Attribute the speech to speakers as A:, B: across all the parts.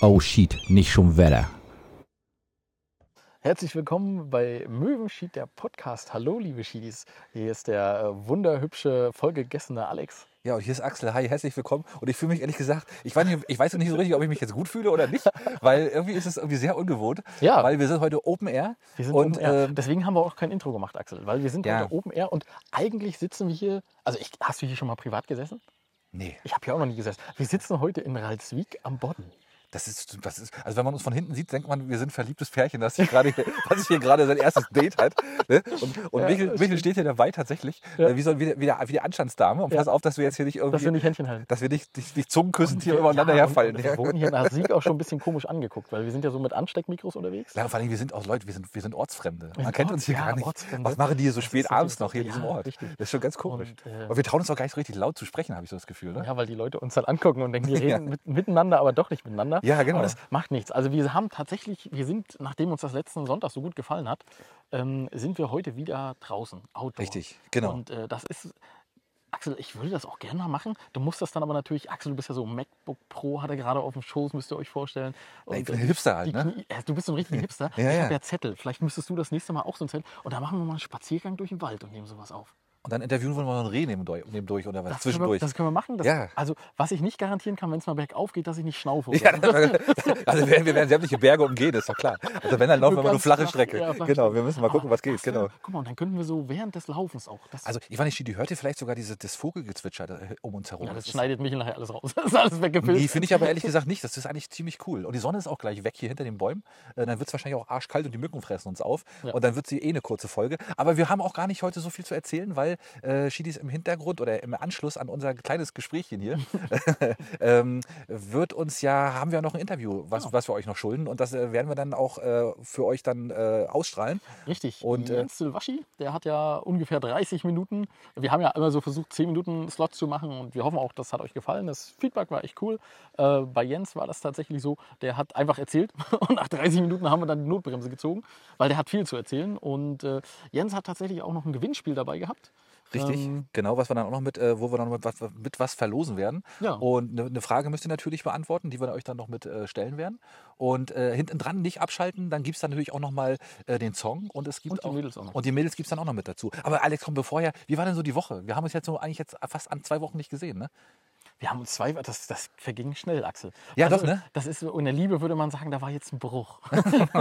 A: Oh shit, nicht schon Wetter.
B: Herzlich willkommen bei Möwenschied, der Podcast. Hallo, liebe Schiedis. Hier ist der äh, wunderhübsche, vollgegessene Alex.
C: Ja, und hier ist Axel. Hi, herzlich willkommen. Und ich fühle mich ehrlich gesagt, ich weiß, nicht, ich weiß noch nicht so richtig, ob ich mich jetzt gut fühle oder nicht, weil irgendwie ist es irgendwie sehr ungewohnt,
B: Ja.
C: weil wir sind heute Open Air.
B: Wir sind
C: und
B: Open Air.
C: ähm,
B: Deswegen haben wir auch kein Intro gemacht, Axel, weil wir sind
C: Ja.
B: heute Open Air und eigentlich sitzen wir hier. Also, ich, hast du hier schon mal privat gesessen?
C: nee,
B: Ich habe hier auch noch nie gesessen. Wir sitzen heute in Ralswiek am Bodden.
C: das ist, das ist, also wenn man uns von hinten sieht, denkt man, wir sind ein verliebtes Pärchen, das ich gerade, was ich hier gerade sein erstes Date hat. Ne? Und, und
B: Ja,
C: Michel,
B: das
C: Michel steht hier dabei tatsächlich,
B: Ja.
C: äh, wie so ein- wie der, wie der, wie der Anstandsdame. Und
B: Ja.
C: pass auf, dass wir jetzt hier nicht irgendwie,
B: Dass wir nicht Händchen halten.
C: dass wir nicht, nicht, nicht zungenküssend hier
B: Wir-
C: übereinander
B: ja, und-
C: herfallen.
B: und Wir wurden hier in Ralswiek auch schon ein bisschen komisch angeguckt, weil wir sind ja so mit Ansteckmikros unterwegs.
C: Ja, vor allem, wir sind auch Leute, wir sind, wir sind Ortsfremde. Man
B: sind
C: kennt uns hier
B: Orts- ja,
C: gar nicht.
B: Ortsfremde.
C: Was machen die hier so
B: Das
C: spät
B: ist
C: abends
B: natürlich-
C: noch hier in
B: ja,
C: diesem Ort?
B: richtig.
C: Das ist schon ganz komisch.
B: Und, äh,
C: Und wir trauen uns auch gar nicht richtig laut zu sprechen, habe ich so das Gefühl. Ne?
B: Ja, weil die Leute uns dann angucken und denken, wir
C: Ja.
B: reden mit, miteinander, aber doch nicht miteinander.
C: Ja, genau.
B: Aber das macht nichts. Also wir haben tatsächlich, wir sind, nachdem uns das letzten Sonntag so gut gefallen hat, ähm, sind wir heute wieder draußen, outdoor.
C: Richtig, genau.
B: Und äh, das ist, Axel, ich würde das auch gerne mal machen. Du musst das dann aber natürlich, Axel, du bist ja so ein MacBook Pro, hat er gerade auf dem Schoß, müsst ihr euch vorstellen.
C: Na, ich bin
B: äh,
C: ein Hipster halt,
B: die
C: ne?
B: Knie- äh, Du bist so ein richtiger Hipster.
C: Ja,
B: ich
C: ja.
B: habe ja Zettel. Vielleicht müsstest du das nächste Mal auch so ein Zettel. Und dann machen wir mal einen Spaziergang durch den Wald und nehmen sowas auf.
C: Und dann interviewen wir mal ein Reh nebendurch, nebendurch oder
B: Das Können wir,
C: was? Also zwischendurch.
B: das können wir machen. Das,
C: Ja.
B: Also, was ich nicht garantieren kann, wenn es mal bergauf geht, dass ich nicht schnaufe. oder
C: ja,
B: so.
C: also wir, wir werden sämtliche Berge umgehen, ist doch klar. Also wenn, dann laufen wir mal nur
B: ganz
C: flache
B: flach-
C: Strecke.
B: ja, flache
C: genau,
B: Strecke.
C: wir müssen mal gucken,
B: Aber
C: was geht.
B: das wär-
C: Genau.
B: Guck mal, und dann könnten wir so während des Laufens auch. Das,
C: Also Ivan die hörte vielleicht sogar diese, das Vogelgezwitscher da um uns herum.
B: ja, das
C: ist-
B: schneidet mich nachher alles raus. Das ist alles weggefilmt.
C: Nee, finde ich aber ehrlich gesagt nicht. Das ist eigentlich ziemlich cool. Und die Sonne ist auch gleich weg hier hinter den Bäumen. Äh, Dann wird es wahrscheinlich auch arschkalt und die Mücken fressen uns auf.
B: Ja.
C: Und dann wird sie eh eine kurze Folge. Aber wir haben auch gar nicht heute so viel zu erzählen, weil äh, Schiedis im Hintergrund oder im Anschluss an unser kleines Gesprächchen hier ähm, wird uns ja, haben wir noch ein Interview, was, was wir euch noch schulden. Und das äh, werden wir dann auch äh, für euch dann äh, ausstrahlen.
B: Richtig.
C: Und, äh,
B: Jens Silvaschi, der hat ja ungefähr 30 Minuten. Wir haben ja immer so versucht, 10 Minuten Slot zu machen und wir hoffen auch, das hat euch gefallen. Das Feedback war echt cool. Äh, bei Jens war das tatsächlich so, der hat einfach erzählt und nach 30 Minuten haben wir dann die Notbremse gezogen, weil der hat viel zu erzählen. Und äh, Jens hat tatsächlich auch noch ein Gewinnspiel dabei gehabt.
C: Richtig,
B: Ähm,
C: genau, was wir dann auch noch mit, äh, wo wir dann noch mit was, mit was verlosen werden.
B: Ja.
C: Und ne, eine eine Frage müsst ihr natürlich beantworten, die wir euch dann noch mit äh, stellen werden. Und äh, hinten dran nicht abschalten, dann gibt es dann natürlich auch nochmal äh, den Song und es gibt
B: Und die
C: auch,
B: Mädels auch noch.
C: Und die Mädels gibt es dann auch noch mit dazu. Aber Alex, komm, bevor ja, wie war denn so die Woche? Wir haben uns jetzt so eigentlich jetzt fast an zwei Wochen nicht gesehen, ne?
B: Wir haben uns zwei, das, das verging schnell, Axel. Also,
C: Ja, doch, ne?
B: Das ist, in der Liebe würde man sagen, da war jetzt ein Bruch.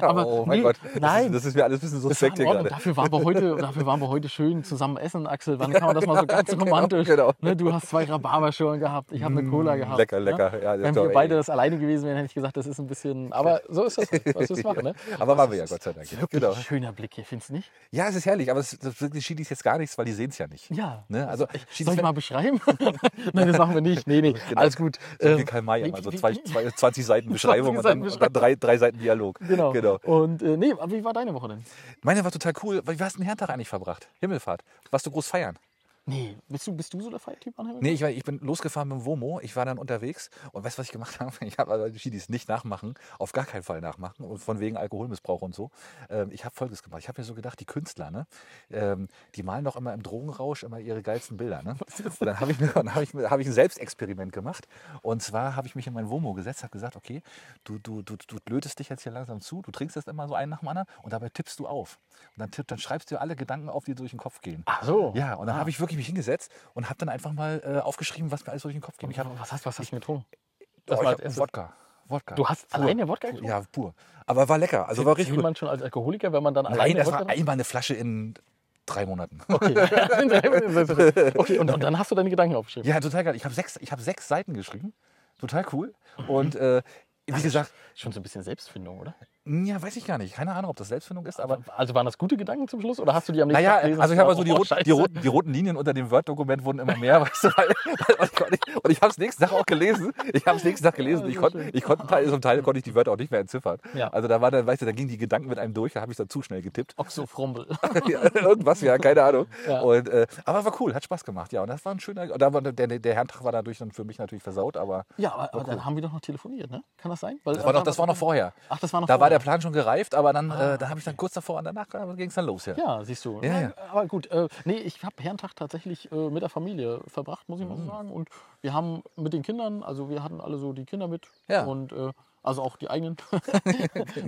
B: Aber Äh, nee, Nein,
C: Oh das ist mir alles ein bisschen
B: Das war in Ordnung. Dafür waren, wir heute, dafür waren wir heute schön zusammen essen, Axel. Wann kann man das mal so ganz romantisch?
C: genau. Mm,
B: Ne, du hast zwei Rhabarberschirren gehabt, ich habe eine Cola gehabt.
C: lecker, lecker.
B: Ne?
C: Ja, das
B: Wenn
C: ist
B: wir
C: doch,
B: beide
C: ey.
B: das alleine gewesen wären, hätte ich gesagt, das ist ein bisschen. Aber so ist das. halt. Was willst du machen? Ne?
C: Aber waren wir ja,
B: Das
C: Gott sei
B: ist
C: Dank.
B: Wirklich
C: Genau.
B: ein schöner Blick hier, findest du nicht?
C: Ja, es ist herrlich, aber es, das Schiedis jetzt gar nichts, weil die sehen es ja nicht.
B: Ja.
C: Ne? Also,
B: ich,
C: Schiedis-
B: soll ich mal beschreiben? Nein, das machen wir nicht. Nee, nee, alles gut.
C: Genau. So wie
B: Ähm,
C: Karl May,
B: wie-
C: also
B: wie-
C: zwei,
B: wie-
C: zwei, 20 Seiten
B: 20
C: Beschreibung und
B: Seiten
C: dann, und dann drei, drei Seiten Dialog.
B: Genau. Und äh, nee, aber wie war deine Woche denn?
C: Meine war total cool. Wie hast du den Herrentag eigentlich verbracht? Himmelfahrt. Warst du groß feiern?
B: Nee, bist du, bist du so der Feiertyp an
C: Nee, ich, war, ich bin losgefahren mit dem Womo. Ich war dann unterwegs. Und weißt du, was ich gemacht habe? Ich habe also Schiedis nicht nachmachen. Auf gar keinen Fall nachmachen. Und von wegen Alkoholmissbrauch und so. Ähm, ich habe Folgendes gemacht. Ich habe mir so gedacht, die Künstler, ne? Ähm, die malen doch immer im Drogenrausch immer ihre geilsten Bilder, ne? Und dann habe ich, mir- dann hab ich, mir- hab ich ein Selbstexperiment gemacht. Und zwar habe ich mich in mein Womo gesetzt, habe gesagt, okay, du, du, du, du lötest dich jetzt hier langsam zu. Du trinkst jetzt immer so einen nach dem anderen. Und dabei tippst du auf. Und dann, tipp, dann schreibst du alle Gedanken auf, die dir durch den Kopf gehen.
B: Ach so.
C: Ja, und dann habe ich wirklich mich hingesetzt und habe dann einfach mal äh, aufgeschrieben, was mir alles durch den Kopf ging. Ich habe
B: was hast, was hast du getrunken?
C: oh,
B: Das
C: ich
B: war
C: hab
B: das erste.
C: Wodka. Wodka.
B: Du hast alleine Wodka
C: pur,
B: getrunken?
C: Ja, pur. Aber war lecker. Also war richtig
B: Zählt
C: gut.
B: man schon als Alkoholiker, wenn man dann
C: Nein,
B: alleine
C: das
B: Wodka
C: war einmal eine Flasche in drei Monaten.
B: Okay. In drei Minuten. okay, und, und dann hast du deine Gedanken aufgeschrieben.
C: Ja, total geil. Ich habe sechs, ich hab sechs Seiten geschrieben. Total cool.
B: Mhm.
C: Und äh, wie gesagt,
B: Schon so ein bisschen Selbstfindung, oder?
C: ja, weiß ich gar nicht. Keine Ahnung, ob das Selbstfindung ist, aber
B: Also waren das gute Gedanken zum Schluss oder hast du die am nächsten
C: Naja,
B: Tag gelesen
C: also
B: und
C: ich habe
B: gedacht,
C: so die,
B: oh,
C: roten, die,
B: Scheiße?
C: roten, die roten Linien unter dem Word-Dokument wurden immer mehr, weißt du, weil, weil, und ich, und ich habe es nächsten Tag auch gelesen. Ich habe es nächsten Tag gelesen. Ich
B: sehr
C: konnte, ich konnte Teil, zum Teil konnte ich die Wörter auch nicht mehr entziffern.
B: Ja.
C: Also da war dann, weißt du, da gingen die Gedanken mit einem durch, da habe ich dann zu schnell getippt.
B: Oxofrombel.
C: Ja, Irgendwas, ja, keine Ahnung.
B: Ja.
C: Und, äh, aber war cool, hat Spaß gemacht, ja. Und das war ein schöner, und da war, der, der Herrentag war dadurch dann für mich natürlich versaut, aber
B: Ja, aber, aber dann haben wir doch noch telefoniert, ne? Kann das sein? Weil,
C: das war noch, das war noch vorher.
B: Ach, das war noch Ah.
C: Da war der Plan schon gereift, aber dann, äh, dann habe ich dann kurz davor und danach ging es dann los. Ja.
B: Ja, siehst du.
C: Ja,
B: Na,
C: ja.
B: Aber gut, äh, nee, ich habe Herrentag tatsächlich äh, mit der Familie verbracht, muss ich
C: Mhm.
B: mal so sagen. Und wir haben mit den Kindern, also wir hatten alle so die Kinder mit
C: Ja. Genau.
B: und äh, also auch die eigenen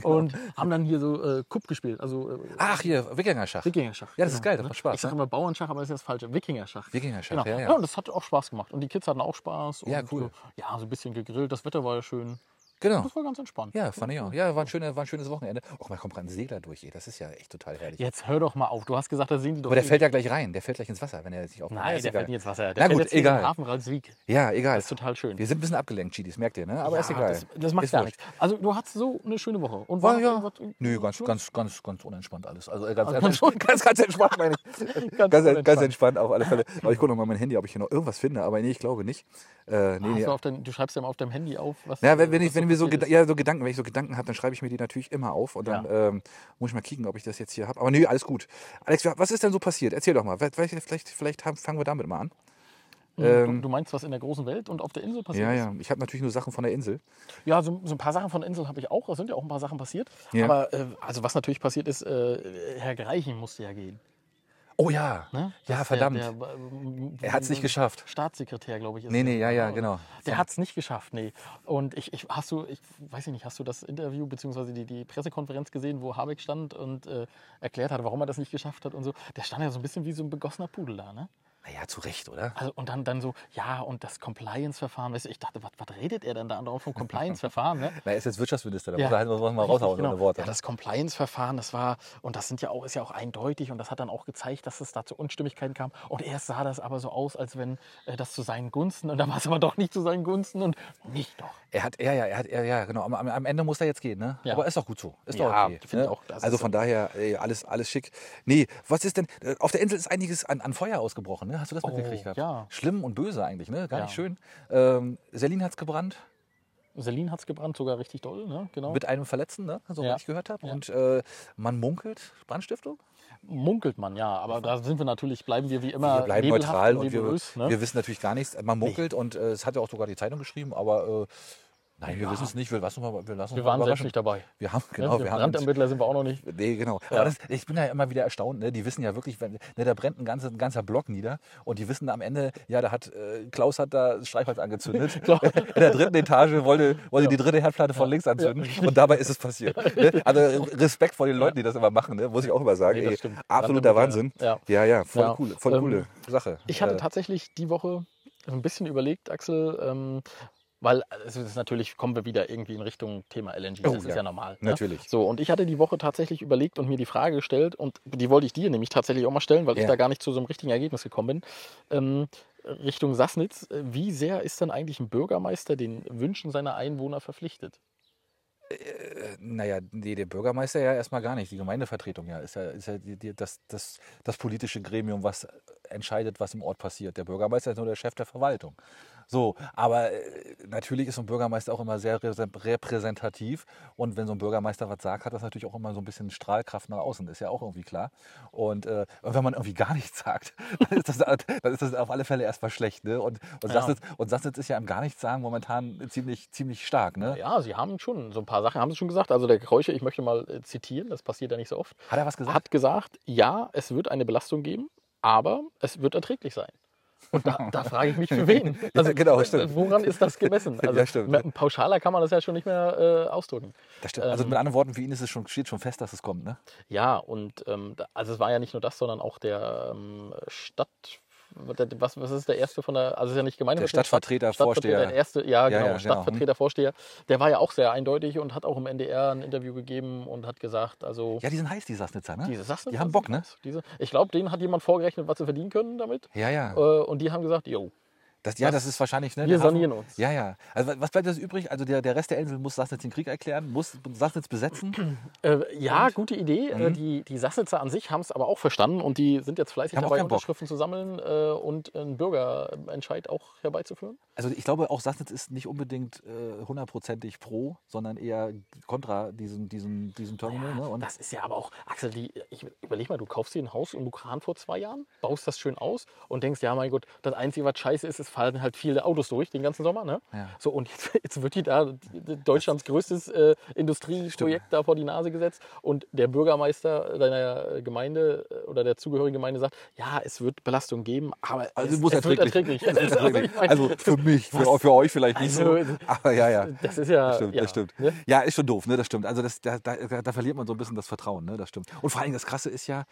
B: und haben dann hier so äh, Kupp gespielt, also äh,
C: Ach, hier, Wikingerschach.
B: Wikingerschach.
C: Ja, das ist geil, das macht Spaß,
B: Ich sage
C: ne?
B: immer Bauernschach, aber das ist das Falsche. Wikingerschach.
C: Wikingerschach,
B: genau.
C: ja, ja.
B: und das hat auch Spaß gemacht. Und die Kids hatten auch Spaß.
C: Ja,
B: und,
C: cool.
B: äh, Ja, so ein bisschen gegrillt, das Wetter war ja schön.
C: Genau.
B: Das war ganz entspannt.
C: Ja, fand ich
B: Mhm.
C: auch. Ja, war ein, schöner, war ein schönes Wochenende. Och, man kommt gerade ein Segler durch, ey. Das ist ja echt total herrlich.
B: Jetzt hör doch mal auf. Du hast gesagt, da sehen die doch
C: Aber der
B: eh.
C: fällt ja gleich rein. Der fällt gleich ins Wasser, wenn er sich auf.
B: Nein,
C: ist
B: der
C: egal.
B: fällt nicht ins Wasser. Der
C: Na
B: fällt
C: gut,
B: jetzt hier in den
C: egal.
B: Hafen Ralswiek.
C: Ja, egal.
B: Das ist total schön.
C: Wir sind ein bisschen abgelenkt, Chidis, merkt ihr, ne? Aber ist
B: Ja,
C: egal.
B: Das, das macht
C: ist
B: gar
C: wurscht.
B: nichts. Also du hattest so eine schöne Woche. Und
C: War
B: noch
C: ja.
B: irgendwas-
C: Nö, ganz, ganz, ganz, ganz unentspannt alles. Also äh, ganz,
B: Also
C: ganz,
B: ganz-
C: ganz, ganz entspannt meine ich. ganz, ganz,
B: unentspannt.
C: entspannt auf alle Fälle. Aber ich gucke noch mal mein Handy, ob ich hier noch irgendwas finde. Aber nee, ich glaube nicht. Äh, nee,
B: Hast
C: nee.
B: du, auf dein, du schreibst ja mal auf deinem Handy auf, was.
C: Ja, wenn, wenn,
B: was
C: ich, wenn wir so,
B: passiert
C: Geda-
B: ist.
C: ja, so Gedanken, wenn ich so Gedanken habe, dann schreibe ich mir die natürlich immer auf und dann ähm, muss ich mal kicken, ob ich das jetzt hier habe. Aber nö, alles gut. Alex, wa- was ist denn so passiert? Erzähl doch mal. Wa- wa- Vielleicht, vielleicht haben- fangen wir damit mal an.
B: du, du meinst, was in der großen Welt und auf der Insel passiert
C: ähm, Ja,
B: ist?
C: ja. Ich habe natürlich nur Sachen von der Insel.
B: Ja, so, so ein paar Sachen von der Insel habe ich auch. Es sind ja auch ein paar Sachen passiert.
C: Ja.
B: Aber äh, also was natürlich passiert ist, äh, Herr Greichen musste ja gehen.
C: Oh ja.
B: Ne? Das
C: Ja,
B: ist
C: verdammt.
B: Der, der, ähm,
C: Er hat's nicht geschafft.
B: Staatssekretär, glaube ich. Ist
C: Nee,
B: der.
C: nee, ja, ja, genau.
B: Der hat es nicht geschafft, nee. Und ich, ich, hast du, ich weiß nicht, hast du das Interview bzw. Die, die Pressekonferenz gesehen, wo Habeck stand und äh, erklärt hat, warum er das nicht geschafft hat und so? Der stand ja so ein bisschen wie so ein begossener Pudel da, ne?
C: Naja, zu Recht, oder?
B: Also, und dann, dann so, ja, und das Compliance-Verfahren, weißt du, ich dachte, was, was redet er denn da andauernd vom Compliance-Verfahren, ne?
C: Na, er ist jetzt Wirtschaftsminister, da
B: Ja.
C: muss er halt muss man mal
B: Richtig,
C: raushauen
B: genau.
C: ohne Worte.
B: Ja, das Compliance-Verfahren, das war, und das sind ja auch, ist ja auch eindeutig und das hat dann auch gezeigt, dass es da zu Unstimmigkeiten kam. Und erst sah das aber so aus, als wenn äh, das zu seinen Gunsten und dann war es aber doch nicht zu seinen Gunsten und nicht doch.
C: Er hat, ja, ja, er hat, ja, ja, genau. Am, am- am Ende muss er jetzt gehen, ne?
B: Ja.
C: Aber ist doch gut so. Ist
B: Ja,
C: doch okay.
B: find ich
C: ne?
B: auch. Das
C: also
B: ist-
C: von daher, ey, alles, alles schick. Nee, was ist denn? äh, Auf der Insel ist einiges an, an Feuer ausgebrochen, ne? Hast du das mitgekriegt gehabt?
B: Oh, ja.
C: Schlimm und böse eigentlich, ne? Gar nicht
B: Ja.
C: schön. Ähm, Selin hat's gebrannt,
B: Selin hat es gebrannt, sogar richtig doll, ne? Genau.
C: mit einem Verletzten, ne? So
B: Ja.
C: wie ich gehört habe.
B: Ja.
C: Und äh, man munkelt, Brandstiftung?
B: Munkelt man, ja, aber da sind wir natürlich, bleiben wir wie immer
C: wir bleiben
B: nebelhaft
C: neutral
B: und
C: und wir,
B: nebulös, ne?
C: wir wissen natürlich gar nichts. Man munkelt und äh, es hat ja auch sogar die Zeitung geschrieben, aber äh, nein, wir wissen es nicht. Wir lassen uns mal, wir lassen uns
B: Wir
C: mal
B: waren selbst
C: überraschen.
B: nicht dabei.
C: Wir haben, genau,
B: ne?
C: wir haben uns,
B: Brandermittler sind wir auch noch nicht.
C: Nee, genau. Aber das, ich bin ja immer wieder erstaunt. Ne? Die wissen ja wirklich, wenn, ne, da brennt ein ganzer, ein ganzer Block nieder und die wissen am Ende, ja, da hat äh, Klaus hat da Streichholz angezündet. In der dritten Etage wollte, wollte die dritte Herdplatte von links anzünden und dabei ist es passiert. Ne? Also Respekt vor den Leuten, die das immer machen, ne? muss ich auch immer sagen.
B: Nee, das
C: Ey,
B: stimmt.
C: absoluter Wahnsinn.
B: Brandenburg, ja.
C: Ja, ja, voll
B: Ja.
C: cool, voll
B: Ähm,
C: coole Sache.
B: Ich hatte
C: Äh,
B: tatsächlich die Woche ein bisschen überlegt, Axel, ähm, weil also es ist natürlich kommen wir wieder irgendwie in Richtung Thema LNG.
C: Oh,
B: das ist
C: ja.
B: ja normal. ne?
C: Natürlich.
B: So, und ich hatte die Woche tatsächlich überlegt und mir die Frage gestellt, und die wollte ich dir nämlich tatsächlich auch mal stellen, weil ich
C: Ja.
B: da gar nicht zu so einem richtigen Ergebnis gekommen bin. Ähm, Richtung Sassnitz, äh, wie sehr ist denn eigentlich ein Bürgermeister den Wünschen seiner Einwohner verpflichtet?
C: Naja, nee, der Bürgermeister ja erstmal gar nicht. Die Gemeindevertretung ja ist ja, ist ja die, die, das, das, das politische Gremium, was entscheidet, was im Ort passiert. Der Bürgermeister ist nur der Chef der Verwaltung. So, aber äh, natürlich ist so ein Bürgermeister auch immer sehr repräsent- repräsentativ. Und wenn so ein Bürgermeister was sagt, hat das natürlich auch immer so ein bisschen Strahlkraft nach außen, ist ja auch irgendwie klar. Und äh, und wenn man irgendwie gar nichts sagt, dann ist das, dann ist das auf alle Fälle erstmal schlecht. Ne? Und, und,
B: Ja.
C: Sassnitz, und Sassnitz ist ja im Gar nichts sagen momentan ziemlich, ziemlich stark. Ne?
B: Ja, sie haben schon so ein paar Sachen, haben sie schon gesagt. Also der Kreusche, ich möchte mal äh, zitieren, das passiert ja nicht so oft.
C: Hat er was gesagt?
B: hat gesagt, ja, es wird eine Belastung geben, aber es wird erträglich sein. Und da, da frage ich mich, für wen?
C: genau,
B: äh,
C: stimmt.
B: woran ist das gemessen? Also,
C: Ja, stimmt.
B: mit- Pauschaler kann man das ja schon nicht mehr äh, ausdrücken.
C: Das stimmt. Also
B: Ähm,
C: mit anderen Worten, für ihn ist es schon, steht schon fest, dass es kommt, ne?
B: Ja, und ähm, da- also es war ja nicht nur das, sondern auch der ähm, Stadt. Was, was ist der erste von der, also es ist ja nicht Gemeinde.
C: Der Stadtvertreter, Vorsteher.
B: Der erste, ja,
C: Ja,
B: genau,
C: ja, genau.
B: Stadtvertreter, Vorsteher. Der war ja auch sehr eindeutig und hat auch im NDR ein Interview gegeben und hat gesagt, also.
C: Ja, die sind heiß, die Sassnitzer, ne?
B: Diese Sachen.
C: die haben Bock, ne?
B: Diese, ich glaube, denen hat jemand vorgerechnet, was sie verdienen können damit.
C: Ja, ja.
B: Äh, und die haben gesagt, jo,
C: Das, ja, das ist wahrscheinlich, ne?
B: wir
C: der Hafen-
B: sanieren uns.
C: Ja, ja. Also wa- was bleibt jetzt übrig? Also der, der Rest der Insel muss Sassnitz den Krieg erklären, muss Sassnitz besetzen.
B: äh, ja, gute Idee. Äh, die, die Sassnitzer an sich haben es aber auch verstanden und die sind jetzt fleißig
C: Haben auch
B: dabei,
C: keinen Bock.
B: Unterschriften zu sammeln äh, und einen Bürgerentscheid auch herbeizuführen.
C: Also ich glaube, auch Sassnitz ist nicht unbedingt äh, hundertprozentig pro, sondern eher kontra diesen, diesen, diesen Terminal. Ne? Und
B: Das ist ja aber auch, Axel, die, ich überleg mal, du kaufst dir ein Haus in Mukran vor zwei Jahren, baust das schön aus und denkst, ja mein Gott, das Einzige, was scheiße ist, ist fahren halt viele Autos durch den ganzen Sommer. Ne?
C: Ja.
B: So, und jetzt, jetzt wird die da die- Deutschlands größtes äh, Industrieprojekt da vor die Nase gesetzt. Und der Bürgermeister deiner Gemeinde äh, oder der zugehörigen Gemeinde sagt, ja, es wird Belastung geben, aber
C: Also
B: es,
C: muss
B: es wird erträglich.
C: erträglich. Es ist erträglich.
B: ich mein,
C: Also für mich, für, für euch vielleicht nicht so.
B: Also,
C: Aber ja, ja.
B: das ist ja...
C: Das stimmt,
B: ja,
C: das stimmt.
B: Ne?
C: Ja, ist schon doof, ne? Das stimmt. Also das, da, da, da verliert man so ein bisschen das Vertrauen, ne? Das stimmt. Und vor allem das Krasse ist ja,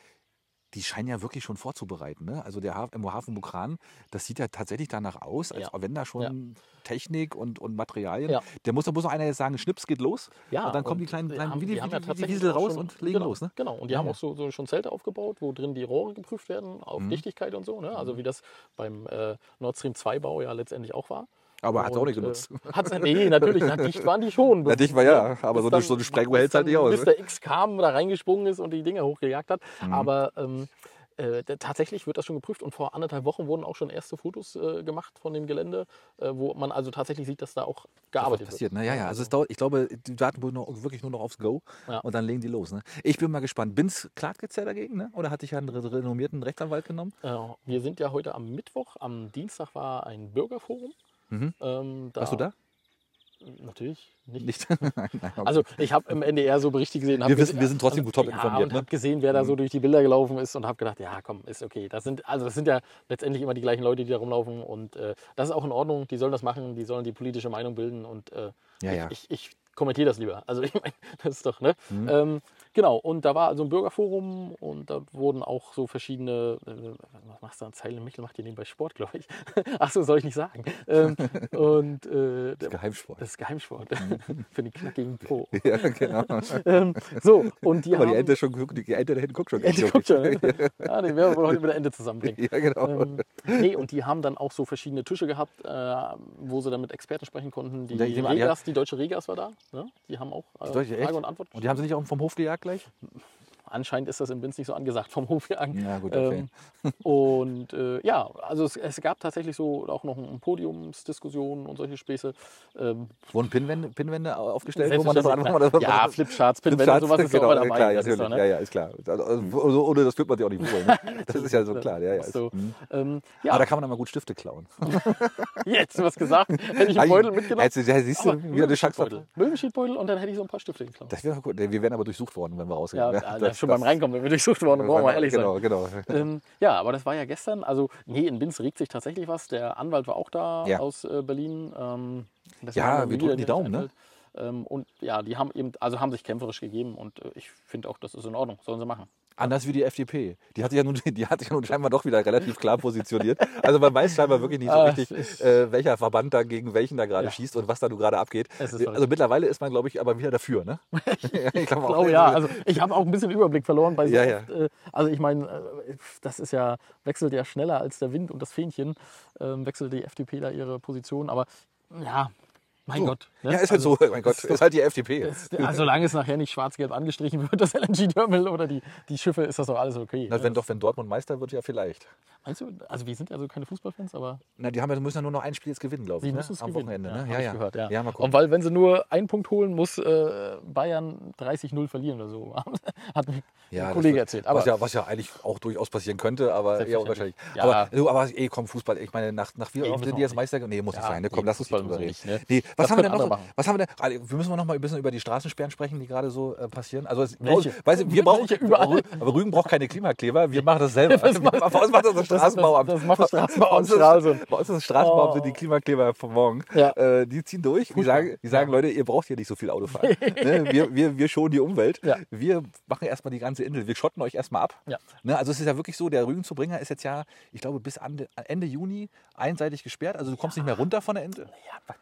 C: die scheinen ja wirklich schon vorzubereiten, ne? Also der Hafen, im Hafen Bukran, das sieht ja tatsächlich danach aus, als
B: Ja.
C: wenn da schon Technik und, und Materialien.
B: Ja.
C: Der muss, da muss noch einer jetzt sagen, Schnips geht los.
B: Ja,
C: und dann kommen die kleinen,
B: wir
C: kleinen
B: haben-
C: Wiesel-
B: wir haben ja
C: Wiesel-
B: tatsächlich
C: Wiesel
B: auch
C: raus
B: schon-
C: und legen
B: genau,
C: los, ne?
B: Genau, und die
C: Ja,
B: haben
C: ja. Mhm.
B: auch so, so schon Zelte aufgebaut, wo drin die Rohre geprüft werden auf Dichtigkeit und so. Ne? Also wie das beim äh, Nord Stream 2 Bau ja letztendlich auch war.
C: Aber hat's auch
B: Und,
C: nicht genutzt.
B: Äh, hat's, nee, natürlich, na, dicht waren die schon. Genau.
C: Na, dicht war ja, aber
B: Bis
C: so eine- so eine Sprengung hält's
B: bis
C: halt nicht
B: dann
C: aus, ne?
B: Mr.
C: Mhm.
B: X kam, da reingesprungen ist und die Dinger hochgejagt hat. Aber ähm, äh, da- tatsächlich wird das schon geprüft und vor anderthalb Wochen wurden auch schon erste Fotos äh, gemacht von dem Gelände, äh, wo man also tatsächlich sieht, dass da auch gearbeitet
C: passiert.
B: wird.
C: Ne? Ja, ja. Also es dauert, ich glaube, die warten wohl noch, wirklich nur noch aufs Go
B: Ja.
C: und dann legen die los. Ne? Ich bin mal gespannt. Bin's klagt jetzt ja dagegen, ne? Oder hatte ich ja einen re- renommierten Rechtsanwalt genommen?
B: Äh, wir sind ja heute am Mittwoch. Am Dienstag war ein Bürgerforum.
C: Mhm.
B: Ähm,
C: Warst du da?
B: Natürlich nicht.
C: Nicht. Nein, nein, okay.
B: Also ich habe im NDR so Berichte gesehen. hab
C: Genau. Wir
B: gese-
C: wissen, wir sind trotzdem gut top
B: ja,
C: informiert,
B: Und
C: ne?
B: habe gesehen, wer da so durch die Bilder gelaufen ist und habe gedacht, ja komm, ist okay. Das sind, also das sind ja letztendlich immer die gleichen Leute, die da rumlaufen und äh, das ist auch in Ordnung. Die sollen das machen, die sollen die politische Meinung bilden und äh,
C: Ja,
B: ich,
C: ja.
B: ich, ich kommentiere das lieber. Also ich meine, das ist doch, ne?
C: Mhm.
B: Ähm, genau, und da war also ein Bürgerforum und da wurden auch so verschiedene, äh, was machst du an Zeilen? Michel macht hier nebenbei Sport, glaube ich. Achso, soll ich nicht sagen. Ähm, und äh,
C: Das ist Geheimsport. Mhm.
B: das ist Geheimsport. Für den knackigen Po.
C: ja, genau.
B: ähm, so, und die
C: Aber die
B: haben...
C: Ente, schon, geguckt, die Ente da hinten guckt schon.
B: Ente guckt schon. ja, den werden wir wohl heute mit der Ente zusammenbringen.
C: Ja, genau.
B: Ähm, nee, und die haben dann auch so verschiedene Tische gehabt, äh, wo sie dann mit Experten sprechen konnten. Die,
C: Ja, ich nehme an, die
B: Regas, die deutsche Regas war da. Ne? Die haben auch äh,
C: Deutsche, echt?
B: Frage und Antwort.
C: Und die haben sie nicht auch vom Hof gejagt gleich?
B: Anscheinend ist das in Binz nicht so angesagt vom Hofjagen.
C: Ja, gut, okay.
B: Ähm, und äh, ja, also es, es gab tatsächlich so auch noch ein Podiumsdiskussionen und solche Späße. Ähm,
C: Wurden Pinwände, Pinwände aufgestellt, wo man das an, wo man
B: Selbstverständlich,
C: das
B: klar. Ja, Flipcharts, Pinwände, sowas ist ja
C: genau,
B: auch immer dabei.
C: Klar, ja,
B: das ist
C: natürlich.
B: doch, ne?
C: ja, ja, ist klar. Also, also, ohne das wird man sich auch nicht wollen. Ne? Das ist ja so klar. Ja, ja, ist,
B: so.
C: mhm.
B: Ähm,
C: Aber da
B: ja,
C: kann man dann mal gut Stifte klauen.
B: jetzt was gesagt. Hätte ich
C: Ei,
B: einen Beutel mitgenommen.
C: hättest du- ja, siehst du,
B: aber
C: wieder eine Chance
B: Beutel. Möbelschiedbeutel und dann hätte ich so ein paar Stifte geklaut.
C: Das wäre gut. Wir wären aber durchsucht worden, wenn wir rausgehen.
B: Ja,
C: Ja,
B: ja, schon beim Reinkommen, wenn wir durchsucht worden, brauchen wir ehrlich
C: genau, Genau,
B: sein. Ähm, ja, aber das war ja gestern. Also, nee, in Binz regt sich tatsächlich was. Der Anwalt war auch da
C: Ja.
B: aus äh, Berlin. Ähm, deswegen
C: Ja,
B: haben
C: wir
B: wieder
C: drücken die
B: den
C: Daumen, ne?
B: Anwalt. Ähm, und ja, die haben eben, also haben sich kämpferisch gegeben und äh, ich finde auch, das ist in Ordnung. Sollen sie machen.
C: Anders wie die FDP. Die hat sich ja nun, die hat sich ja nun scheinbar doch wieder relativ klar positioniert. Also man weiß scheinbar wirklich nicht so
B: Ah,
C: richtig, äh, welcher Verband da gegen welchen da gerade schießt und was da nun gerade abgeht.
B: Es ist
C: Äh, Also
B: verrückt.
C: mittlerweile ist man, glaube ich, aber wieder dafür, ne? ich glaube
B: Ich glaube ja, also ich habe auch ein bisschen Überblick verloren bei so
C: Ja, ja.
B: oft, äh, Also ich meine, äh, das ist ja, wechselt ja schneller als der Wind und das Fähnchen, ähm, wechselt die FDP da ihre Position, aber ja, mein Gott. ne?
C: Ja, ist halt
B: also,
C: so. Mein Gott, ist halt die FDP.
B: also, solange es nachher nicht schwarz-gelb angestrichen wird, das LNG-Terminal oder die, die Schiffe, ist das doch alles okay.
C: Na,
B: ne?
C: wenn doch, wenn Dortmund Meister wird, ja vielleicht.
B: Meinst du, also wir sind ja so keine Fußballfans, aber
C: Na, die haben ja, müssen ja nur noch ein Spiel jetzt gewinnen, glaube
B: sie
C: ich. Ne?
B: müssen es
C: Am
B: gewinnen.
C: Wochenende,
B: hab
C: ne?
B: ich Gehört, ja.
C: ja, mal
B: und
C: gucken.
B: weil, wenn sie nur einen Punkt holen, muss äh, Bayern 30-0 verlieren oder so. Hat mir
C: Ja,
B: ein
C: das
B: Kollege
C: wird-
B: erzählt. Aber
C: was, ja, was ja eigentlich auch durchaus passieren könnte, aber eher unwahrscheinlich.
B: Selbstverständlich.
C: Aber,
B: Ja.
C: du, aber eh, komm, Fußball, ich meine, nach, nach wie
B: Nee,
C: oft
B: müssen
C: sind die
B: wir
C: jetzt
B: auch
C: Meister? ge- Nee, muss nicht
B: Ja,
C: sein. Ne?
B: nee,
C: Komm, lass uns
B: Fußball
C: nicht drüber reden.
B: müssen wir nicht, ne?
C: Nee, was,
B: Das
C: haben
B: können
C: wir denn
B: andere
C: noch,
B: machen.
C: was haben wir denn? Ah, Wir müssen wir noch mal ein bisschen über die Straßensperren sprechen, die gerade so äh, passieren. Also, es-
B: Welche?
C: Weißt du, wir brauchen
B: Welche? Überall.
C: Aber Rügen braucht keine Klimakleber, wir machen das selber.
B: Das
C: Wir-
B: macht-
C: bei uns macht das das Straßenbauamt.
B: das- das macht das Straßenbauamt
C: Bei uns ist-
B: Stralsund.
C: Bei uns ist das Straßenbauamt
B: Oh.
C: sind die Klimakleber von morgen.
B: Ja.
C: Äh, die ziehen durch. Die sagen, die sagen, Leute, ihr braucht hier nicht so viel Autofahren. ne? wir, wir, wir schonen die Umwelt.
B: Ja.
C: Wir machen erstmal die ganze Insel. Wir schotten euch erstmal ab.
B: Ja.
C: Ne, also es ist ja wirklich so, der Rügenzubringer ist jetzt ja, ich glaube, bis Ende, Ende Juni einseitig gesperrt. Also du kommst nicht mehr runter von der Insel.
B: ja,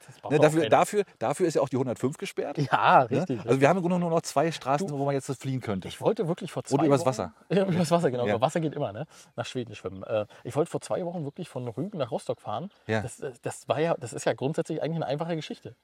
B: das braucht
C: Ne,
B: auch
C: dafür,
B: keiner.
C: dafür, dafür ist ja auch die 105 gesperrt.
B: Ja,
C: Ne?
B: richtig.
C: Also wir haben im Grunde nur noch zwei Straßen, wo man jetzt fliehen könnte.
B: ich wollte wirklich vor zwei
C: Oder übers
B: Wochen,
C: Wasser.
B: Ja, übers Wasser, genau.
C: Ja.
B: Über Wasser geht immer, ne? Nach Schweden schwimmen. Äh, ich wollte vor zwei Wochen wirklich von Rügen nach Rostock fahren.
C: Ja.
B: Das, äh, das, war ja, das ist ja grundsätzlich eigentlich eine einfache Geschichte.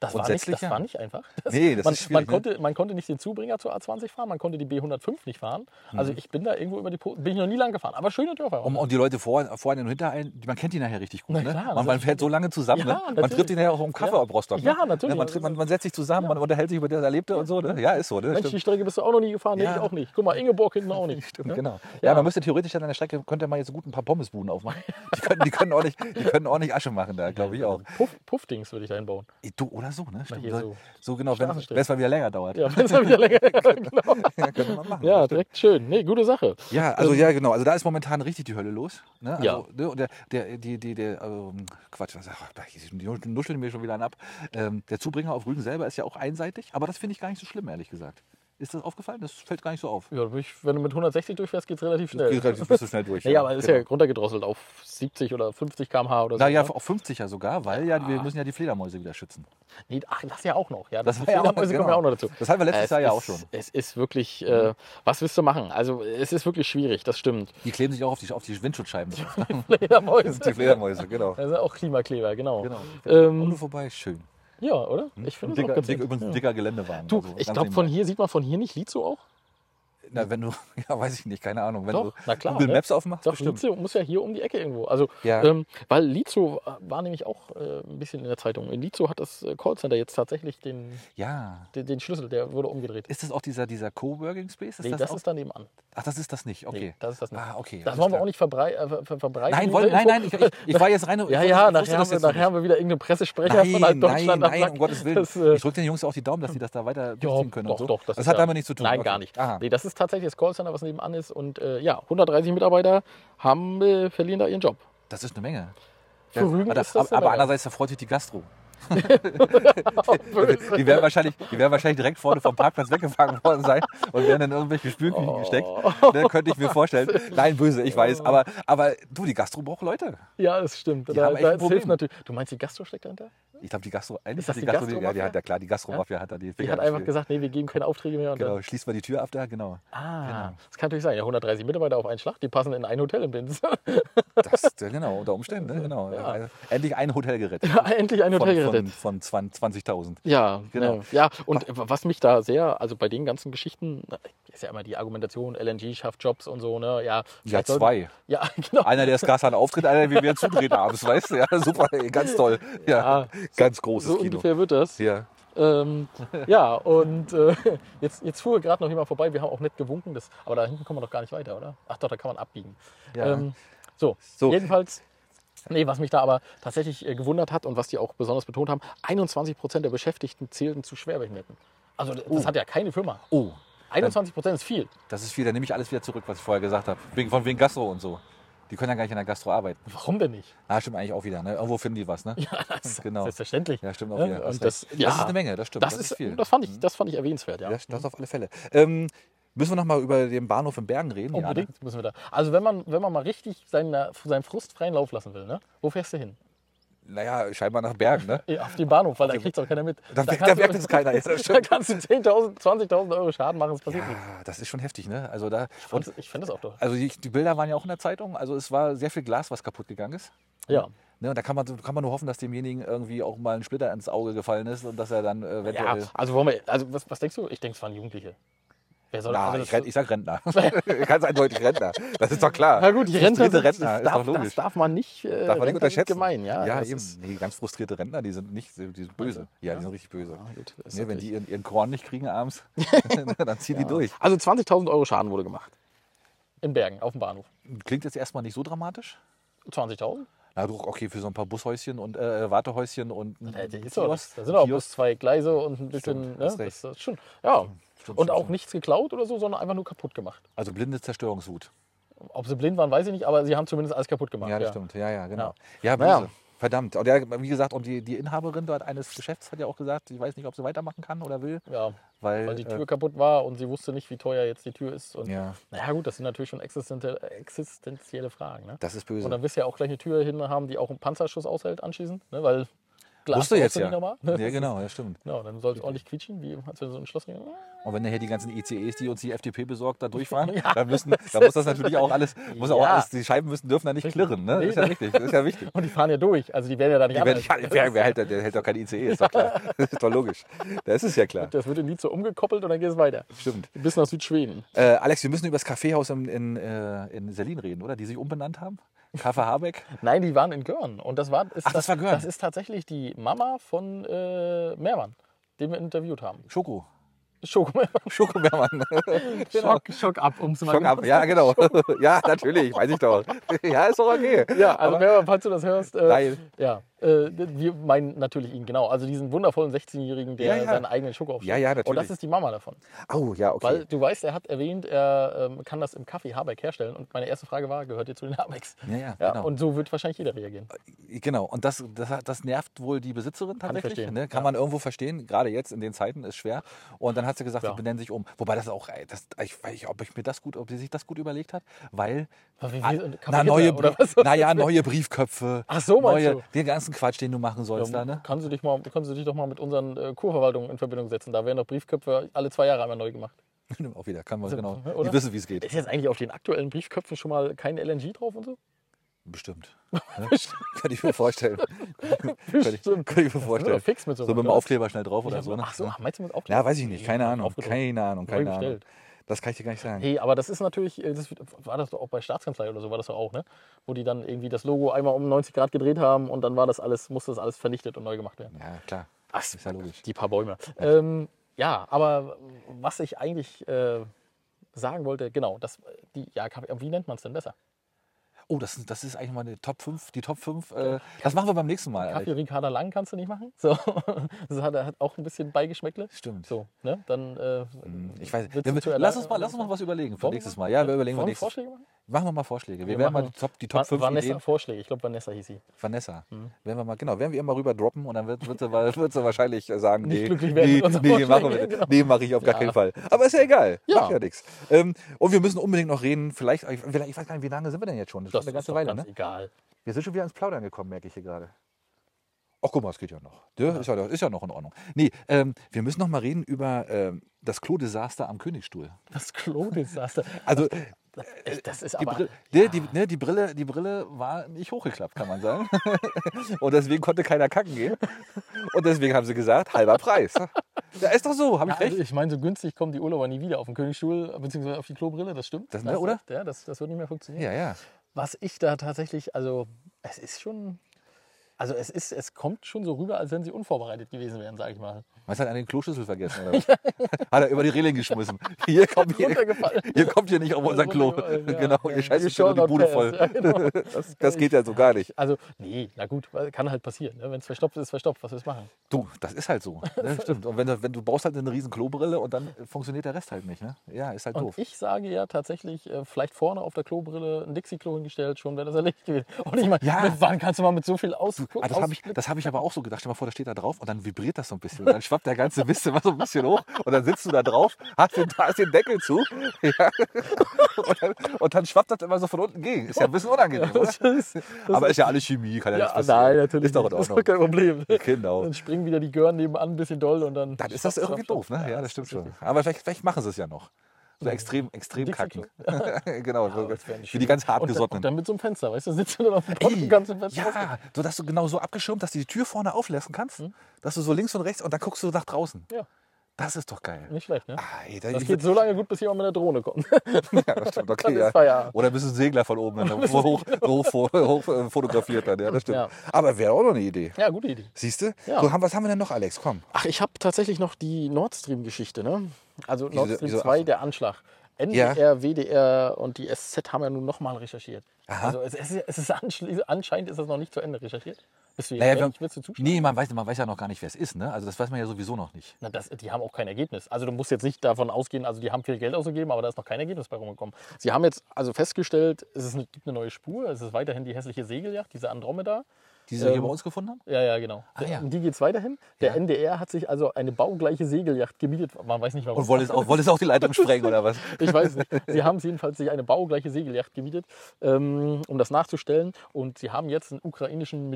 B: Das war nicht,
C: Grundsätzlich
B: das
C: ja.
B: war nicht einfach. Das,
C: Nee, das
B: man,
C: ist schwierig,
B: man,
C: ne?
B: konnte, man konnte nicht den Zubringer zur A20 fahren, man konnte die B105 nicht fahren.
C: Mhm.
B: Also ich bin da irgendwo über die Po- bin ich noch nie lang gefahren, aber schöne Dörfer.
C: Und, und die Leute vor, vor einem und hinter einem, die- man kennt die nachher richtig gut.
B: Na
C: Ne?
B: klar,
C: man, man fährt so lange zusammen.
B: Ja,
C: ne? Man
B: natürlich.
C: trifft die nachher auch um Kaffee
B: Ja.
C: auf Rostock. Ne?
B: Ja, natürlich.
C: Ne? Man, trifft, man, man setzt sich zusammen, man unterhält sich über das Erlebte und so. Ne? Ja, ist so. Ne?
B: Mensch, die Strecke bist du auch noch nie gefahren,
C: Ja.
B: nee, ich auch nicht. Guck mal, Ingeborg hinten auch nicht. ne?
C: Stimmt,
B: Ja?
C: genau. Ja,
B: Ja.
C: man müsste theoretisch dann an der Strecke, könnte man jetzt so gut ein paar Pommesbuden aufmachen. Die können, die können, ordentlich, die können ordentlich Asche machen da, glaube ich auch.
B: Puff, Puffdings würde ich da hinbauen.
C: Du, oder so, ne? Stimmt.
B: hier
C: So,
B: so.
C: so genau, wenn
B: Straßenstrich.
C: es mal wieder länger dauert.
B: Ja, wenn es wieder länger genau.
C: könnte man machen.
B: Ja, direkt schön. Nee, gute Sache.
C: Ja, also ja, genau. Also da ist momentan richtig die Hölle los. Ne? Also,
B: Ja.
C: Ne? Und der, der, die, die, der ähm, Quatsch, was, ach, die nuscheln mir schon wieder einen ab. Ähm, der Zubringer auf Rügen selber ist ja auch einseitig, aber das finde ich gar nicht so schlimm, ehrlich gesagt. Ist das aufgefallen? Das fällt gar nicht so auf.
B: Ja, wenn ich- wenn du mit 160 durchfährst, geht es relativ schnell.
C: Geht relativ bist du schnell genau. durch.
B: Naja, aber ist ja runtergedrosselt auf 70 oder 50 km/h oder so.
C: Na ja,
B: ne?
C: auf 50er sogar, weil ja, wir müssen ja die Fledermäuse wieder schützen.
B: Nee, ach, das ja auch noch. Ja,
C: Das
B: das, das
C: war ja auch-
B: Fledermäuse kommen ja
C: genau.
B: auch noch dazu.
C: Das hatten wir letztes
B: Es
C: Jahr ja
B: ist,
C: auch schon. Mhm.
B: Es ist wirklich, äh, was willst du machen? Also es ist wirklich schwierig, das stimmt.
C: Die kleben sich auch auf die, auf die Windschutzscheiben. drauf, ne?
B: Fledermäuse.
C: die Fledermäuse, genau.
B: Das sind auch Klimakleber, genau.
C: genau. Auto
B: Ähm,
C: vorbei, schön.
B: ja, oder? Ich finde das auch
C: Dicker,
B: ganz
C: dick,
B: nett.
C: übrigens dicker Geländewagen.
B: Du,
C: also
B: ich
C: ganz
B: glaube,
C: nebenbei.
B: von hier sieht man von hier nicht Lizo auch.
C: Na, wenn du, ja, weiß ich nicht, keine Ahnung. Also, Wenn
B: Doch,
C: du
B: na klar,
C: Google
B: ne?
C: Maps aufmachst,
B: Doch,
C: bestimmt.
B: Lizo muss ja hier um die Ecke irgendwo. Also,
C: Ja.
B: ähm, weil Lizo war nämlich auch äh, ein bisschen in der Zeitung. In Lizo hat das äh, Callcenter jetzt tatsächlich den,
C: Ja.
B: den, den Schlüssel, der wurde umgedreht.
C: Ist das auch dieser, dieser Coworking Space? Ist
B: Nee, das,
C: auch,
B: ist daneben an.
C: ach, das ist das nicht. Okay.
B: Nee, das ist das nicht.
C: Ah, okay.
B: Das
C: alles
B: wollen wir
C: klar.
B: auch nicht verbrei äh, ver ver verbreiten.
C: Nein,
B: diese
C: wollen, nein,
B: Info.
C: nein, ich, ich, ich war jetzt rein. ich
B: Ja,
C: wusste-
B: ja,
C: ich
B: nachher, haben
C: wusste das
B: wir,
C: jetzt noch
B: nachher haben wir wieder irgendeinen Pressesprecher
C: nicht.
B: von
C: Nein,
B: Alt
C: nein,
B: Deutschland
C: nein,
B: sagt,
C: um Gottes Willen.
B: Das, äh,
C: ich drücke den Jungs auch die Daumen, dass die das da weiter durchziehen können.
B: doch,
C: und so.
B: doch,
C: das
B: ist
C: hat
B: ja-
C: damit nichts zu tun.
B: Nein,
C: Okay. Ah,
B: gar nicht.
C: Aha.
B: Nee, das ist tatsächlich das Callcenter, was nebenan ist. Und äh, ja, 130 Mitarbeiter haben, äh, verlieren da ihren Job.
C: Das ist eine Menge.
B: Für
C: Ja,
B: Rügen
C: aber,
B: ist das
C: aber, aber
B: eine Menge.
C: andererseits, da freut sich die Gastro. Die Also, werden, wahrscheinlich, die werden wahrscheinlich direkt vorne vom Parkplatz weggefangen worden sein und werden in irgendwelche Spülküchen
B: Oh.
C: gesteckt. Ne, könnte ich mir vorstellen. Nein, böse, ich weiß. Aber, aber du, die Gastro braucht Leute.
B: ja, das stimmt.
C: Die
B: Da,
C: haben echt ein
B: da, das
C: Problem.
B: hilft natürlich. Du meinst, die Gastro steckt dahinter?
C: Ich glaube, die Gastro, eigentlich
B: Ist das die
C: ja, die
B: Gastromafia?
C: hat, ja klar, die Gastromafia hat da die
B: Die
C: Finger
B: hat
C: im
B: einfach
C: Spiel.
B: gesagt, nee, wir geben keine Aufträge mehr. Und
C: Genau, schließt mal die Tür ab da, genau.
B: dann, ah, das kann natürlich sein. Ja, 130 Mitarbeiter auf einen Schlag, die passen in ein Hotel im Dienst.
C: Das, ja, genau, unter Umständen, ne? genau.
B: Ja.
C: Endlich ein Hotel gerettet.
B: Endlich ein Hotel
C: von,
B: gerettet.
C: von, von 20.000.
B: Ja,
C: Genau.
B: genau. Ja, und was mich da sehr, also bei den ganzen Geschichten, ist ja immer die Argumentation, LNG schafft Jobs und so, ne? Ja,
C: Ja,
B: vielleicht sollten-
C: zwei.
B: Ja, genau.
C: Einer, der das Gashahn auftritt, einer, der wie wir zudreht abends, weißt du? Ja, super, ey, ganz toll. Ja,
B: Ja,
C: ganz großes
B: So
C: Kino.
B: ungefähr wird das. Ja,
C: Ja.
B: ähm, ja und äh, jetzt, jetzt fuhr gerade noch jemand vorbei, wir haben auch nett gewunken, das, aber da hinten kommen wir doch gar nicht weiter, oder? Ach doch, da kann man abbiegen.
C: Ja.
B: Ähm, so,
C: So.
B: jedenfalls. Nee, was mich da aber tatsächlich äh, gewundert hat und was die auch besonders betont haben, 21 Prozent der Beschäftigten zählten zu Schwerbehinderten. Also das
C: Oh.
B: hat ja keine Firma.
C: Oh,
B: 21 Prozent ist viel.
C: das ist viel, da nehme ich alles wieder zurück, was ich vorher gesagt habe. Wegen, von wegen Gastro und so. Die können ja gar nicht in der Gastro arbeiten.
B: Warum denn nicht?
C: Ah, stimmt eigentlich auch wieder, ne? Irgendwo finden die was, ne?
B: Ja, das
C: Genau.
B: selbstverständlich.
C: Ja, stimmt auch
B: Ja,
C: wieder.
B: und
C: Hast recht.
B: das- ja.
C: das ist Hm. eine Menge, das stimmt.
B: Das, ist, das, fand ich, das fand ich erwähnenswert, ja.
C: Das, das auf alle Fälle. Ähm, müssen wir noch mal über den Bahnhof in Bergen reden? Ja, ne?
B: Unbedingt müssen wir da. Also wenn man, wenn man mal richtig seinen, seinen Frust freien Lauf lassen will, ne? wo fährst du hin?
C: ne? Naja, scheinbar nach Bergen, ne?
B: Eh, Auf den Bahnhof, weil da kriegt auch keiner mit.
C: Da, merkt-
B: kannst du-
C: da merkt es keiner. Jetzt. Das,
B: Da kannst du 10.000, 20.000 Euro Schaden machen, es passiert nichts.
C: ja, das ist schon heftig, ne? Also da. Und,
B: Und ich finde das auch doch.
C: also die, die Bilder waren ja auch in der Zeitung. Also es war sehr viel Glas, was kaputt gegangen ist.
B: Ja.
C: Ne? Und da kann man, so- kann man nur hoffen, dass demjenigen irgendwie auch mal ein Splitter ins Auge gefallen ist und dass er dann äh,
B: ja
C: eventuell.
B: also, wollen wir, also was, was denkst du? Ich denke, es waren Jugendliche. Wer soll
C: Na,
B: also
C: ich, renn, ich sag Rentner. Ganz eindeutig Rentner. Das ist doch klar.
B: Na gut, die Rentner,
C: Frustrierte
B: sind, das,
C: Rentner, ist
B: darf,
C: doch logisch.
B: das darf man nicht, äh,
C: Darf man nicht
B: Rentner sind
C: unterschätzen.
B: gemein. Ja,
C: ja
B: das
C: eben.
B: ist-
C: Nee, ganz frustrierte Rentner, die sind nicht, die sind böse. ja, die sind richtig böse.
B: Ah, gut, das ist
C: nee, wenn
B: natürlich-
C: die ihren, ihren Korn nicht kriegen abends, dann ziehen die durch.
B: Also 20.000 Euro Schaden wurde gemacht. In Bergen, auf dem Bahnhof.
C: Klingt jetzt erstmal nicht so dramatisch.
B: 20.000?
C: Na doch, okay, für so ein paar Bushäuschen und äh, Wartehäuschen und ein
B: Da ist doch
C: Kiosk-
B: was. Hm, Da sind auch
C: Kiosk.
B: bloß zwei Gleise und ein bisschen.
C: Stimmt, hast
B: ne?
C: recht.
B: das ist schon, ja.
C: stimmt,
B: und auch
C: stimmt.
B: nichts geklaut oder so, sondern einfach nur kaputt gemacht.
C: Also blinde Zerstörungshut.
B: Ob sie blind waren, weiß ich nicht, aber sie haben zumindest alles kaputt gemacht.
C: Ja, das stimmt. Ja, ja, genau. Ja,
B: Ja.
C: böse.
B: Naja.
C: Verdammt. Und ja, wie gesagt, und die, die Inhaberin dort eines Geschäfts hat ja auch gesagt, ich weiß nicht, ob sie weitermachen kann oder will.
B: Ja,
C: Weil,
B: weil die Tür
C: äh,
B: kaputt war und sie wusste nicht, wie teuer jetzt die Tür ist. Und
C: Ja.
B: naja, gut, das sind natürlich schon existente, existenzielle Fragen. Ne?
C: das ist
B: Und
C: böse.
B: dann wirst du ja auch gleich eine Tür hin haben, die auch einen Panzerschuss aushält anschließend, ne? weil Glas
C: Musst du jetzt
B: brauchst
C: ja.
B: nicht nochmal.
C: Ja, genau, ja, stimmt.
B: Genau, dann soll es ordentlich quietschen, wie als wenn so ein Schloss
C: Und wenn nachher die ganzen ICEs, die uns die FDP besorgt, da durchfahren,
B: Ja.
C: dann, müssen, dann muss das natürlich auch alles, muss auch
B: Ja.
C: alles, die Scheiben müssen, dürfen da nicht klirren, ne?
B: Nee,
C: Ist ja richtig, das ist ja wichtig.
B: Und die fahren ja durch, also die werden ja da nicht
C: Die werden,
B: anhalten.
C: ja, wer, wer hält, da- der hält doch kein ICE, ist doch klar. Das ist doch logisch. Das ist ja klar.
B: Das wird in Lied so umgekoppelt und dann geht es weiter.
C: Stimmt.
B: Bis nach Südschweden.
C: Äh, Alex, wir müssen über das Kaffeehaus in, in, äh, in Selin reden, oder? Die sich umbenannt haben? Kaffee Habeck?
B: Nein, die waren in Görn. Und das war, ist
C: Ach, das war Görn.
B: Das ist tatsächlich die Mama von äh, Mehrmann, den wir interviewt haben.
C: Schoko.
B: Schoko Mehrmann.
C: Schoko Bermann.
B: Schock, Schock ab, um es mal
C: Schock ab. Ja, genau. Ja, natürlich, weiß ich doch. Ja, ist doch okay.
B: Ja, also
C: Aber
B: Mehrmann, falls du das hörst. Äh,
C: Nein.
B: Ja, äh, wir meinen natürlich ihn, genau. Also diesen wundervollen 16-Jährigen, der
C: Ja, ja.
B: seinen eigenen Schoko aufschlägt.
C: Ja, ja,
B: Und
C: natürlich.
B: das ist die Mama davon.
C: Au, ja,
B: Weil
C: okay.
B: du weißt, er hat erwähnt, er ähm, kann das im Kaffee Habeck herstellen. Und meine erste Frage war, gehört ihr zu den Habecks?
C: Ja, ja,
B: Ja,
C: genau.
B: Und so wird wahrscheinlich jeder reagieren.
C: Genau, und das, das, das nervt wohl die Besitzerin
B: Kann ich
C: tatsächlich.
B: verstehen,
C: ne? Kann man irgendwo verstehen, gerade jetzt in den Zeiten ist schwer. Und dann hat sie gesagt,
B: Ja.
C: sie benennen sich um. Wobei das auch, ey, das, ich weiß nicht, ob ich mir das gut, ob sie sich das gut überlegt hat, weil
B: Aber wie- wie-
C: Ah,
B: Kaffee
C: na,
B: Hitler
C: neue,
B: oder
C: Brie-
B: was?
C: na ja, neue Briefköpfe.
B: Ach so, meinst
C: neue,
B: du?
C: Den ganzen Quatsch, den du machen sollst da,
B: Ja,
C: ne?
B: kannst, du dich mal, kannst du dich doch mal mit unseren äh, Kurverwaltungen in Verbindung setzen. Da werden doch Briefköpfe alle zwei Jahre einmal neu gemacht.
C: auch wieder, kann man, genau.
B: Also, oder?
C: Die wissen, wie es geht.
B: Ist jetzt eigentlich auf den aktuellen Briefköpfen schon mal kein LNG drauf und so?
C: Bestimmt. Ne? Könnte ich mir vorstellen. Könnte ich,
B: Bestimmt.
C: könnte ich mir
B: Das wird
C: vorstellen.
B: doch fix mit so
C: So mit dem
B: einem-
C: Aufkleber schnell drauf oder
B: Ja,
C: so. Ne?
B: Ach so, ach, meinst du mit Aufkleber?
C: Ja, weiß ich nicht. Keine Ahnung.
B: aufgedruckt.
C: Keine Ahnung.
B: Neu
C: Keine Ahnung.
B: bestellt.
C: Das kann ich dir gar nicht sagen.
B: Hey, aber das ist natürlich, äh, das war das doch auch bei Staatskanzlei oder so, war das doch auch, ne? Wo die dann irgendwie das Logo einmal um 90 Grad gedreht haben und dann war das alles, musste das alles vernichtet und neu gemacht werden.
C: Ja, klar.
B: Ach,
C: Ist ja logisch.
B: die paar Bäume. Ähm, ja, aber was ich eigentlich äh, sagen wollte, genau, das, die, ja, Kaffee- wie nennt man es denn besser?
C: Oh, das, sind- das ist eigentlich mal eine Top 5. Die Top 5. Äh, das machen wir beim nächsten Mal.
B: Kaffee
C: Alter.
B: Ricarda Lang kannst du nicht machen. So, das hat, hat auch ein bisschen Beigeschmäckle.
C: Stimmt. Hm,
B: So, ne? Dann äh,
C: Ich weiß.
B: willst du zu
C: Wir, lass uns mal, lass uns mal was überlegen für
B: Wollen wir
C: nächstes
B: mal?
C: Mal. Ja, wir überlegen wir
B: Wollen wir
C: nächstes
B: Vorschläge machen?
C: Machen wir mal Vorschläge. Wir,
B: Wir
C: werden mal die
B: machen
C: Top, die Top 5
B: Vanessa Hm.
C: Ideen.
B: Vorschläge, ich glaube Vanessa hieß sie.
C: Vanessa. Werden wir mal, genau, werden wir ihr mal rüber droppen und dann wird, wird, sie, wa- wird sie wahrscheinlich äh, sagen,
B: Nicht
C: nee,
B: glücklich werden
C: nee,
B: mit unseren
C: nee, machen wir,
B: Vorschlägen, genau.
C: nee, mache ich auf gar
B: Ja.
C: keinen Fall. Aber ist ja egal.
B: Ja.
C: Macht ja nichts. Ähm, und wir müssen unbedingt noch reden. Vielleicht, ich, vielleicht, ich weiß gar nicht, wie lange sind wir denn jetzt schon? Das, ist schon eine ganze
B: doch
C: Weile,
B: ganz
C: ne?
B: egal.
C: Wir sind schon wieder ins Plaudern gekommen, merke ich hier gerade. Ach, guck mal, es geht ja noch. Ja, Ist, ja, ist ja noch in Ordnung. Nee, ähm, wir müssen noch mal reden über ähm, das Klodesaster am Königstuhl.
B: Das Klodesaster.
C: Also,
B: Das, das ist
C: die,
B: aber.
C: Brille, die, die, ne, die, Brille, die Brille war nicht hochgeklappt, kann man sagen. Und deswegen konnte keiner kacken gehen. Und deswegen haben sie gesagt, halber Preis. Ja, ist doch so, habe ich
B: Also
C: recht.
B: ich meine, so günstig kommen die Urlauber nie wieder auf den Königsstuhl bzw. auf die Klobrille, das stimmt.
C: Das,
B: Da
C: ne,
B: hast
C: oder?
B: du recht, Ja, das, das wird nicht mehr funktionieren.
C: Ja, ja.
B: Was ich da tatsächlich, also es ist schon, also es ist, es kommt schon so rüber, als wenn sie unvorbereitet gewesen wären, sage ich mal.
C: Was hat er den Kloschüssel vergessen? Oder was? Hat er über die Reling geschmissen. Hier kommt hier,
B: Runtergefallen.
C: ihr kommt hier nicht auf unser Klo.
B: Runtergefallen, ja.
C: genau,
B: Ja.
C: ihr scheißt
B: You
C: euch
B: shall
C: schon die
B: not
C: Bude
B: pass.
C: voll.
B: Ja, genau.
C: das, das geht ja so gar nicht.
B: Also, nee, na gut, kann halt passieren. Ne? Wenn es verstopft ist, verstopft, was willst du machen?
C: Du, das ist halt so. Ne? Stimmt. Und wenn du, wenn du brauchst halt eine riesen Klobrille und dann funktioniert der Rest halt nicht. Ne? Ja, ist halt
B: Und
C: doof.
B: ich sage ja tatsächlich, äh, vielleicht vorne auf der Klobrille ein Dixie-Klo hingestellt, schon wäre das erledigt gewesen. Und ich meine,
C: Ja.
B: mit wann kannst du mal mit so viel aus
C: Ah, das habe ich,
B: ausblicken?
C: das hab ich aber auch so gedacht. Stell mal vor, da steht da drauf und dann vibriert das so ein bisschen. Und dann schwappt der ganze Mist immer so ein bisschen hoch und dann sitzt du da drauf, hast den, hast den Deckel zu ja. und, dann, und dann schwappt das immer so von unten gegen. Ist ja ein bisschen unangenehm, oder?
B: Das ist- das
C: Aber ist ja alles Chemie, kann ja,
B: Ja,
C: nichts passieren.
B: nein, natürlich.
C: Ist doch
B: nicht.
C: in
B: Das ist
C: Ordnung.
B: doch kein Problem.
C: Genau.
B: Dann springen wieder die Gören nebenan ein bisschen doll und dann.
C: Dann ist das irgendwie doof, ne? Ja, das stimmt schon. Aber vielleicht, vielleicht machen sie es ja noch. So extrem, extrem kacken.
B: Dixie-Klo.
C: genau, so,
B: das wär nicht
C: wie die ganz
B: Und dann, und
C: hartgesottenen.
B: dann mit so einem Fenster, weißt du, sitzt du dann auf dem Pott
C: Ey,
B: und kannst im Fenster raus-
C: ja, so dass du genau so abgeschirmt, dass du die Tür vorne auflassen kannst, dass du so links und rechts und dann guckst du nach draußen.
B: Hm? Ja.
C: Das ist doch geil.
B: Nicht schlecht, ne?
C: Ah, ey, da,
B: Das
C: ich
B: geht so lange gut, bis jemand mit der Drohne kommt.
C: ja, das stimmt, okay,
B: ist
C: ja.
B: Feierabend.
C: Oder bist du ein Segler von oben, dann hoch, hoch, hoch, hoch äh, fotografiert dann, ja, das stimmt.
B: Ja.
C: Aber wäre auch noch eine Idee.
B: Ja, gute Idee.
C: Siehst du?
B: Ja.
C: So, haben, was haben wir denn noch, Alex? Komm.
B: Ach, ich habe tatsächlich noch die Nord Stream-Geschichte, ne? Also Nord Stream
C: wieso-
B: 2, der Anschlag. NDR, WDR und die SZ haben ja nun nochmal recherchiert.
C: Aha.
B: Also es, es, ist- es ist anschli- anscheinend ist das noch nicht zu Ende recherchiert. Bist du jetzt
C: Naja,
B: naja,
C: wir haben-
B: willst du zuschauen?
C: Nee, man weiß, man weiß ja noch gar nicht, wer es ist, ne? Also das weiß man ja sowieso noch nicht.
B: Na, das, die haben auch kein Ergebnis. Also du musst jetzt nicht davon ausgehen, also die haben viel Geld ausgegeben, aber da ist noch kein Ergebnis bei rumgekommen. Sie haben jetzt also festgestellt, es ist eine, gibt eine neue Spur, es ist weiterhin die hässliche Segeljacht, diese Andromeda.
C: die sie hier
B: Ähm,
C: bei uns gefunden haben?
B: Ja, ja, genau.
C: Ah, ja.
B: Um die geht es weiterhin. Der
C: Ja.
B: NDR hat sich also eine baugleiche Segeljacht gemietet. Man weiß nicht, warum.
C: Und wolltest auch, wolltest auch die Leitung sprengen oder was?
B: Ich weiß nicht. Sie haben jedenfalls sich eine baugleiche Segeljacht gemietet, ähm, um das nachzustellen. Und sie haben jetzt einen ukrainischen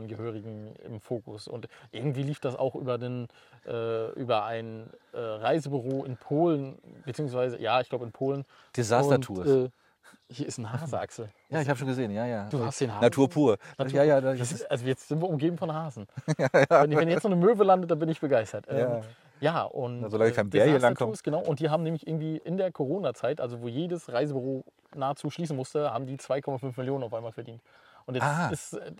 B: Militärangehörigen im Fokus. Und irgendwie lief das auch über, den, äh, über ein äh, Reisebüro in Polen, beziehungsweise, ja, ich glaube in Polen.
C: Desaster
B: Und,
C: Tours.
B: äh, hier ist ein Hase, Axel.
C: ja, ich habe schon gesehen, ja, ja.
B: Du hast den Hasen.
C: Natur pur.
B: Natur-
C: Ja, ja, das
B: Das
C: ist,
B: ist, also jetzt sind wir umgeben von Hasen. Wenn, wenn jetzt so eine Möwe landet, dann bin ich begeistert. Ähm,
C: Ja.
B: ja. ja, und
C: Na, solange kein Bär hier
B: Disaster
C: langkommt.
B: Tours, Genau, und die haben nämlich irgendwie in der Corona-Zeit, also wo jedes Reisebüro nahezu schließen musste, haben die 2,5 Millionen auf einmal verdient. Und jetzt
C: Ah.
B: ist, äh,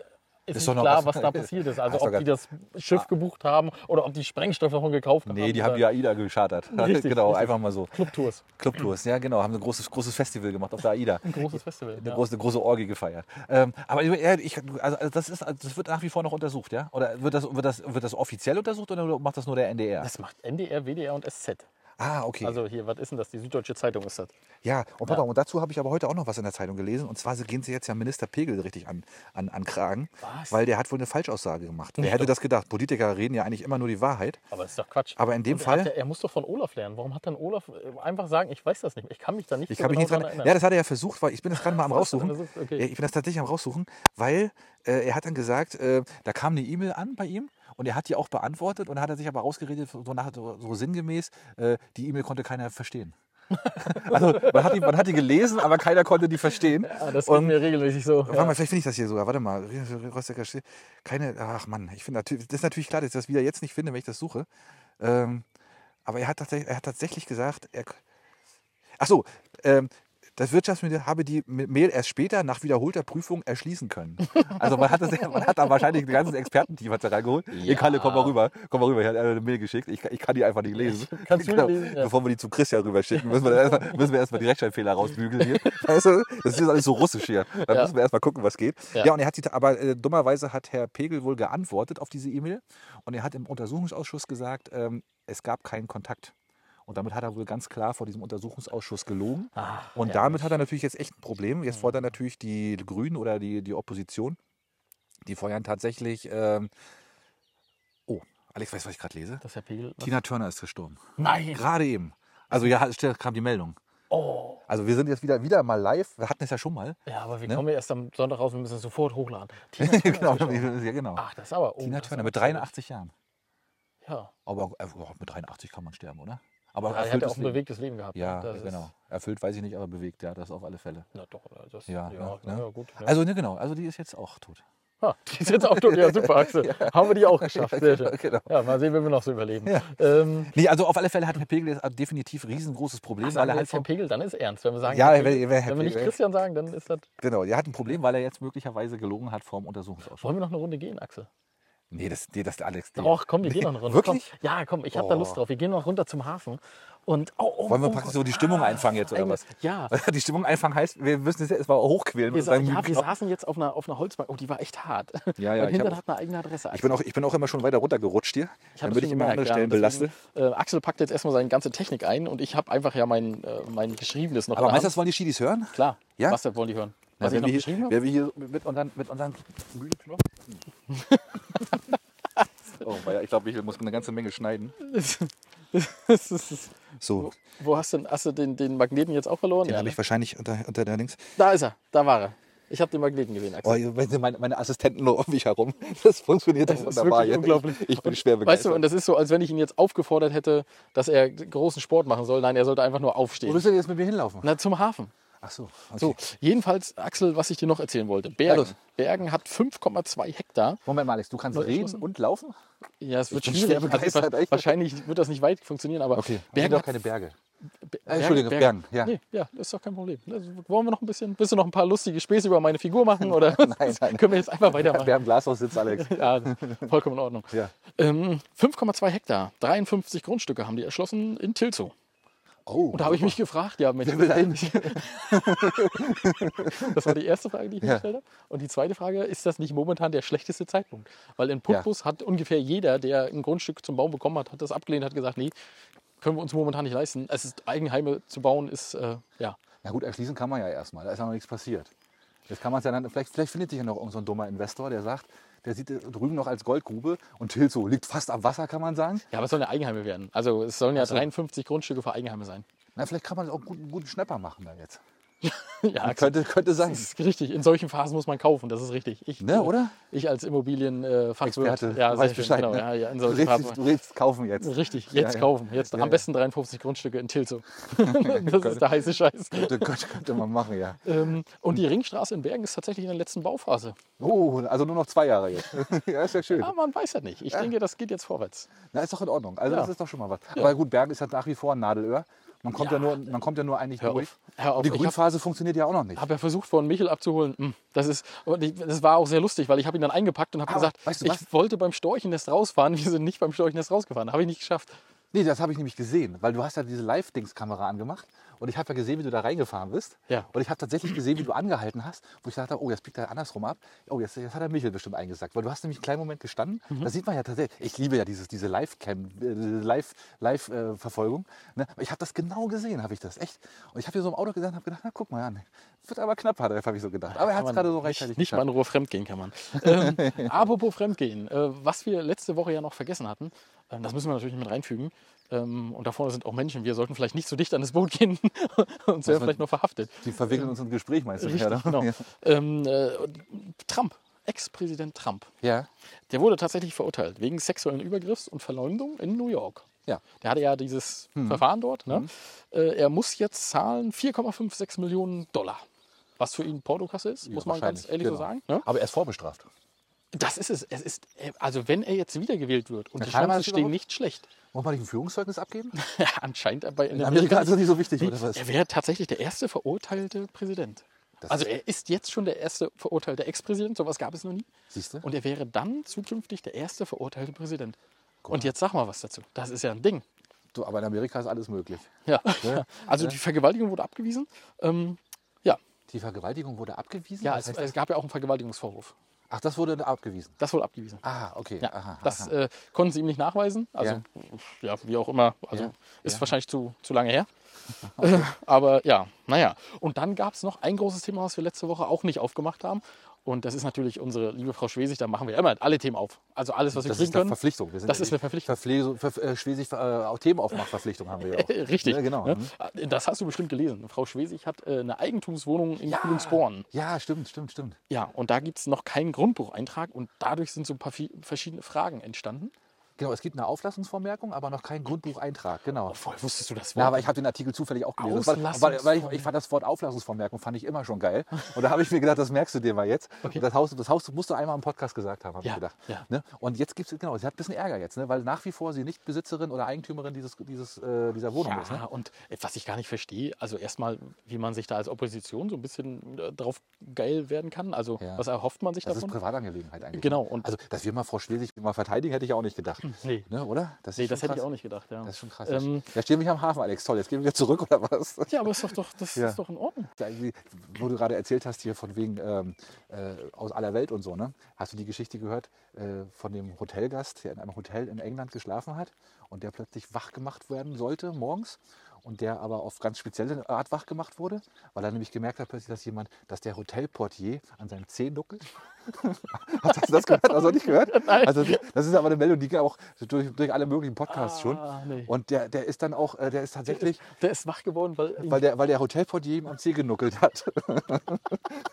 B: ist,
C: Ist doch
B: nicht
C: noch
B: klar,
C: was-
B: was, da passiert ist.
C: Ah,
B: Also
C: ist doch Ah.
B: ob die das Schiff gebucht haben oder ob die Sprengstoff davon gekauft haben.
C: nee, die haben die
B: oder-
C: AIDA geschartert.
B: Richtig,
C: genau,
B: richtig.
C: einfach mal so.
B: Clubtours,
C: Clubtours, ja genau, haben ein großes, großes Festival gemacht auf der AIDA.
B: ein großes Festival.
C: Eine
B: ja.
C: große, große Orgie gefeiert. Ähm, aber ja, ich, also also das, ist, also das wird nach wie vor noch untersucht, ja? Oder wird das, wird das, wird das offiziell untersucht oder macht das nur der NDR?
B: Das macht NDR, WDR und SZ.
C: ah, okay.
B: Also hier, was ist denn das? Die Süddeutsche Zeitung ist das.
C: Ja, und, Papa, und dazu habe ich aber heute auch noch was in der Zeitung gelesen. Und zwar gehen sie jetzt ja Minister Pegel richtig an, an, an Kragen,
B: Was?
C: weil der hat wohl eine Falschaussage gemacht. Wer hätte das gedacht? Politiker reden ja eigentlich immer nur die Wahrheit.
B: Aber ist doch Quatsch.
C: Aber in dem
B: Und er
C: Fall-
B: Hat ja, er muss doch von Olaf lernen. Warum hat dann Olaf äh, einfach sagen, ich weiß das nicht. Ich kann mich da nicht
C: Ich
B: so
C: kann mich
B: genau
C: nicht dran
B: dran
C: erinnern. Ja, das hat er ja versucht, weil ich bin das gerade mal am
B: Das hast du
C: raussuchen.
B: versucht, okay.
C: Ja, Ich bin das tatsächlich am raussuchen, weil äh, er hat dann gesagt, äh, da kam eine E-Mail an bei ihm und er hat die auch beantwortet und dann hat er sich aber rausgeredet, so, nach, so, so sinngemäß, äh, die E-Mail konnte keiner verstehen. also man hat, die, man hat die gelesen, aber keiner konnte die verstehen.
B: Ah, das geht
C: und
B: mir regelmäßig so.
C: Warte mal, vielleicht finde ich das hier sogar. Warte mal, Rostecker Stil- Keine. Ach Mann, ich finde natürlich, das ist natürlich klar, dass ich das wieder jetzt nicht finde, wenn ich das suche. Ähm, aber er hat, tatsächlich, er hat tatsächlich gesagt, er. Ach so, ähm, das Wirtschaftsministerium habe die M- Mail erst später nach wiederholter Prüfung erschließen können. Also man hat, das, man hat da wahrscheinlich ein ganzes Expertenteam hat da reingeholt. Ihr Kalle, komm mal rüber, komm mal rüber, hier hat einer eine Mail geschickt. Ich, ich kann die einfach nicht lesen.
B: Kannst du nicht lesen, ja.
C: Genau. Bevor wir die zu Christian rüberschicken, müssen wir dann erstmal, müssen wir erstmal die Rechtschreibfehler rausbügeln hier. Weißt du, das ist jetzt alles so russisch hier. Da
B: Ja.
C: müssen wir erstmal gucken, was geht. Ja,
B: Ja.
C: und er hat die, aber äh, dummerweise hat Herr Pegel wohl geantwortet auf diese E-Mail und er hat im Untersuchungsausschuss gesagt, ähm, es gab keinen Kontakt. Und damit hat er wohl ganz klar vor diesem Untersuchungsausschuss gelogen.
B: Ah,
C: und
B: ja, Mhm.
C: damit hat er natürlich jetzt echt ein Problem. Jetzt fordern natürlich die Grünen oder die, die Opposition, die feuern tatsächlich. Ähm, oh, Alex, weißt du, was ich gerade lese?
B: Das ist Herr Pegel.
C: Tina Turner ist gestorben.
B: Nein.
C: Gerade eben. Also ja, es kam die Meldung.
B: Oh.
C: Also wir sind jetzt wieder, wieder mal live. Wir hatten es ja schon mal.
B: Ja, aber wir
C: Ne?
B: kommen ja erst am Sonntag raus. Wir müssen es sofort hochladen. Tina Turner ist
C: genau,
B: gestorben.
C: ja, genau.
B: Ach, das ist aber. Oh,
C: Tina
B: das ist
C: Turner
B: aber
C: mit
B: traurig.
C: 83 Jahren.
B: Ja.
C: Aber äh, überhaupt mit 83 kann man sterben, oder? Aber
B: Ah, Er hat ja auch ein
C: Leben.
B: bewegtes Leben gehabt.
C: Ja,
B: das ist-
C: genau. Erfüllt weiß ich nicht, aber bewegt, ja, das auf alle Fälle.
B: Na doch, also das,
C: Ja,
B: ja,
C: ja,
B: ja,
C: ne?
B: ja, gut. Ja.
C: Also, ne, genau. Also, die ist jetzt auch tot.
B: Ah, die ist jetzt auch tot. Ja, super, Axel. Haben wir die auch geschafft. Sehr schön.
C: Genau.
B: Ja, mal sehen, wenn wir noch so überleben. Ähm,
C: Nee, also auf alle Fälle hat Herr Pegel jetzt definitiv ein riesengroßes Problem,
B: Sagen
C: weil
B: wir
C: er halt
B: jetzt Herr
C: vom,
B: Pegel, dann ist ernst. Wenn wir sagen,
C: Ja,
B: Herr
C: wenn-
B: Pegel,
C: wenn Herr
B: wenn wir nicht
C: Pegel-
B: Christian sagen, dann ist das.
C: genau, er hat ein Problem, weil er jetzt möglicherweise gelogen hat vor dem Untersuchungsausschuss.
B: Wollen wir noch eine Runde gehen, Axel?
C: Nee, das, nee, das ist Alex. Nee.
B: Doch, komm, wir gehen noch eine Runde.
C: Wirklich?
B: Komm, ja, komm, ich habe da
C: Oh.
B: Lust drauf. Wir gehen noch runter zum Hafen. Und, oh, oh,
C: Wollen wir
B: oh,
C: praktisch
B: Gott.
C: so die Stimmung einfangen jetzt, oder
B: Eine-
C: was?
B: Ja.
C: Die Stimmung einfangen heißt, wir müssen es jetzt erstmal hochquälen.
B: Wir,
C: und
B: sa
C: sagen,
B: ja, wir saßen jetzt auf einer, auf einer Holzbank. Oh, die war echt hart.
C: Ja,
B: Mein
C: ja, ich hab
B: Hintern
C: auch-
B: hat eine eigene Adresse. Also
C: ich, bin auch, ich bin auch immer schon weiter runtergerutscht hier,
B: hab
C: damit
B: das
C: ich
B: schon
C: immer andere
B: gemerkt,
C: Stellen
B: ja,
C: belaste.
B: deswegen, Äh, Axel packt jetzt erstmal seine ganze Technik ein und ich habe einfach ja mein, äh, mein Geschriebenes noch.
C: Aber
B: in der
C: meinst du,
B: Hand.
C: das wollen die Schiedis hören?
B: Klar.
C: Ja?
B: Was das wollen die hören?
C: Na,
B: Was ich
C: wenn,
B: noch
C: wir
B: geschrieben
C: hier,
B: habe?
C: wenn wir hier mit unseren, mit unseren Oh, weia, ich glaube, ich muss eine ganze Menge schneiden.
B: Das ist-
C: So,
B: Wo hast du, denn- hast du den, den Magneten jetzt auch verloren?
C: den
B: Ja,
C: habe
B: ne?
C: ich wahrscheinlich unter, unter der Links.
B: Da ist er. Da war er. Ich habe den Magneten gesehen, Axel.
C: Oh, meine, meine- meine Assistenten nur um mich herum. Das funktioniert doch
B: Das ist
C: wunderbar.
B: wirklich
C: jetzt.
B: unglaublich.
C: Ich bin schwer begeistert.
B: Weißt du, und das ist so, als wenn ich ihn jetzt aufgefordert hätte, dass er großen Sport machen soll. Nein, er sollte einfach nur aufstehen.
C: du denn jetzt mit mir hinlaufen?
B: Na, zum Hafen.
C: Ach so. Okay.
B: So, jedenfalls, Axel, was ich dir noch erzählen wollte. Bergen,
C: los.
B: Bergen hat 5,2 Hektar.
C: Moment mal, Alex, du kannst reden
B: entschlossen?
C: und laufen?
B: Ja, es wird
C: bin
B: schwierig. Also,
C: schwer begeistert,
B: wa-
C: echt.
B: wahrscheinlich wird das nicht weit funktionieren, aber
C: Bergen
B: Bergen
C: sind doch
B: hat
C: keine Berge.
B: Be-
C: Entschuldigung, Bergen, ja.
B: Nee, ja, das ist doch kein Problem. Also, wollen wir noch ein bisschen, willst du noch ein paar lustige Späße über meine Figur machen oder
C: nein, nein.
B: können wir jetzt einfach weitermachen?
C: Wir haben Glashaus sitzt, Alex.
B: Ja, vollkommen in Ordnung.
C: Ja.
B: Ähm, 5,2 Hektar, 53 Grundstücke haben die erschlossen in Tilzow.
C: Oh,
B: Und da habe ich mich gefragt, ja, Mensch,
C: will da hin?
B: das war die erste Frage, die ich mir
C: Ja.
B: gestellt habe. Und die zweite Frage, ist das nicht momentan der schlechteste Zeitpunkt? Weil in Putbus hat ungefähr jeder, der ein Grundstück zum Bauen bekommen hat, hat das abgelehnt, hat gesagt, nee, können wir uns momentan nicht leisten. Es ist Eigenheime zu bauen, ist äh, ja.
C: Na gut, erschließen kann man ja erstmal. Da ist ja noch nichts passiert. Jetzt kann man es ja dann, vielleicht, vielleicht findet sich ja noch irgend so ein dummer Investor, der sagt, der sieht äh, drüben noch als Goldgrube und Tilso liegt fast am Wasser, kann man sagen.
B: Ja, aber es sollen ja Eigenheime werden. Also es sollen ja 53 Grundstücke für Eigenheime sein.
C: Na, vielleicht kann man auch einen guten, guten Schnapper machen da jetzt.
B: Ja,
C: Könnte, könnte sein.
B: das ist richtig. In solchen Phasen muss man kaufen, das ist richtig. Ich,
C: Ne, oder?
B: Ich als Immobilienfachwirt.
C: Experte, ja, weiß Bescheid.
B: Genau,
C: ne?
B: ja, ja, in
C: du,
B: solchen
C: redest,
B: Phasen.
C: du redest kaufen jetzt.
B: Richtig,
C: Ja,
B: jetzt
C: ja.
B: kaufen. Jetzt am besten 53 Grundstücke in Tilso. das ist der heiße Scheiß.
C: Das könnte, könnte man machen, ja.
B: Ähm, und die Ringstraße in Bergen ist tatsächlich in der letzten Bauphase.
C: Oh, also nur noch zwei Jahre jetzt. ja, ist ja schön.
B: Ja, man weiß ja nicht. Ich denke, das geht jetzt vorwärts.
C: Na, ist doch in Ordnung. Also
B: Ja.
C: das ist doch schon mal was. Aber gut, Bergen ist halt nach wie vor ein Nadelöhr. Man kommt ja, nur, man kommt ja nur eigentlich
B: Hör
C: durch.
B: auf. Hör auf.
C: Die
B: Ich hab-
C: Grünphase funktioniert ja auch noch nicht.
B: Habe ja versucht, von Michel abzuholen. Hm, Das, ist, und ich, das war auch sehr lustig, weil ich habe ihn dann eingepackt und habe
C: Aber,
B: gesagt,
C: weißt du was?
B: ich wollte beim Storchennest rausfahren. Wir sind nicht beim Storchennest rausgefahren. Habe ich nicht geschafft.
C: Nee, das habe ich nämlich gesehen, weil du hast ja diese Live-Dings-Kamera angemacht und ich habe ja gesehen, wie du da reingefahren bist.
B: Ja.
C: Und ich habe tatsächlich gesehen, wie du angehalten hast, wo ich dachte, oh, jetzt biegt er andersrum ab. Oh, jetzt, jetzt hat er Michel bestimmt eingesackt, weil du hast nämlich einen kleinen Moment gestanden.
B: Mhm.
C: Da sieht man ja tatsächlich, ich liebe ja dieses, diese Live-Cam, äh, Live-Verfolgung. Live, äh, Verfolgung, ne? Aber Ich habe das genau gesehen, habe ich das, echt. Und ich habe hier so im Auto gesessen und habe gedacht, na, guck mal an, wird aber knapp, hat er, habe ich so gedacht. Aber er hat
B: Kann man
C: es gerade so
B: nicht-
C: rechtzeitig
B: Nicht mal
C: geschafft.
B: in Ruhe fremdgehen kann man. Ähm, apropos fremdgehen, äh, was wir letzte Woche ja noch vergessen hatten, ähm, das müssen wir natürlich mit reinfügen. Ähm, und da vorne sind auch Menschen. Wir sollten vielleicht nicht so dicht an das Boot gehen und
C: wir-
B: wären vielleicht noch verhaftet.
C: Die verwickeln uns ins Gespräch, meinst du?
B: Richtig,
C: oder?
B: genau.
C: Ja.
B: Ähm, äh, Trump, Ex-Präsident Trump,
C: ja.
B: der wurde tatsächlich verurteilt wegen sexuellen Übergriffs und Verleumdung in New York.
C: Ja. Hm.
B: Der hatte ja dieses Verfahren dort. Ne? Äh, er muss jetzt zahlen 4,56 Millionen Dollar. Was für ihn Portokasse ist, muss man ganz
C: wahrscheinlich,
B: ehrlich so
C: genau.
B: sagen. Ne?
C: Aber er ist vorbestraft.
B: Das ist es. Es ist, äh, also wenn er jetzt wiedergewählt wird und
C: Na,
B: die
C: kann man
B: Chancen
C: das
B: stehen
C: überhaupt?
B: nicht schlecht.
C: Muss man nicht ein Führungszeugnis abgeben?
B: Anscheinend aber in,
C: In Amerika ist das nicht so wichtig,
B: Nee,
C: oder was?
B: Er wäre tatsächlich der erste verurteilte Präsident.
C: Das
B: also
C: ist-
B: er ist jetzt schon der erste verurteilte Ex-Präsident, sowas gab es noch nie.
C: Siehst du?
B: Und er wäre dann zukünftig der erste verurteilte Präsident. Und jetzt sag mal was dazu. Das ist ja ein Ding.
C: Du, aber in Amerika ist alles möglich.
B: Ja. Also die Vergewaltigung wurde abgewiesen. Ähm, ja,
C: Die Vergewaltigung wurde abgewiesen?
B: ja
C: Was
B: es,
C: heißt
B: es gab ja auch einen Vergewaltigungsvorwurf.
C: das? Ach, das wurde abgewiesen.
B: Das wurde abgewiesen.
C: Ah, okay.
B: Ja,
C: aha,
B: das
C: aha.
B: äh, konnten sie ihm nicht nachweisen. Also, ja, wie auch immer. Also,
C: Ja,
B: ist
C: ja.
B: wahrscheinlich zu, zu lange her. Äh, Aber ja, naja. Und dann gab es noch ein großes Thema, was wir letzte Woche auch nicht aufgemacht haben. Und das ist natürlich unsere liebe Frau Schwesig. Da machen wir immer alle Themen auf. Also, alles, was wir
C: das
B: kriegen
C: ist eine
B: können.
C: Verpflichtung. Wir sind
B: Das ist eine Verpflichtung.
C: Verpfle ver äh, Schwesig äh, auch Themenaufmachverpflichtung haben wir ja auch.
B: Richtig.
C: Ja, genau.
B: ne?
C: mhm.
B: Das hast du bestimmt gelesen. Frau Schwesig hat äh, eine Eigentumswohnung in Kuhlensborn.
C: Ja, stimmt, stimmt, stimmt.
B: Ja, und da gibt es noch keinen Grundbucheintrag. Und dadurch sind so ein paar vi- verschiedene Fragen entstanden.
C: Genau, es gibt eine Auflassungsvermerkung, aber noch keinen Grundbucheintrag. Genau.
B: Vorher wusstest du das
C: Ja, aber ich habe den Artikel zufällig auch gelesen. Das war-
B: Auslassungsvermerkung.
C: Weil, weil ich, ich fand das Wort Auflassungsvermerkung fand ich immer schon geil. Und da habe ich mir gedacht, das merkst du dir mal jetzt. Und das Haus, das Haus musst du einmal im Podcast gesagt haben, habe
B: Ja,
C: ich gedacht.
B: ja.
C: Ne? Und jetzt gibt es, genau, sie hat ein bisschen Ärger jetzt, ne? weil nach wie vor sie nicht Besitzerin oder Eigentümerin dieses, dieses, äh, dieser Wohnung ist.
B: Ja,
C: Ne?
B: und äh, was ich gar nicht verstehe, also erstmal, wie man sich da als Opposition so ein bisschen äh, drauf geil werden kann. Also,
C: Ja.
B: was erhofft man sich
C: Das ist
B: davon?
C: Privatangelegenheit eigentlich.
B: Genau, und-
C: also, dass wir mal Frau Schwesig mal verteidigen, hätte ich auch nicht gedacht.
B: Nee.
C: Ne, oder? Das ist
B: Nee,
C: schon
B: das hätte ich
C: krass.
B: auch nicht gedacht. Ja.
C: Das ist schon krass.
B: Ähm,
C: ja, stehen wir hier am Hafen, Alex. Toll, jetzt gehen wir wieder zurück, oder was?
B: ja, aber ist doch, doch, das
C: Ja.
B: ist doch in Ordnung.
C: Da, wie- wo du gerade erzählt hast hier von wegen ähm, äh, aus aller Welt und so, ne? Hast du die Geschichte gehört äh, von dem Hotelgast, der in einem Hotel in England geschlafen hat und der plötzlich wach gemacht werden sollte morgens und der aber auf ganz spezielle Art wach gemacht wurde, weil er nämlich gemerkt hat plötzlich, dass jemand, dass der Hotelportier an seinem Zeh nuckelt. Hast du das gehört? Hast du nicht gehört? Also das ist aber eine Meldung, die ging auch durch, durch alle möglichen Podcasts
B: Ah,
C: schon.
B: nee.
C: Und der, der ist dann auch, äh, der ist tatsächlich
B: Der ist wach geworden, weil,
C: weil der, weil der Hotelportier ihm am Zeh genuckelt hat.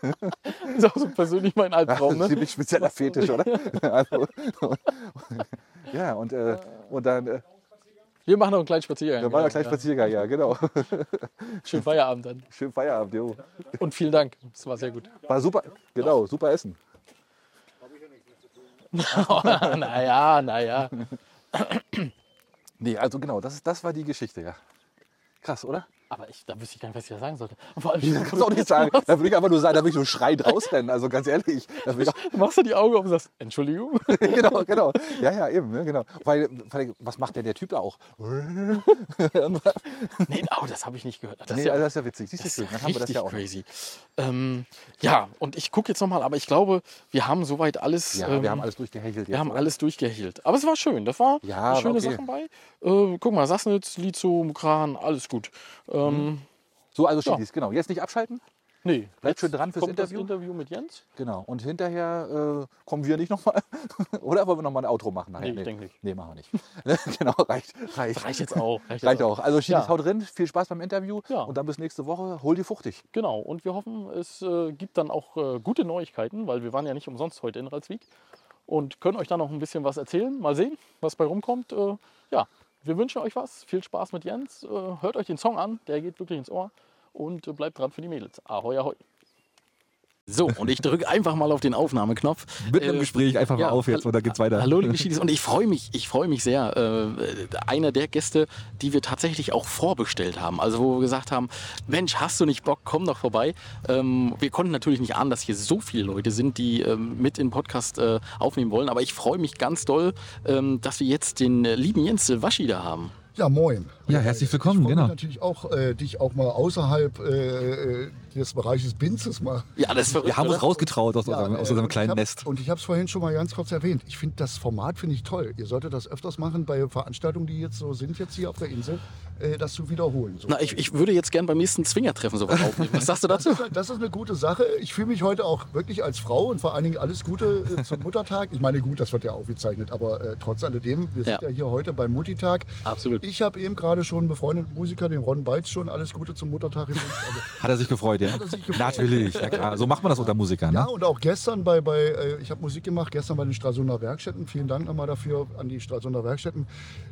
B: das ist auch so persönlich mein Albtraum.
C: Das ist
B: Ne?
C: ziemlich spezieller Fetisch, oder? also, ja, und, äh, und dann äh,
B: Wir machen noch einen kleinen Spaziergang.
C: da war
B: Ah. ja,
C: der gleich Spaziergang, ja, genau.
B: ja. Schönen Feierabend dann.
C: Schön Feierabend, jo.
B: Und vielen Dank. Das war sehr gut.
C: War super, genau, super Essen.
B: naja, naja.
C: Nee, also genau, das, ist- das war die Geschichte, ja. Krass, oder?
B: Aber ich, da wüsste ich gar nicht, was ich da sagen sollte. Vor allem,
C: Das kannst du auch nicht sagen. Da würde ich einfach nur sagen, da würde ich nur schreiend rausrennen. Also ganz ehrlich. Da würde ich auch,
B: du machst du die Augen auf und sagst, Entschuldigung.
C: genau, genau. Ja, ja, eben, ne, genau. Weil, weil, was macht denn der Typ da auch?
B: nee, oh, das habe ich nicht gehört. Das ist
C: Nee,
B: ja
C: also das ist ja witzig. Siehst du,
B: Das ist ja
C: schön, dann haben wir das
B: richtig
C: ja auch. noch.
B: crazy. Ähm, ja, und ich gucke jetzt nochmal, aber ich glaube, wir haben soweit alles,
C: Ja,
B: ähm,
C: wir haben alles durchgehechelt jetzt.
B: wir haben
C: oder?
B: alles durchgehielt. Aber es war schön, das war
C: Ja,
B: schöne
C: war okay.
B: Sachen bei. Äh, guck mal, Sassnitz, Lizo, Mukran, alles gut. Ähm,
C: Mhm. So, also Schiedis, genau. Jetzt nicht abschalten.
B: Nee,
C: Bleibt schön dran fürs
B: kommt das
C: Interview.
B: Interview mit Jens.
C: Genau. Und hinterher äh, kommen wir nicht nochmal. Oder wollen wir nochmal ein Outro machen? Nachher?
B: Nee, ich denke nicht.
C: Nee, machen wir nicht. genau, reicht. Reicht,
B: Das reicht jetzt auch. jetzt
C: Reicht auch. Also Schiedis,
B: Ja.
C: haut drin. Viel Spaß beim Interview.
B: Ja.
C: Und dann bis nächste Woche. Hol die fuchtig.
B: Genau, und wir hoffen, es äh, gibt dann auch äh, gute Neuigkeiten, weil wir waren ja nicht umsonst heute in Ralswiek und können euch dann noch ein bisschen was erzählen. Mal sehen, was bei rumkommt. Äh, ja, wir wünschen euch was. Viel Spaß mit Jens. Äh, hört euch den Song an, der geht wirklich ins Ohr. Und äh, bleibt dran für die Mädels. Ahoi, ahoi. So, und ich drücke einfach mal auf den Aufnahmeknopf.
C: Mitten im Gespräch einfach mal auf jetzt,
B: Äh, hall-
C: und dann geht's weiter.
B: Hallo, liebe Schiedis, und ich freue mich, ich freue mich sehr. Äh, einer der Gäste, die wir tatsächlich auch vorbestellt haben. Also wo wir gesagt haben, Mensch, hast du nicht Bock, komm doch vorbei. Ähm, wir konnten natürlich nicht ahnen, dass hier so viele Leute sind, die ähm, mit in den Podcast äh, aufnehmen wollen. Aber ich freue mich ganz doll, ähm, dass wir jetzt den äh, lieben Jens Silvaschi da haben.
A: Ja, moin.
D: Ja, herzlich willkommen,
A: ich freue
D: genau.
A: Mich natürlich auch, äh, dich auch mal außerhalb äh, äh, des Bereiches Binzes mal.
B: Ja, das ist verrückt,
D: Wir haben uns
B: oder?
D: rausgetraut aus, unserem, aus
A: äh,
D: unserem
A: und
D: kleinen
A: ich hab,
D: Nest.
A: Und ich habe es vorhin schon mal ganz kurz erwähnt. Ich finde das Format finde ich toll. Ihr solltet das öfters machen bei Veranstaltungen, die jetzt so sind jetzt hier auf der Insel, äh, das zu wiederholen. So.
B: Na, ich, ich würde jetzt gern beim nächsten Zwingertreffen sowas aufnehmen. Was sagst du dazu?
A: Das ist eine gute Sache. Ich fühle mich heute auch wirklich als Frau und vor allen Dingen alles Gute äh, zum Muttertag. Ich meine, gut, das wird ja aufgezeichnet, aber äh, trotz alledem, wir sind
B: Ja.
A: ja hier heute beim Mutti-Tag.
B: Absolut.
A: Ich habe eben gerade schon einen befreundeten Musiker, den Ron Beitz, schon alles Gute zum Muttertag gewünscht. Also,
D: Hat er sich gefreut, ja?
A: er sich gefreut.
D: Natürlich, ja klar. So macht man das unter Musikern.
A: ja,
D: Ne?
A: Ah, und auch gestern bei, bei äh, ich habe Musik gemacht, gestern bei den Stralsunder Werkstätten. Vielen Dank nochmal dafür an die Stralsunder Werkstätten.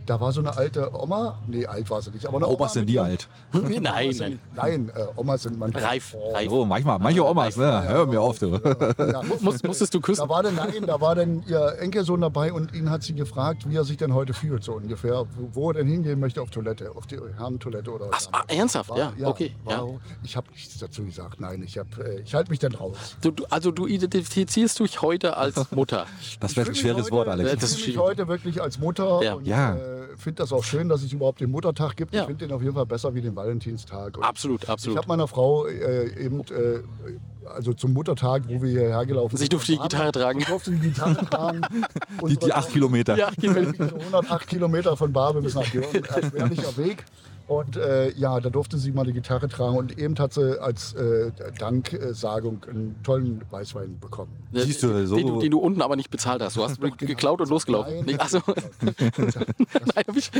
A: Da war so eine alte Oma, nee, alt war sie nicht, aber eine Oma.
D: Opas sind
A: mit
D: die
A: ihrem-
D: alt.
B: Nein, nein.
A: Nein, äh, Omas sind manchmal.
B: Reif, reif.
D: Oh, manchmal, manche Omas, ne? Hör mir auf, du.
A: Ja.
B: Muss, musstest du küssen?
A: Da war denn, nein, da war denn ihr Enkelsohn dabei und ihn hat sie gefragt, wie er sich denn heute fühlt, so ungefähr, wo- wo er denn hingehen möchte, auf Toilette, auf die Herrentoilette oder
B: Ach, ah, ernsthaft? Ja, okay. Ja.
A: war- Ich habe nichts dazu gesagt, nein, ich, hab, äh, ich halte mich dann raus.
B: Du, du, also du identifizierst dich heute als Mutter.
D: Das wäre ein
A: Ich fühl mich
D: schweres
A: heute-
D: Wort, Alex.
B: Ja,
A: Ich
B: das
A: fühle
B: ist
A: mich
B: schwierig.
A: heute wirklich als Mutter
B: Ja.
A: und
D: Ja.
A: äh, finde das auch schön, dass es überhaupt den Muttertag gibt.
B: Ja.
A: Ich finde den auf jeden Fall besser wie den Valentinstag. Und
B: Absolut, absolut.
A: Ich habe meiner Frau äh, eben, äh, also zum Muttertag, wo wir hierher gelaufen
B: Sie
A: sind.
B: Also durfte die Gitarre tragen.
A: Sie durfte die Gitarre tragen.
D: Die, die acht Kilometer.
B: Ja, genau.
A: Kilometer. 108 Kilometer von Babel bis nach Jürgen, erschwerlicher Weg. Und äh, ja, da durfte sie mal die Gitarre tragen und eben hat sie als äh, Danksagung einen tollen Weißwein bekommen.
D: Siehst du, so-
B: den, du, den du unten aber nicht bezahlt hast. Du hast
A: Doch, genau.
B: geklaut und losgelaufen.
A: Nein.
B: Nee, achso. Nein, hab ich,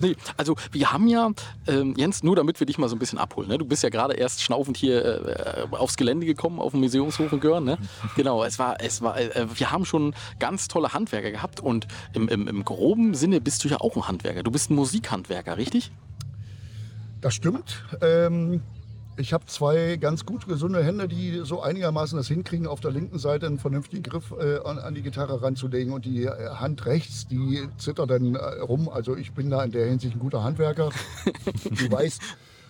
B: nee, also wir haben ja, ähm, Jens, nur damit wir dich mal so ein bisschen abholen. Ne? Du bist ja gerade erst schnaufend hier äh, aufs Gelände gekommen, auf dem Museumshof in Görn. Ne? Genau, es war, es war, äh, wir haben schon ganz tolle Handwerker gehabt und im, im, im groben Sinne bist du ja auch ein Handwerker. Du bist ein Musikhandwerker, richtig?
A: Das stimmt. Ähm, ich habe zwei ganz gut gesunde Hände, die so einigermaßen das hinkriegen, auf der linken Seite einen vernünftigen Griff äh, an, an die Gitarre ranzulegen und die äh, Hand rechts, die zittert dann äh, rum. Also ich bin da in der Hinsicht ein guter Handwerker. du weißt.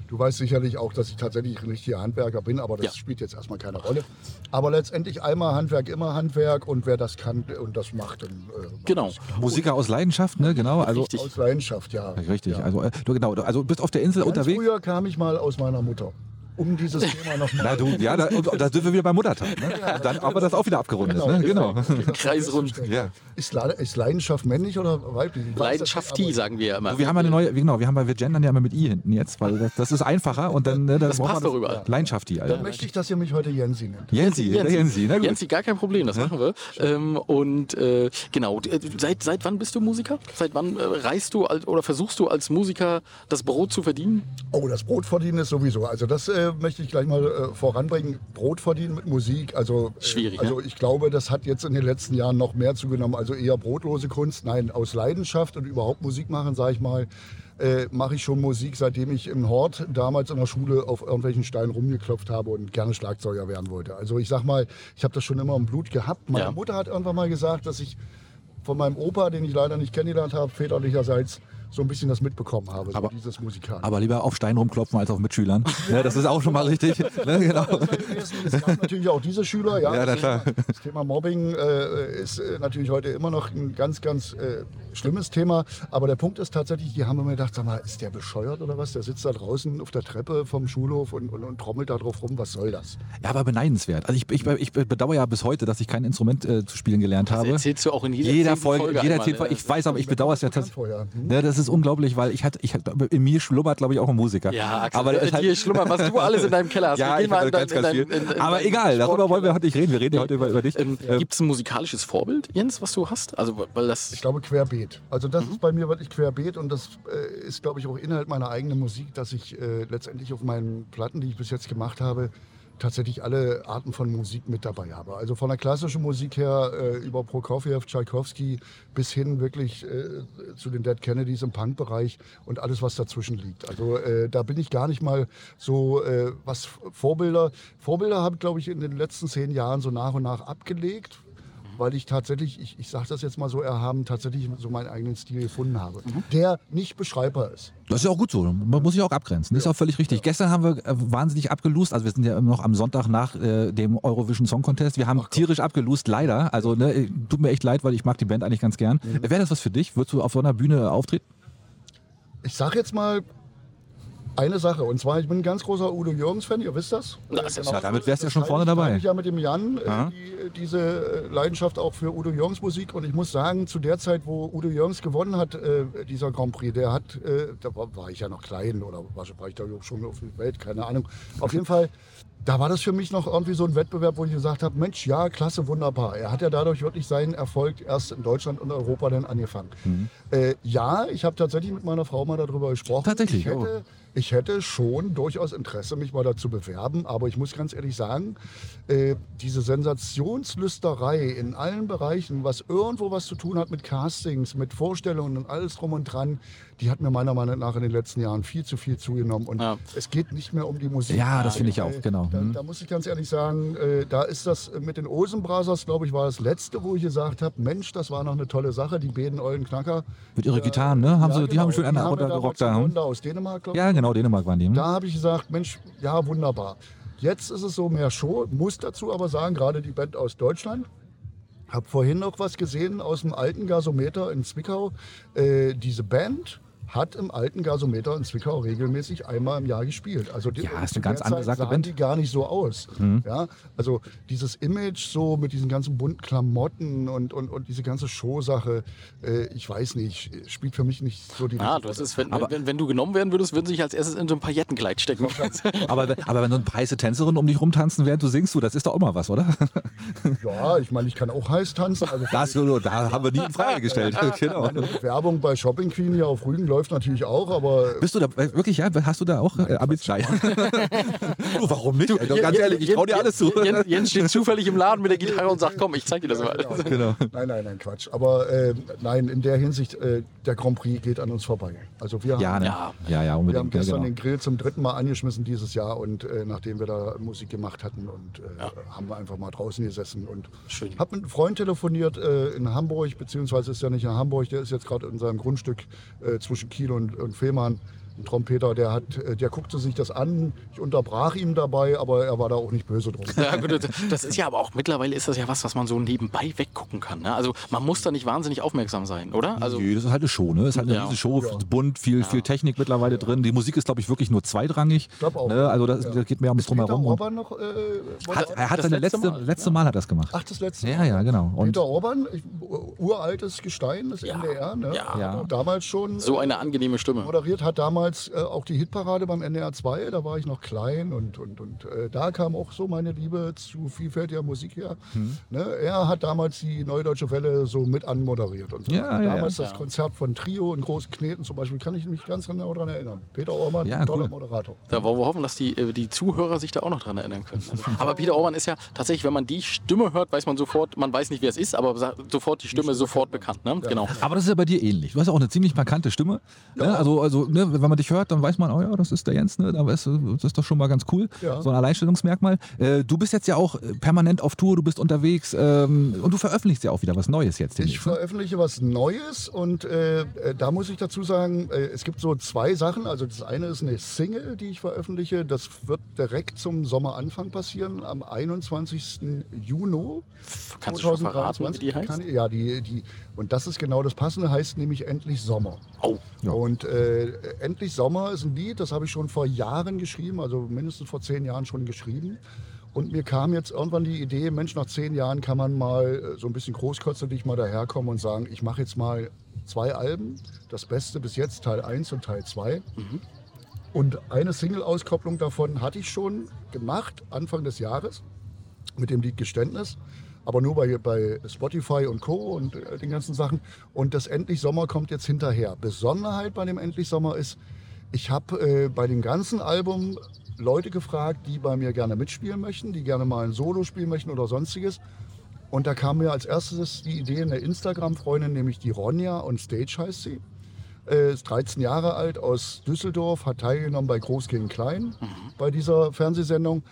A: Du weißt sicherlich auch, dass ich tatsächlich ein richtiger Handwerker bin, aber das
B: Ja.
A: spielt jetzt erstmal keine Rolle. Aber letztendlich einmal Handwerk, immer Handwerk und wer das kann und das macht, dann äh, macht
B: Genau.
D: Musiker aus Leidenschaft, ne? Genau. Also,
B: Richtig.
A: aus Leidenschaft, ja.
D: richtig. Also, äh, du, genau, du- also bist auf der Insel
A: Ganz
D: unterwegs.
A: Früher kam ich mal aus meiner Mutter, um dieses Thema nochmal.
D: Na du, ja, da, und da sind wir wieder beim Muttertag. Ne? Dann, aber das ist auch wieder abgerundet, ne? Genau.
B: Kreisrund.
D: Ja.
A: Ist, Leid- ist Leidenschaft männlich oder weiblich? Ich weiß das
B: Leidenschaft die,
A: nicht, aber
B: sagen wir ja immer.
D: Wir haben eine neue, genau, wir haben wir gendern ja immer mit I hinten jetzt, weil das, das ist einfacher und dann, ne, dann braucht
B: passt
D: man
B: doch überall.
D: Leidenschaft die,
A: Dann
D: Alter.
A: möchte ich, dass ihr mich heute Jensi nennt.
D: Jensi, Jensi, Jensi, na gut.
B: Jensi, gar kein Problem, das machen wir. Ähm, und äh, genau, d- seit, seit wann bist du Musiker? Seit wann äh, reist du als, oder versuchst du als Musiker das Brot zu verdienen?
A: Oh, das Brot verdienen ist sowieso. Also das äh, möchte ich gleich mal äh, voranbringen. Brot verdienen mit Musik, also äh,
B: Schwierig, ne?
A: Also ich glaube, das hat jetzt in den letzten Jahren noch mehr zugenommen. Also eher brotlose Kunst. Nein, aus Leidenschaft und überhaupt Musik machen, sage ich mal, äh, mache ich schon Musik, seitdem ich im Hort damals in der Schule auf irgendwelchen Steinen rumgeklopft habe und gerne Schlagzeuger werden wollte. Also ich sag mal, ich habe das schon immer im Blut gehabt. Meine
B: Ja.
A: Mutter hat irgendwann mal gesagt, dass ich von meinem Opa, den ich leider nicht kennengelernt habe, väterlicherseits so ein bisschen das mitbekommen habe,
D: Aber-
A: so dieses Musikalische.
D: Aber lieber auf Stein rumklopfen als auf Mitschülern. Ne, das ist auch schon mal richtig. Ne, genau.
A: Es gab natürlich auch diese Schüler, ja.
D: Ja, na
A: das,
D: klar.
A: Thema, das Thema Mobbing äh, ist äh, natürlich heute immer noch ein ganz, ganz äh, schlimmes Thema. Aber der Punkt ist tatsächlich, die haben immer gedacht, sag mal, ist der bescheuert oder was? Der sitzt da draußen auf der Treppe vom Schulhof und, und, und trommelt da drauf rum, was soll das?
D: Ja, aber beneidenswert. Also ich, ich, ich bedauere ja bis heute, dass ich kein Instrument äh, zu spielen gelernt
B: Das
D: habe.
B: erzählst du auch in jeder,
D: Jeder
B: zehnten
D: Folge, jeder
B: einmal,
D: Tipp,
B: ne?
D: ich weiß, aber ich bedauere es ja
A: Bekannt
D: tatsächlich.
A: vorher. Hm?
D: Ne, das ist unglaublich, weil ich hatte, ich hatte, in mir schlummert, glaube ich, auch ein Musiker.
B: Ja, Axel,
D: aber
B: aber
D: das
B: äh,
D: ist halt-
B: dir schlummert, was du alles in deinem Keller hast.
D: ja,
B: Wir
D: ich
B: gehen mal
D: hatte
B: in
D: ganz,
B: dein-
D: ganz viel.
B: in dein- in- in
D: aber
B: dein
D: egal, darüber
B: Sportkeller.
D: wollen wir heute nicht reden. Wir reden ja heute über, über dich.
B: Ähm,
D: Ähm,
B: Gibt es ein musikalisches Vorbild, Jens, was du hast? Also, weil das.
A: Ich glaube querbeet. Also das ist bei mir wirklich querbeet und das äh, ist, glaube ich, auch Inhalt meiner eigenen Musik, dass ich äh, letztendlich auf meinen Platten, die ich bis jetzt gemacht habe, tatsächlich alle Arten von Musik mit dabei habe. Also von der klassischen Musik her äh, über Prokofjew, Tchaikovsky bis hin wirklich äh, zu den Dead Kennedys im Punk-Bereich und alles, was dazwischen liegt. Also äh, da bin ich gar nicht mal so, äh, was Vorbilder, Vorbilder habe ich, glaube ich, in den letzten zehn Jahren so nach und nach abgelegt weil ich tatsächlich, ich, ich sage das jetzt mal so erhaben, tatsächlich so meinen eigenen Stil gefunden habe, der nicht beschreibbar ist.
D: Das ist ja auch gut so. Man muss sich auch abgrenzen. Das ist auch völlig richtig. Gestern haben wir äh, wahnsinnig abgelust. Also wir sind ja immer noch am Sonntag nach äh, dem Eurovision Song Contest. Wir haben tierisch abgelust, leider. Also ne, äh, tut mir echt leid, weil ich mag die Band eigentlich ganz gern.
B: Mhm.
D: Wäre das was für dich? Würdest du auf so einer Bühne auftreten?
A: Ich sage jetzt mal eine Sache, und zwar, ich bin ein ganz großer Udo Jürgens-Fan, ihr wisst das.
B: Das ist
D: Ja, damit wärst du ja schon
A: Das
D: vorne
A: teile ich- teile
D: dabei.
A: Ich ja mit dem Jan äh,
D: Aha.
A: die, diese äh, Leidenschaft auch für Udo Jürgens Musik und ich muss sagen, zu der Zeit, wo Udo Jürgens gewonnen hat, äh, dieser Grand Prix, der hat, äh, da war, war ich ja noch klein oder war, war ich da überhaupt schon auf der Welt, keine Ahnung. Auf jeden Fall, da war das für mich noch irgendwie so ein Wettbewerb, wo ich gesagt habe, Mensch, ja, klasse, wunderbar. Er hat ja dadurch wirklich seinen Erfolg erst in Deutschland und Europa dann angefangen.
D: Mhm.
A: Äh, ja, ich habe tatsächlich mit meiner Frau mal darüber gesprochen.
D: Tatsächlich, Oh.
A: Ich hätte, ich hätte schon durchaus Interesse, mich mal dazu bewerben, aber ich muss ganz ehrlich sagen, äh, diese Sensationslüsterei in allen Bereichen, was irgendwo was zu tun hat mit Castings, mit Vorstellungen und alles drum und dran, die hat mir meiner Meinung nach in den letzten Jahren viel zu viel zugenommen. Und
B: Ja.
A: es geht nicht mehr um die Musik.
D: Ja, das finde ich auch,
A: Äh,
D: genau.
A: Da,
D: Mhm.
A: da muss ich ganz ehrlich sagen, äh, da ist das mit den Osenbrasers, glaube ich, war das letzte, wo ich gesagt habe, Mensch, das war noch eine tolle Sache, die beiden ollen Knacker.
D: Mit ihre Gitarren, ne? Haben sie, die haben schön einen
A: ja genau.
D: runtergerockt
A: da.
D: da. hm?
A: aus Dänemark, glaube ich.
D: Ja, genau, Dänemark waren die. hm?
A: Da habe ich gesagt, Mensch, ja, wunderbar. Jetzt ist es so mehr Show, muss dazu aber sagen, gerade die Band aus Deutschland. Habe vorhin noch was gesehen aus dem alten Gasometer in Zwickau. Äh, diese Band hat im alten Gasometer in Zwickau regelmäßig einmal im Jahr gespielt. Also die,
D: Ja, ist
A: zu der
D: eine ganz
A: Zeit
D: angesagte
A: sahen
D: Band. Mhm.
A: die gar nicht so aus. Ja, also dieses Image so mit diesen ganzen bunten Klamotten und, und, und diese ganze Show-Sache, äh, ich weiß nicht, spielt für mich nicht so die
B: Ah,
A: richtige
B: das
A: Rolle.
B: ist, wenn, wenn, wenn du genommen werden würdest, würden sie sich als erstes in so ein Paillettenkleid stecken.
D: Aber, aber wenn so eine heiße Tänzerin um dich rumtanzen, während du singst, du, das ist doch immer was, oder?
A: Ja, ich meine, ich kann auch heiß tanzen. Also
D: Das, da haben wir nie in Frage gestellt. Genau.
A: Werbung bei Shopping Queen hier auf Rügen läuft natürlich auch, aber
D: Bist du da äh, wirklich, ja? Hast du da auch äh, Ambitionen? du, Oh, warum nicht? Ey, doch, ganz ehrlich, ich trau dir alles zu.
B: Jens, Jens steht zufällig im Laden mit der Gitarre und sagt, komm, ich zeig dir das mal.
D: Genau.
A: nein, nein, nein, Quatsch. Aber äh, nein, in der Hinsicht, äh, der Grand Prix geht an uns vorbei. Also wir
D: Ja,
A: haben,
D: ne?
B: Ja.
D: ja, ja,
A: wir haben
D: unbedingt. Ja,
A: gestern
D: genau.
A: den Grill zum dritten Mal angeschmissen dieses Jahr und äh, nachdem wir da Musik gemacht hatten und äh, haben wir einfach mal draußen gesessen und
B: Schön.
A: habe mit einem Freund telefoniert äh, in Hamburg, beziehungsweise ist ja nicht in Hamburg, der ist jetzt gerade in seinem Grundstück äh, zwischen Kiel und, und Fehmarn. Ein Trompeter, der hat, äh, der guckte sich das an. Ich unterbrach ihm dabei, aber er war da auch nicht böse drum.
B: Ja, gut, das ist ja aber auch mittlerweile ist das ja was, was man so nebenbei weggucken kann. Ne? Also man muss da nicht wahnsinnig aufmerksam sein, oder? Also
D: Nö, das ist halt eine Show, ne? Das ist halt eine
B: Ja.
D: riesen Show, bunt, viel, viel Technik mittlerweile drin. Die Musik ist, glaube ich, wirklich nur zweitrangig.
A: glaub auch.
D: Ne? Also das, das geht mehr ums
A: Peter
D: Drumherum. Und
A: Orban noch. Äh,
D: hat, er hat
B: Das
D: seine
B: letzte
D: letzte, letzte,
B: Mal,
D: Mal, hat er das gemacht.
A: ach, das letzte.
D: ja, ja, genau. Und
A: Peter Orban, ich, u- uraltes Gestein des NDR, ne?
B: Ja.
A: Hat
D: Ja.
A: auch damals schon äh,
B: so eine angenehme Stimme.
A: moderiert, hat damals äh, auch die Hitparade beim NDR 2, da war ich noch klein und, und, und äh, da kam auch so meine Liebe zu vielfältiger Musik her.
D: Hm.
A: Ne? Er hat damals die Neudeutsche Welle so mit anmoderiert und so.
D: Ja,
A: Also
D: ja,
A: damals
B: ja.
A: das Konzert von Trio in Großkneten zum Beispiel, kann ich mich ganz genau daran erinnern. Peter Orban,
D: Ja,
A: toller
D: cool.
A: Moderator.
B: Da wollen wir hoffen, dass die, äh, die Zuhörer sich da auch noch dran erinnern können. Also, aber Peter Orban ist ja tatsächlich, wenn man die Stimme hört, weiß man sofort, man weiß nicht, wer es ist, aber sa- sofort die Stimme sofort bekannt. Ne? Genau.
D: Aber das ist ja bei dir ähnlich. Du hast ja auch eine ziemlich markante Stimme. Ne? Also, also ne, wenn man dich hört, dann weiß man, oh ja, das ist der Jens, ne? Da weißt du, Das ist doch schon mal ganz cool.
A: Ja.
D: So ein Alleinstellungsmerkmal. Äh, du bist jetzt ja auch äh, permanent auf Tour, du bist unterwegs ähm, und du veröffentlichst ja auch wieder was Neues jetzt.
A: Ich
D: demnächst, ne?
A: veröffentliche was Neues und äh, äh, da muss ich dazu sagen, äh, es gibt so zwei Sachen. Also das eine ist eine Single, die ich veröffentliche. Das wird direkt zum Sommeranfang passieren, am 21. Juni.
B: Kannst du schon verraten, wie die
A: 2023.
B: heißt?
A: Kann, ja, die, die, und das ist genau das Passende, heißt nämlich Endlich Sommer.
B: Oh.
D: Ja.
A: Und äh, Endlich Sommer ist ein Lied, das habe ich schon vor Jahren geschrieben, also mindestens vor zehn Jahren schon geschrieben. Und mir kam jetzt irgendwann die Idee, Mensch, nach zehn Jahren kann man mal äh, so ein bisschen großkotzelig mal daherkommen und sagen, ich mache jetzt mal zwei Alben, das Beste bis jetzt, Teil 1 und Teil 2. Und eine Single-Auskopplung davon hatte ich schon gemacht, Anfang des Jahres, mit dem Lied Geständnis. Aber nur bei, bei Spotify und Co. und äh, den ganzen Sachen. Und das Endlich Sommer kommt jetzt hinterher. Besonderheit bei dem Endlich Sommer ist, ich habe äh, bei dem ganzen Album Leute gefragt, die bei mir gerne mitspielen möchten, die gerne mal ein Solo spielen möchten oder sonstiges. Und da kam mir als erstes die Idee eine Instagram-Freundin, nämlich die Ronja und Stage heißt sie äh, ist 13 Jahre alt aus Düsseldorf, hat teilgenommen bei Groß gegen Klein bei dieser Fernsehsendung.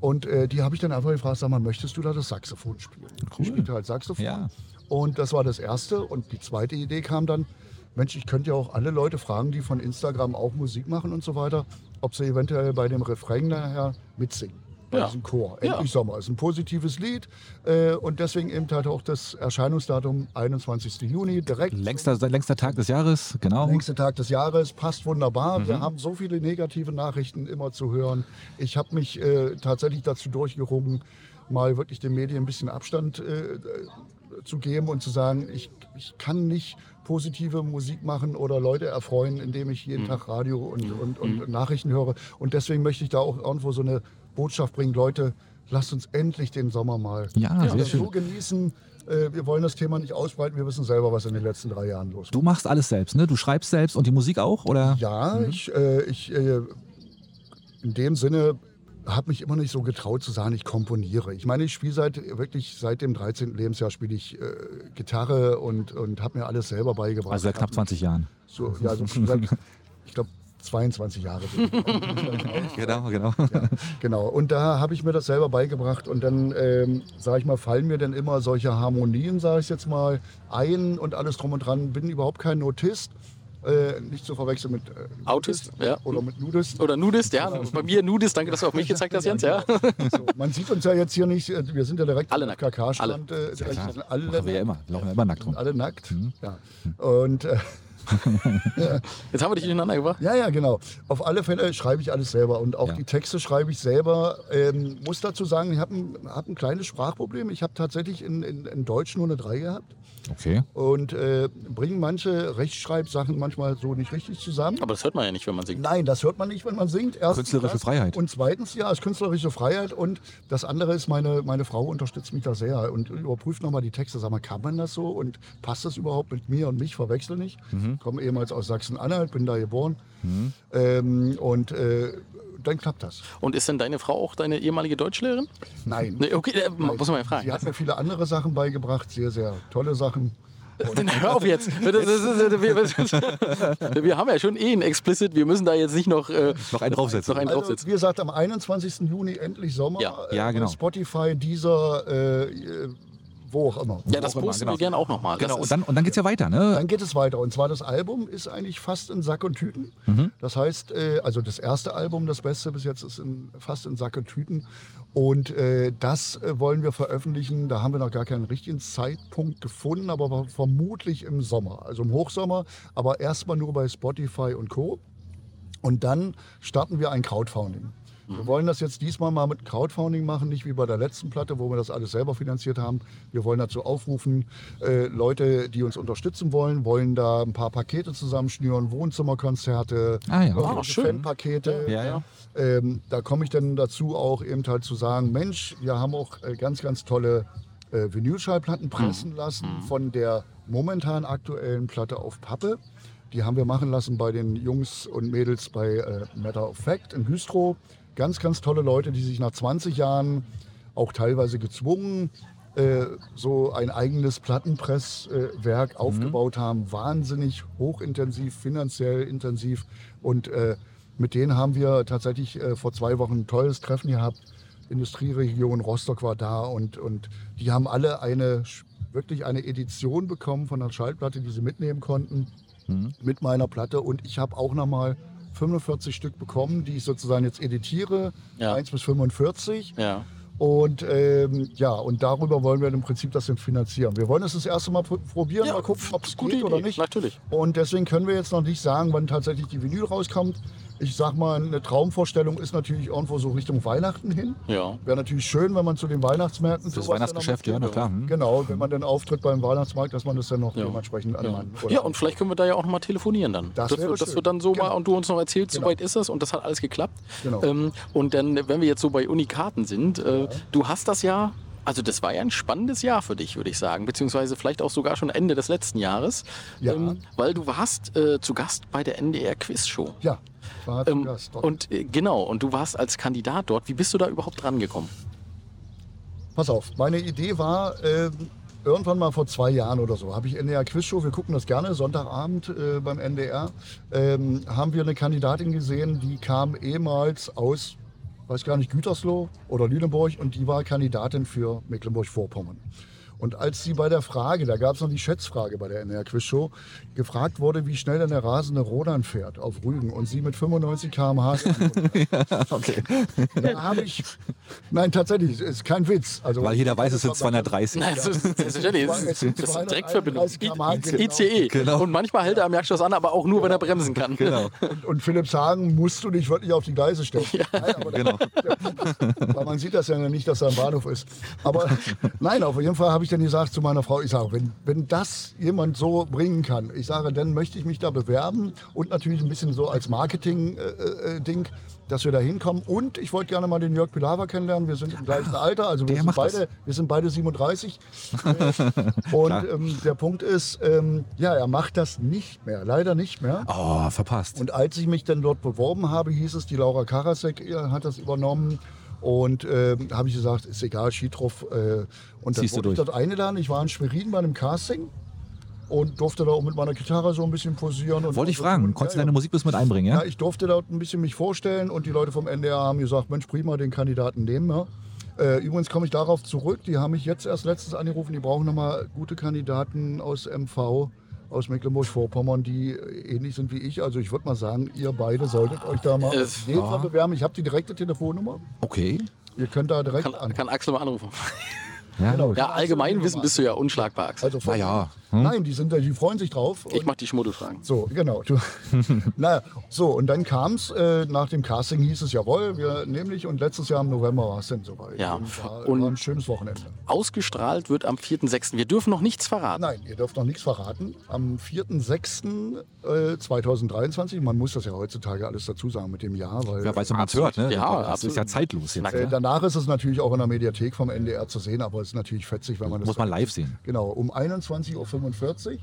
A: Und äh, die habe ich dann einfach gefragt, sag mal, möchtest du da das Saxophon spielen?
D: Cool.
A: Die spielte halt Saxophon.
D: Ja.
A: Und das war das Erste. Und die zweite Idee kam dann, Mensch, ich könnte ja auch alle Leute fragen, die von Instagram auch Musik machen und so weiter, ob sie eventuell bei dem Refrain nachher mitsingen. Bei
B: Ja.
A: diesem Chor.
B: Ja.
A: Endlich Sommer ist ein positives Lied. Äh, und deswegen eben halt auch das Erscheinungsdatum 21. Juni direkt.
D: Längster, längster Tag des Jahres, genau.
A: Längste Tag des Jahres, passt wunderbar. Wir
D: Mhm.
A: haben so viele negative Nachrichten immer zu hören. Ich habe mich äh, tatsächlich dazu durchgerungen, mal wirklich den Medien ein bisschen Abstand äh, äh, zu geben und zu sagen, ich, ich kann nicht positive Musik machen oder Leute erfreuen, indem ich
D: Mhm.
A: jeden Tag Radio und, und, und Nachrichten höre. Und deswegen möchte ich da auch irgendwo so eine Botschaft bringen, Leute, lasst uns endlich den Sommer mal äh,
D: Ja, sehr
A: so
D: schön.
A: genießen. Äh, Wir wollen das Thema nicht ausbreiten, wir wissen selber, was in den letzten drei Jahren los war.
D: Du machst alles selbst, ne? Du schreibst selbst und die Musik auch, oder?
A: Ja, ich, äh, ich äh, in dem Sinne habe mich immer nicht so getraut zu sagen, ich komponiere. Ich meine, ich spiele seit wirklich seit dem 13. Lebensjahr spiele ich äh, Gitarre und, und habe mir alles selber beigebracht.
D: Also seit knapp 20 Jahren.
A: So, ja, so seit, ich glaube 22 Jahre.
D: Genau, genau.
A: Ja, genau. Und da habe ich mir das selber beigebracht und dann, ähm, sage ich mal, fallen mir dann immer solche Harmonien, sage ich jetzt mal, ein und alles drum und dran. Bin überhaupt kein Notist, äh, nicht zu verwechseln mit äh,
B: Autist, ja. Oh,
A: oder mit Nudist.
B: Oder Nudist, ja.
A: Genau.
B: Bei mir Nudist, danke, dass du auf mich gezeigt hast, Jens, ja.
A: So, Also, man sieht uns ja jetzt hier nicht, äh, wir sind ja direkt
B: Alle
A: am
B: nackt.
A: FKK-Strand. Äh, direkt
D: klar.
A: sind alle,
D: Machen wir ja immer. Wir laufen ja immer Mhm. nackt rum.
A: sind alle nackt. Ja. Und äh,
B: Jetzt haben wir dich durcheinander gebracht.
A: Ja, ja, genau. Auf alle Fälle schreibe ich alles selber und auch
D: Ja.
A: die Texte schreibe ich selber. Ähm, muss dazu sagen, ich habe ein, hab ein kleines Sprachproblem. Ich habe tatsächlich in, in, in Deutsch nur eine 3 gehabt
D: Okay.
A: und äh, bringen manche Rechtschreibsachen manchmal so nicht richtig zusammen.
B: Aber das hört man ja nicht, wenn man singt.
A: Nein, das hört man nicht, wenn man singt. Erstens
D: Künstlerische
A: das.
D: Freiheit.
A: Und zweitens, ja, ist künstlerische Freiheit. Und das andere ist, meine, meine Frau unterstützt mich da sehr und überprüft nochmal die Texte. Sag mal, kann man das so? Und passt das überhaupt mit mir und mich? Verwechsel nicht.
B: Mhm.
A: Komme ehemals aus Sachsen-Anhalt, bin da geboren. Ähm, und äh, dann klappt das.
B: Und ist denn deine Frau auch deine ehemalige Deutschlehrerin?
A: Nein.
B: Nee, okay, äh, muss man ja fragen.
A: Sie hat mir viele andere Sachen beigebracht, sehr, sehr tolle Sachen.
B: Dann hör auf jetzt. Das ist- das ist- Wir wir- wir haben ja schon eh ein explicit. Wir müssen da jetzt nicht noch, äh,
D: Noch einen draufsetzen.
B: noch einen
A: Also,
B: draufsetzen.
A: wie gesagt, am 21. Juni endlich Sommer.
B: Ja.
A: Äh,
D: Ja, genau.
A: Spotify, dieser, äh, äh, wo auch immer.
B: Ja, das
D: Auch immer,
B: posten
D: genau.
B: wir gerne auch nochmal.
D: Genau. Und dann, und dann geht's ja weiter, ne?
A: Dann geht es weiter. Und zwar das Album ist eigentlich fast in Sack und Tüten. Das heißt, äh, also das erste Album, das beste bis jetzt, ist in, fast in Sack und Tüten. Und äh, das äh, wollen wir veröffentlichen. Da haben wir noch gar keinen richtigen Zeitpunkt gefunden, aber wa- vermutlich im Sommer, also im Hochsommer, aber erstmal nur bei Spotify und Co. Und dann starten wir ein Crowdfunding. Wir wollen das jetzt diesmal mal mit Crowdfunding machen, nicht wie bei der letzten Platte, wo wir das alles selber finanziert haben. Wir wollen dazu aufrufen, äh, Leute, die uns unterstützen wollen, wollen da ein paar Pakete zusammenschnüren, Wohnzimmerkonzerte,
D: Ah, ja.
A: irgendwelche
B: Ah, schön.
A: Fanpakete.
D: Ja, ja.
A: Ähm, da komme ich dann dazu auch eben halt zu sagen, Mensch, wir haben auch äh, ganz, ganz tolle äh, Vinylschallplatten pressen lassen von der momentan aktuellen Platte auf Pappe. Die haben wir machen lassen bei den Jungs und Mädels bei äh, Matter of Fact in Güstrow. Ganz, ganz tolle Leute, die sich nach 20 Jahren auch teilweise gezwungen äh, so ein eigenes Plattenpresswerk aufgebaut haben. Wahnsinnig hochintensiv, finanziell intensiv. Und äh, mit denen haben wir tatsächlich äh, vor zwei Wochen ein tolles Treffen gehabt. Industrieregion Rostock war da und, und die haben alle eine wirklich eine Edition bekommen von der Schallplatte, die sie mitnehmen konnten
B: Mhm.
A: mit meiner Platte und ich habe auch nochmal 45 Stück bekommen, die ich sozusagen jetzt editiere,
B: Ja.
A: 1 bis 45.
B: Ja.
A: Und ähm, ja, und darüber wollen wir im Prinzip das dann finanzieren. Wir wollen es das erste Mal pr- probieren, mal gucken, ob es geht
B: Gute Idee,
A: oder nicht.
B: natürlich.
A: Und deswegen können wir jetzt noch nicht sagen, wann tatsächlich die Vinyl rauskommt. Ich sag mal, eine Traumvorstellung ist natürlich irgendwo so Richtung Weihnachten hin.
B: Ja.
A: Wäre natürlich schön, wenn man zu den Weihnachtsmärkten
D: Fürs
A: sowas dann
D: Weihnachtsgeschäft,
A: noch
D: ja,
A: mitgeht.
D: na klar. Hm.
A: Genau, wenn man dann auftritt beim Weihnachtsmarkt, dass man das dann noch
B: Ja.
A: dementsprechend
B: Ja.
A: anmacht.
B: ja, und vielleicht können wir da ja auch nochmal telefonieren dann.
A: Das
B: dass,
A: wäre
B: wir, dass
A: schön.
B: wir dann so mal
A: Genau.
B: und du uns noch erzählst,
A: Genau.
B: so weit ist das und das hat alles geklappt.
A: Genau.
B: Ähm, und dann, wenn wir jetzt so bei Unikaten sind, äh, du hast das ja, also das war ja ein spannendes Jahr für dich, würde ich sagen, beziehungsweise vielleicht auch sogar schon Ende des letzten Jahres, Ähm,
A: Ja.
B: weil du warst äh, zu Gast bei der NDR Quizshow.
A: Ja, war
B: Ähm,
A: das doch.
B: und äh, genau, und du warst als Kandidat dort. Wie bist du da überhaupt rangekommen?
A: Pass auf, meine Idee war, ähm, irgendwann mal vor zwei Jahren oder so, habe ich NDR Quizshow, wir gucken das gerne, Sonntagabend äh, beim NDR, ähm, haben wir eine Kandidatin gesehen, die kam ehemals aus, weiß gar nicht, Gütersloh oder Lüneburg und die war Kandidatin für Mecklenburg-Vorpommern. Und als sie bei der Frage, da gab es noch die Schätzfrage bei der NDR Quizshow, gefragt wurde, wie schnell denn der rasende Rodan fährt auf Rügen und sie mit 95 km/h
D: Okay.
A: Da habe ich. Nein, tatsächlich, ist kein Witz. Also,
D: Weil jeder weiß, es sind 230.
B: Nein, das ist, das ist, das ist, das ist eine Direktverbindung. I- ICE.
D: Genau.
B: Und manchmal hält er am Jagdschloss an, aber auch nur, wenn er bremsen kann.
D: Genau.
A: Und, und Philipp sagen, musst du dich wirklich auf die Gleise stellen. Nein, aber
D: Genau.
A: Weil man sieht das ja nicht, dass da ein Bahnhof ist. Aber nein, auf jeden Fall habe ich dann gesagt zu meiner Frau, ich sage, wenn, wenn das jemand so bringen kann, ich sage, dann möchte ich mich da bewerben und natürlich ein bisschen so als Marketing-Ding, dass wir da hinkommen. Und ich wollte gerne mal den Jörg Pilawa kennenlernen. Wir sind im gleichen Alter, also wir
D: Ah, der
A: sind,
D: macht das.
A: beide, wir sind beide 37. und ähm, der Punkt ist, ähm, ja, er macht das nicht mehr, leider nicht mehr.
D: Oh, verpasst.
A: Und als ich mich dann dort beworben habe, hieß es, die Laura Karasek äh, hat das übernommen. Und ähm, habe ich gesagt, ist egal, Schiedroff. Äh, und dann
D: Ziehst du
A: wurde ich
D: durch.
A: dort eingeladen. Ich war in Schwerin bei einem Casting und durfte da auch mit meiner Gitarre so ein bisschen posieren. Und
D: Wollte ich
A: und-
D: fragen,
A: und-
D: konntest du
A: ja,
D: deine Musik bis mit einbringen,
A: ja.
D: ja?
A: ja, ich durfte dort ein bisschen mich vorstellen und die Leute vom NDR haben gesagt, Mensch, prima, den Kandidaten nehmen wir. Äh, übrigens komme ich darauf zurück, die haben mich jetzt erst letztens angerufen, die brauchen nochmal gute Kandidaten aus MV, aus Mecklenburg-Vorpommern, die ähnlich sind wie ich. Also ich würde mal sagen, ihr beide solltet euch da mal auf jeden Fall bewerben. Ich habe die direkte Telefonnummer,
D: Okay.
A: ihr könnt da direkt
B: Kann,
A: an.
B: kann Axel mal anrufen.
D: Ja,
A: Genau.
B: Ja, allgemein wissen bist du ja unschlagbar, Axel.
A: Also von-
D: ja.
A: Nein, die, sind, da- die freuen sich drauf.
B: Ich mach die Schmuddelfragen.
A: So, genau. Du, naja, so, und dann kam es, äh, nach dem Casting hieß es, jawohl, wir nehmen dich und letztes Jahr im November war es denn soweit.
B: Ja,
A: und war,
B: und-
A: war ein schönes Wochenende.
B: Ausgestrahlt wird am 4.6. Wir dürfen noch nichts verraten.
A: Nein, ihr dürft noch nichts verraten. Am 4.6.2023, man muss das ja heutzutage alles dazu sagen mit dem Jahr, weil
D: Wer weiß, ob man es hört, ne?
B: Ja,
D: das ist ja
B: absolut.
D: zeitlos jetzt.
A: äh,
D: Ne?
A: danach ist es natürlich auch in der Mediathek vom NDR zu sehen, aber es ist natürlich fetzig, wenn man das
D: Muss man live sehen.
A: Genau, um 21.45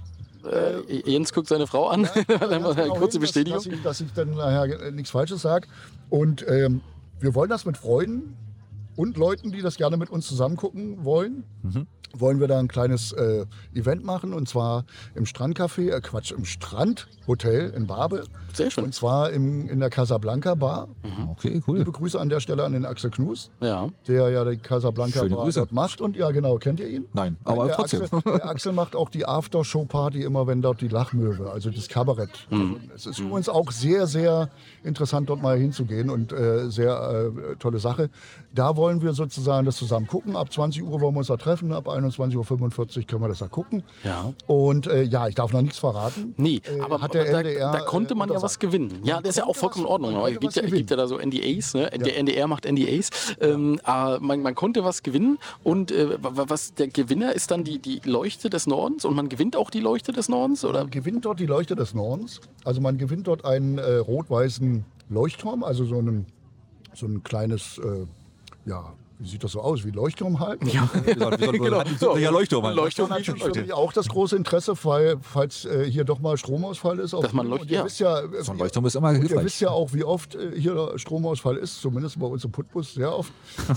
A: Uhr.
B: Äh, Jens guckt seine Frau an. Dann mal
A: ganz
B: eine
A: genau
B: kurze
A: hin, dass-
B: Bestätigung.
A: Dass ich, dass ich dann nachher äh, nichts Falsches sage. Und ähm, wir wollen das mit Freunden und Leuten, die das gerne mit uns zusammen gucken wollen,
B: Mhm.
A: wollen wir da ein kleines äh, Event machen. Und zwar im Strandcafé, äh, Quatsch, im Strandhotel in Babel.
B: Sehr schön.
A: Und zwar im, in der Casablanca Bar.
D: Okay, cool.
A: Liebe Grüße an der Stelle an den Axel Knus,
B: Ja.
A: der ja die Casablanca
D: Schöne
A: Bar
D: Grüße.
A: dort macht. Und ja, genau, kennt ihr ihn?
D: Nein, aber
A: der
D: trotzdem.
A: Axel, der Axel macht auch die Aftershow-Party immer, wenn dort die Lachmöwe, also das Kabarett.
B: Hm.
A: Es ist übrigens auch sehr, sehr interessant, dort mal hinzugehen und äh, sehr äh, tolle Sache. Da wollen wir sozusagen das zusammen gucken. Ab 20 Uhr wollen wir uns da treffen, ab 21.45 Uhr können wir das da gucken.
B: Ja.
A: Und äh, ja, ich darf noch nichts verraten.
B: Nee,
A: Äh,
B: aber,
A: hat der
B: aber
A: NDR,
B: da, da konnte
A: äh,
B: man ja was
A: untersagt.
B: gewinnen. Ja, das ist ja auch
A: konnte
B: vollkommen in
A: was-
B: Ordnung.
A: man
B: Aber es
A: konnte
B: gibt
A: was
B: ja, gibt ja da
A: gewinnen.
B: so NDAs. Ne? Der NDR macht NDAs. Ähm, aber man, man konnte was gewinnen. Und äh, wa- wa- was der Gewinner ist dann die, die Leuchte des Nordens. Und man gewinnt auch die Leuchte des Nordens? Oder?
A: Man gewinnt dort die Leuchte des Nordens. Also man gewinnt dort einen äh, rot-weißen Leuchtturm, also so ein so ein kleines, äh, ja, wie sieht das so aus? Wie Leuchtturm halt?
D: genau. Ja, Leuchtturm. halt.
A: Das war natürlich für mich auch das große Interesse, weil, falls äh, hier doch mal Stromausfall ist. auf
B: Dass man
A: Sylt.
B: leucht-
A: Und ihr
B: ja.
A: wisst ja, äh,
D: So ein
A: wie-
D: Leuchtturm ist immer
A: Ihr wisst
D: hilfreich.
A: ja auch, wie oft äh, hier Stromausfall ist, zumindest bei uns im Putbus sehr oft,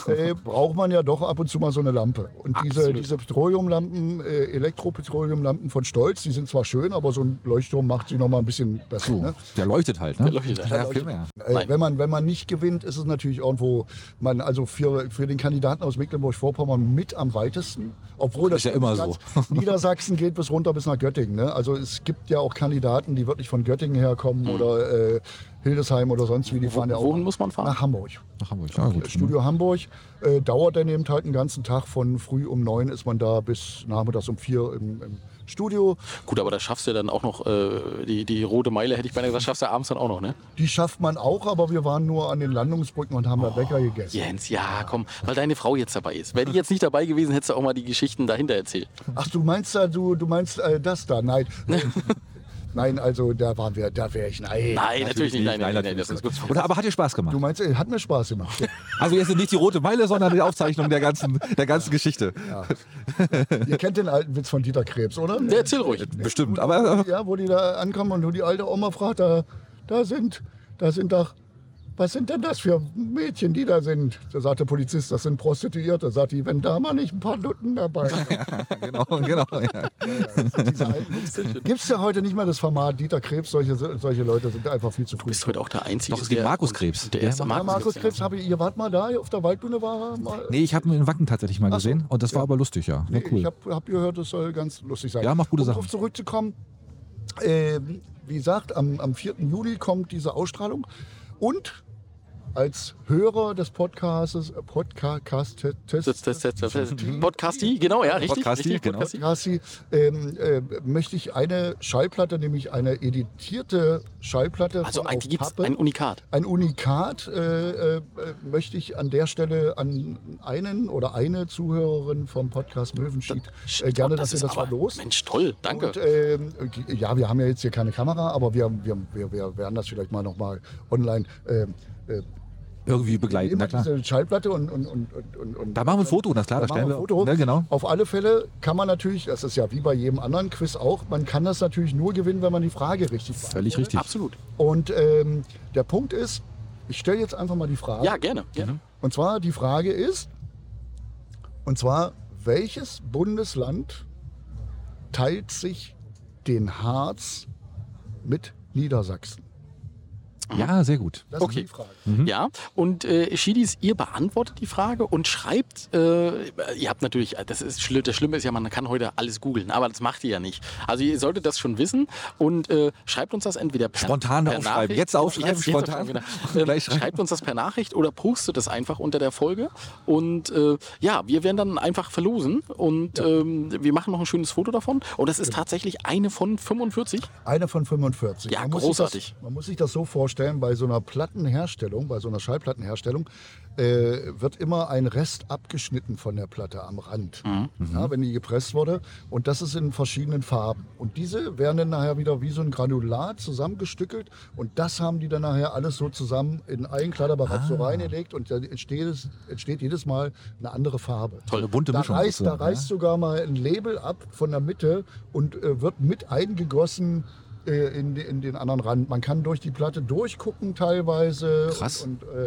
A: äh, braucht man ja doch ab und zu mal so eine Lampe. Und diese, diese Petroleumlampen, äh, Elektropetroleumlampen von Stolz, die sind zwar schön, aber so ein Leuchtturm macht sie noch mal ein bisschen besser. Ne?
D: Der leuchtet halt, ne? Der
B: leuchtet halt.
D: Ja, viel mehr.
A: Äh, wenn, man, wenn man nicht gewinnt, ist es natürlich irgendwo, man, also für, für den Kandidaten aus Mecklenburg-Vorpommern mit am weitesten. Obwohl das,
D: Ist ja immer so.
A: Bundesland- Niedersachsen geht bis runter bis nach Göttingen. Ne? Also es gibt ja auch Kandidaten, die wirklich von Göttingen herkommen oder äh, Hildesheim oder sonst wie, die fahren ja auch
B: Hm. Wohin muss man fahren?
A: nach Hamburg.
D: Nach Hamburg. Ja, gut.
A: Studio Hamburg äh, dauert dann eben halt einen ganzen Tag. Von früh um neun ist man da bis nachmittags um vier im, im Studio.
B: Gut, aber da schaffst du dann auch noch äh, die, die rote Meile, hätte ich beinahe gesagt, schaffst du abends dann auch noch, ne?
A: Die schafft man auch, aber wir waren nur an den Landungsbrücken und haben da Bäcker gegessen.
B: Jens, Oh, ja, komm, weil deine Frau jetzt dabei ist. Wäre die jetzt nicht dabei gewesen, hättest du auch mal die Geschichten dahinter erzählt.
A: Ach, du meinst da, du, du meinst äh, das da? Nein. nein, also da waren wir, da wäre ich. Nein.
B: Nein, natürlich, nicht. Nein, nein, nein,
D: natürlich
B: das ist gut.
D: nicht. Oder aber hat dir Spaß gemacht?
A: Du meinst, äh, hat mir Spaß gemacht.
D: Also jetzt nicht die rote Meile, sondern die Aufzeichnung der ganzen, der ganzen Geschichte.
A: Ihr kennt den alten Witz von Dieter Krebs, oder?
B: Ja, erzähl ruhig.
D: Bestimmt. Aber
A: Ja, wo die da ankommen und nur die alte Oma fragt, da, da sind, da sind doch, was sind denn das für Mädchen, die da sind? Da sagt der Polizist, das sind Prostituierte. Sagt die, wenn da mal nicht ein paar Nutten dabei.
D: äh, genau, genau. Ja.
A: Gibt es ja heute nicht mehr das Format Dieter Krebs? Solche, solche Leute sind einfach viel zu früh.
B: Ist heute auch der Einzige.
D: Doch, es gibt
B: der-
D: Markus Krebs.
B: Der
D: Der
B: erste
A: Ja,
B: Markus,
A: Markus
B: Krebs.
A: Krebs, habe ich, ihr wart mal da auf der Waldbühne war er mal.
D: Nee, ich habe ihn in Wacken tatsächlich mal gesehen und das war aber lustig, ja. War
A: Nee,
D: cool.
A: Ich habe hab gehört, das soll ganz lustig sein.
D: Ja, macht gute
A: um
D: Sachen.
A: Darauf zurückzukommen, ähm, wie gesagt, am, am 4. Juli kommt diese Ausstrahlung. Und als Hörer des Podcasts, äh, Podcast,
B: Das, das, das, das, das, Podcasti, genau, ja, richtig.
D: Podcasti,
B: richtig
D: genau.
B: Podcasti.
A: Rassi, ähm, äh, möchte ich eine Schallplatte, nämlich eine editierte Schallplatte
B: Also
A: von
B: ein,
A: auf
B: die gibt's
A: Pappe.
B: ein Unikat.
A: Ein Unikat äh, äh, möchte ich an der Stelle an einen oder eine Zuhörerin vom Podcast Möwenschied äh, gerne,
B: Oh,
A: dass ihr
B: ist
A: das
B: aber-
A: verlost.
B: Mensch, toll, danke.
A: Und, ähm, ja, wir haben ja jetzt hier keine Kamera, aber wir, wir, wir, wir werden das vielleicht mal nochmal online. Ähm, äh,
D: Irgendwie begleiten,
A: immer
D: na klar.
A: diese Schallplatte und, und, und, und, und, und
D: Da machen wir ein Foto, na klar, da
A: da machen
D: stellen
A: wir
D: wir.
A: ein Foto.
D: Ne, genau.
A: Auf alle Fälle kann man natürlich, das ist ja wie bei jedem anderen Quiz auch, man kann das natürlich nur gewinnen, wenn man die Frage richtig beantwortet.
D: Völlig richtig.
B: Absolut.
A: Und ähm, der Punkt ist, ich stelle jetzt einfach mal die Frage.
B: Ja, gerne.
D: Mhm.
B: gerne.
A: Und zwar die Frage ist, und zwar, welches Bundesland teilt sich den Harz mit Niedersachsen?
D: Ja, sehr gut.
A: Das
B: Okay.
A: ist die Frage.
D: Mhm.
B: Ja, und äh, Schiedis, ihr beantwortet die Frage und schreibt, äh, ihr habt natürlich, das, ist, schli- das Schlimme ist ja, man kann heute alles googeln, aber das macht ihr ja nicht. Also ihr solltet das schon wissen und äh, schreibt uns das entweder per
D: Spontan
B: per
D: aufschreiben.
B: Nachricht-
D: Jetzt aufschreiben, spontan.
B: genau. Ähm,
D: Gleich schreiben.
B: schreibt uns das per Nachricht oder postet es einfach unter der Folge und äh, ja, wir werden dann einfach verlosen und ähm, wir machen noch ein schönes Foto davon und das
D: Genau.
B: ist tatsächlich eine von 45.
A: Eine von 45.
B: Ja,
A: muss sich
B: großartig.
A: Das, man muss sich das so vorstellen, bei so einer Plattenherstellung, bei so einer Schallplattenherstellung, äh, wird immer ein Rest abgeschnitten von der Platte am Rand,
B: Mhm.
A: ja, wenn die gepresst wurde. Und das ist in verschiedenen Farben. Und diese werden dann nachher wieder wie so ein Granulat zusammengestückelt. Und das haben die dann nachher alles so zusammen in einen Kleiderbereich
B: Ah.
A: so reingelegt. Und dann entsteht, es, entsteht jedes Mal eine andere Farbe.
D: Eine bunte
A: Da
D: Mischung.
A: reißt, da
D: sozusagen,
A: reißt sogar mal ein Label ab von der Mitte und äh, wird mit eingegossen äh, in, de- in den anderen Rand. Man kann durch die Platte durchgucken teilweise.
D: Krass.
A: Und, und äh,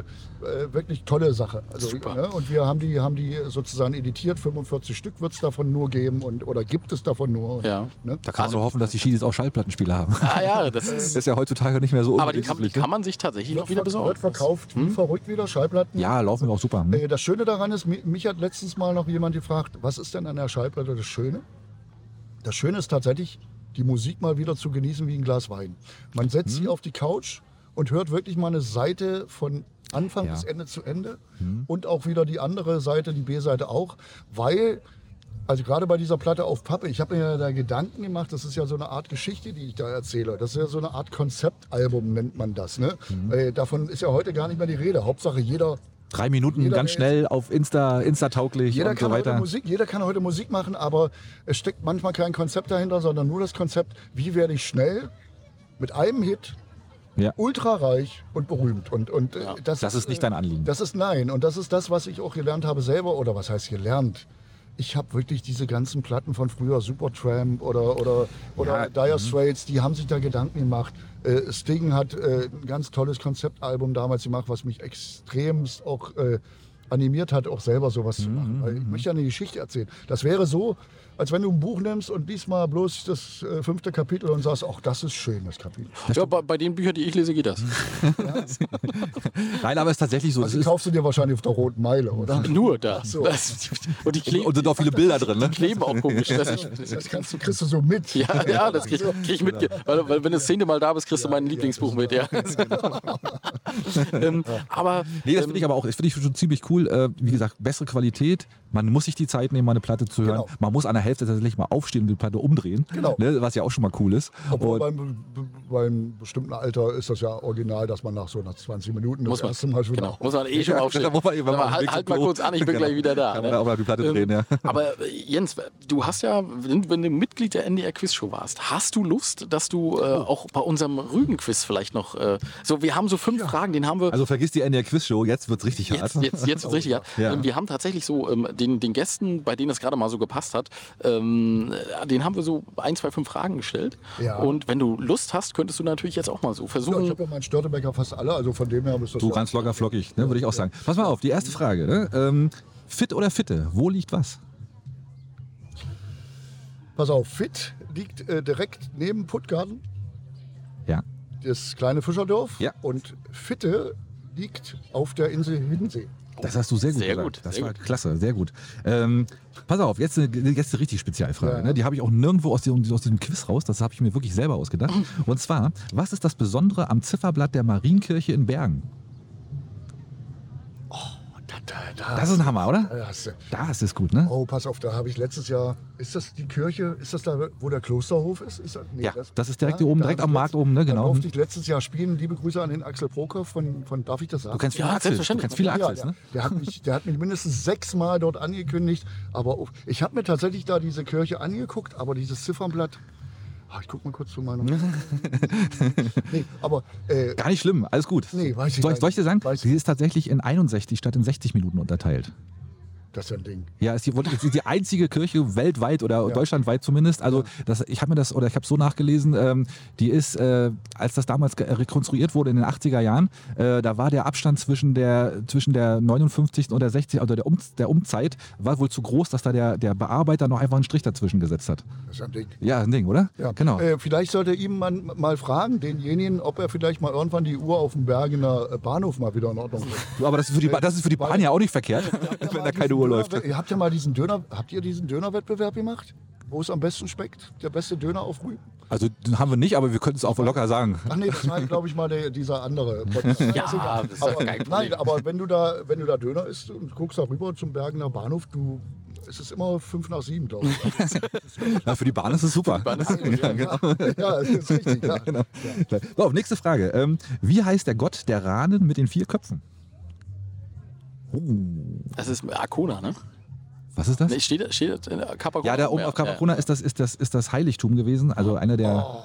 A: äh, wirklich tolle Sache. Also,
B: Super.
A: Ne? Und wir haben die, haben die sozusagen editiert. 45 Stück wird es davon nur geben und, oder gibt es davon nur.
B: Ja.
A: Ne?
D: Da kann man
B: Also-
D: nur hoffen, dass die Schiedis auch Schallplattenspiele haben.
B: Ah ja, das
D: Das
B: ist,
D: ist ja heutzutage nicht mehr so
B: aber die kann, die
D: unüblich, ne?
B: kann man sich tatsächlich noch wieder besorgen.
A: Wird verkauft wie verrückt wieder, Schallplatten.
D: Ja, laufen wir auch super. Hm?
A: Äh, Das Schöne daran ist, mi- mich hat letztens mal noch jemand gefragt, was ist denn an der Schallplatte das Schöne? Das Schöne ist tatsächlich, die Musik mal wieder zu genießen wie ein Glas Wein. Man setzt sich auf die Couch und hört wirklich mal eine Seite von Anfang
D: Ja.
A: bis Ende zu Ende und auch wieder die andere Seite, die B-Seite auch, weil also gerade bei dieser Platte auf Pappe, ich habe mir ja da Gedanken gemacht, das ist ja so eine Art Geschichte, die ich da erzähle. Das ist ja so eine Art Konzeptalbum, nennt man das. Ne? Äh, davon ist ja heute gar nicht mehr die Rede. Hauptsache jeder
D: Drei Minuten
A: jeder,
D: ganz
A: der
D: schnell auf Insta, Insta-tauglich
A: jeder
D: und so
A: kann heute
D: weiter.
A: Musik, jeder kann heute Musik machen, aber es steckt manchmal kein Konzept dahinter, sondern nur das Konzept, wie werde ich schnell mit einem Hit
D: Ja.
A: ultrareich und berühmt. Und, und äh, das,
D: Das ist nicht dein Anliegen.
A: Das ist nein. Und das ist das, was ich auch gelernt habe selber. Oder was heißt gelernt? Ich habe wirklich diese ganzen Platten von früher, Supertramp oder, oder, oder
D: mhm.
A: Dire Straits, die haben sich da Gedanken gemacht. Äh, Sting hat äh, ein ganz tolles Konzeptalbum damals gemacht, was mich extremst auch äh, animiert hat, auch selber sowas zu
D: Mhm,
A: machen. Weil ich möchte ja eine Geschichte erzählen. Das wäre so, als wenn du ein Buch nimmst und diesmal bloß das äh, fünfte Kapitel und sagst, ach, das ist schön, das Kapitel.
B: Ja, bei, bei den Büchern, die ich lese, geht das.
D: Nein, aber es ist tatsächlich so.
A: Also
D: es
A: die
D: ist,
A: kaufst du dir wahrscheinlich auf der Roten Meile, oder?
B: Nur das.
A: so.
B: das. Und die kleben,
D: und sind auch viele Bilder drin, ne?
B: die kleben auch komisch. Das,
A: Das kannst du, kriegst du so mit.
B: ja, ja, das
D: genau.
B: krieg, krieg ich mit. Weil, weil wenn du das zehnte Mal da bist, kriegst du mein Lieblingsbuch mit. Ja. ähm, aber
D: Nee, das finde ich aber auch, das finde ich schon ziemlich cool. Äh, wie gesagt, bessere Qualität. Man muss sich die Zeit nehmen, mal eine Platte zu hören.
A: Genau.
D: Man muss an der Hälfte tatsächlich mal aufstehen und die Platte umdrehen.
A: Genau.
D: Ne, was ja auch schon mal cool ist.
A: Obwohl
D: Und-
A: beim, beim bestimmten Alter ist das ja original, dass man nach so nach 20 Minuten das
B: muss man,
A: erste Mal schon
B: genau,
A: auch-
B: muss man eh schon
D: Ja,
B: aufstehen.
D: da muss man eben
B: Sag
D: mal
B: mal, halt,
D: weg
B: halt
D: zum
B: mal
D: Klo.
B: kurz an, ich bin
D: Genau.
B: gleich wieder da. ne? Ähm,
D: Kann man da auch mal die Platte drehen, ja.
B: Aber äh, Jens, du hast ja, wenn du- wenn du Mitglied der NDR Quizshow warst, hast du Lust, dass du äh,
D: Oh.
B: auch bei unserem Rügen-Quiz vielleicht noch, äh, so wir haben so fünf Fragen, den haben wir
D: Also vergiss die NDR Quizshow, jetzt wird's richtig
B: Jetzt,
D: hart.
B: jetzt, jetzt ist richtig. Ja.
D: Ja.
B: Ähm, wir haben tatsächlich so ähm, den, den Gästen, bei denen es gerade mal so gepasst hat, ähm, äh, den haben wir so ein, zwei, fünf Fragen gestellt.
A: Ja.
B: Und wenn du Lust hast, könntest du natürlich jetzt auch mal so
A: Ja, ich
B: versuchen.
A: habe ja meinen Störtebecker fast alle, also von dem her ist das
D: Du
A: ja-
D: ganz locker flockig, ne, würde ich auch sagen. Pass mal auf, die erste Frage. Ne? Ähm, fit oder Fitte? Wo liegt was?
A: Pass auf, Fit liegt äh, direkt neben Puttgarden,
D: Ja.
A: das kleine Fischerdorf.
D: Ja.
A: Und Fitte liegt auf der Insel Hiddensee.
D: Das hast du sehr gut
B: Sehr
D: gesagt.
B: gut,
D: das
B: sehr
D: war
B: gut.
D: klasse, sehr gut. Ähm, pass auf, jetzt eine, jetzt eine richtig Spezialfrage.
A: Ja.
D: Ne? Die habe ich auch nirgendwo aus diesem, aus diesem Quiz raus. Das habe ich mir wirklich selber ausgedacht. Und zwar, was ist das Besondere am Zifferblatt der Marienkirche in Bergen?
A: Da, da, da.
D: Das ist ein Hammer, oder?
A: Da hast du.
D: Das ist gut, ne?
A: Äh. Oh, pass auf, da habe ich letztes Jahr. Ist das die Kirche? Ist das da, wo der Klosterhof ist? ist das, nee,
D: Ja, das ist direkt hier oben,
A: da
D: direkt
A: habe
D: am
A: ich
D: Markt
A: letzt-
D: oben, ne,
A: Da
D: genau.
A: durfte ich letztes Jahr spielen. Liebe Grüße an den Axel Proker von, von Darf ich das sagen?
D: Du kennst viele
B: Ja,
D: Axels. Du
B: selbstverständlich.
D: kennst viele
A: Ja,
D: Axels,
A: ja.
D: ne?
A: Der, hat mich, der hat mich mindestens sechsmal dort angekündigt. Aber auf- ich habe mir tatsächlich da diese Kirche angeguckt, aber dieses Ziffernblatt. Ah, ich guck mal kurz zu meinem. nee, aber äh,
D: Gar nicht schlimm, alles gut.
A: Nee, weiß ich
D: soll,
A: gar
D: soll ich dir
A: nicht.
D: sagen,
A: Weiß
D: sie ist tatsächlich in 61 statt in 60 Minuten unterteilt.
A: das ist ja ein Ding.
D: Ja, ist die, wollte ich- ist die einzige Kirche weltweit oder deutschlandweit zumindest. Also das, ich habe mir das oder ich habe so nachgelesen, ähm, die ist, äh, als das damals ge- rekonstruiert wurde in den 80er Jahren, äh, da war der Abstand zwischen der zwischen der 59. und der 60. oder der, um, der Umzeit war wohl zu groß, dass da der, der Bearbeiter noch einfach einen Strich dazwischen gesetzt hat.
A: Das ist ja ein Ding.
D: Ja, ein Ding, oder?
A: Ja.
D: genau.
A: Äh, vielleicht sollte ihm man mal fragen, denjenigen, ob er vielleicht mal irgendwann die Uhr auf dem Bergener äh, Bahnhof mal wieder in Ordnung bringt.
D: Du, Aber das ist für die, Ba- das ist für die
A: weil-
D: Bahn ja auch nicht verkehrt, wenn da keine Uhr läuft.
A: Ihr habt ja mal diesen Döner, habt ihr diesen Dönerwettbewerb gemacht? Wo es am besten schmeckt? Der beste Döner auf Rügen?
D: Also den haben wir nicht, aber wir könnten es auch locker sagen.
A: Ach nee, das war, glaube ich, mal der, dieser andere. Podcast.
B: Ja, das ist doch
A: aber,
B: kein
A: Nein,
B: Problem.
A: aber wenn du da, wenn du da Döner isst und guckst da rüber zum Bergener Bahnhof, du, es ist immer fünf nach sieben, glaube ich.
D: Na, für die Bahn ist es super.
A: ja, genau. ja, das ist richtig. Ja.
D: Genau. So, nächste Frage. Ähm, wie heißt der Gott der Ranen mit den vier Köpfen? Oh,
B: Das ist Arkona, ne?
D: was ist das?
B: Nee, steht, steht in Capacona.
D: Ja, da oben auf Capacona ist, das, ist, das, ist das Heiligtum gewesen.
A: Oh.
D: Also einer der.
B: Ja.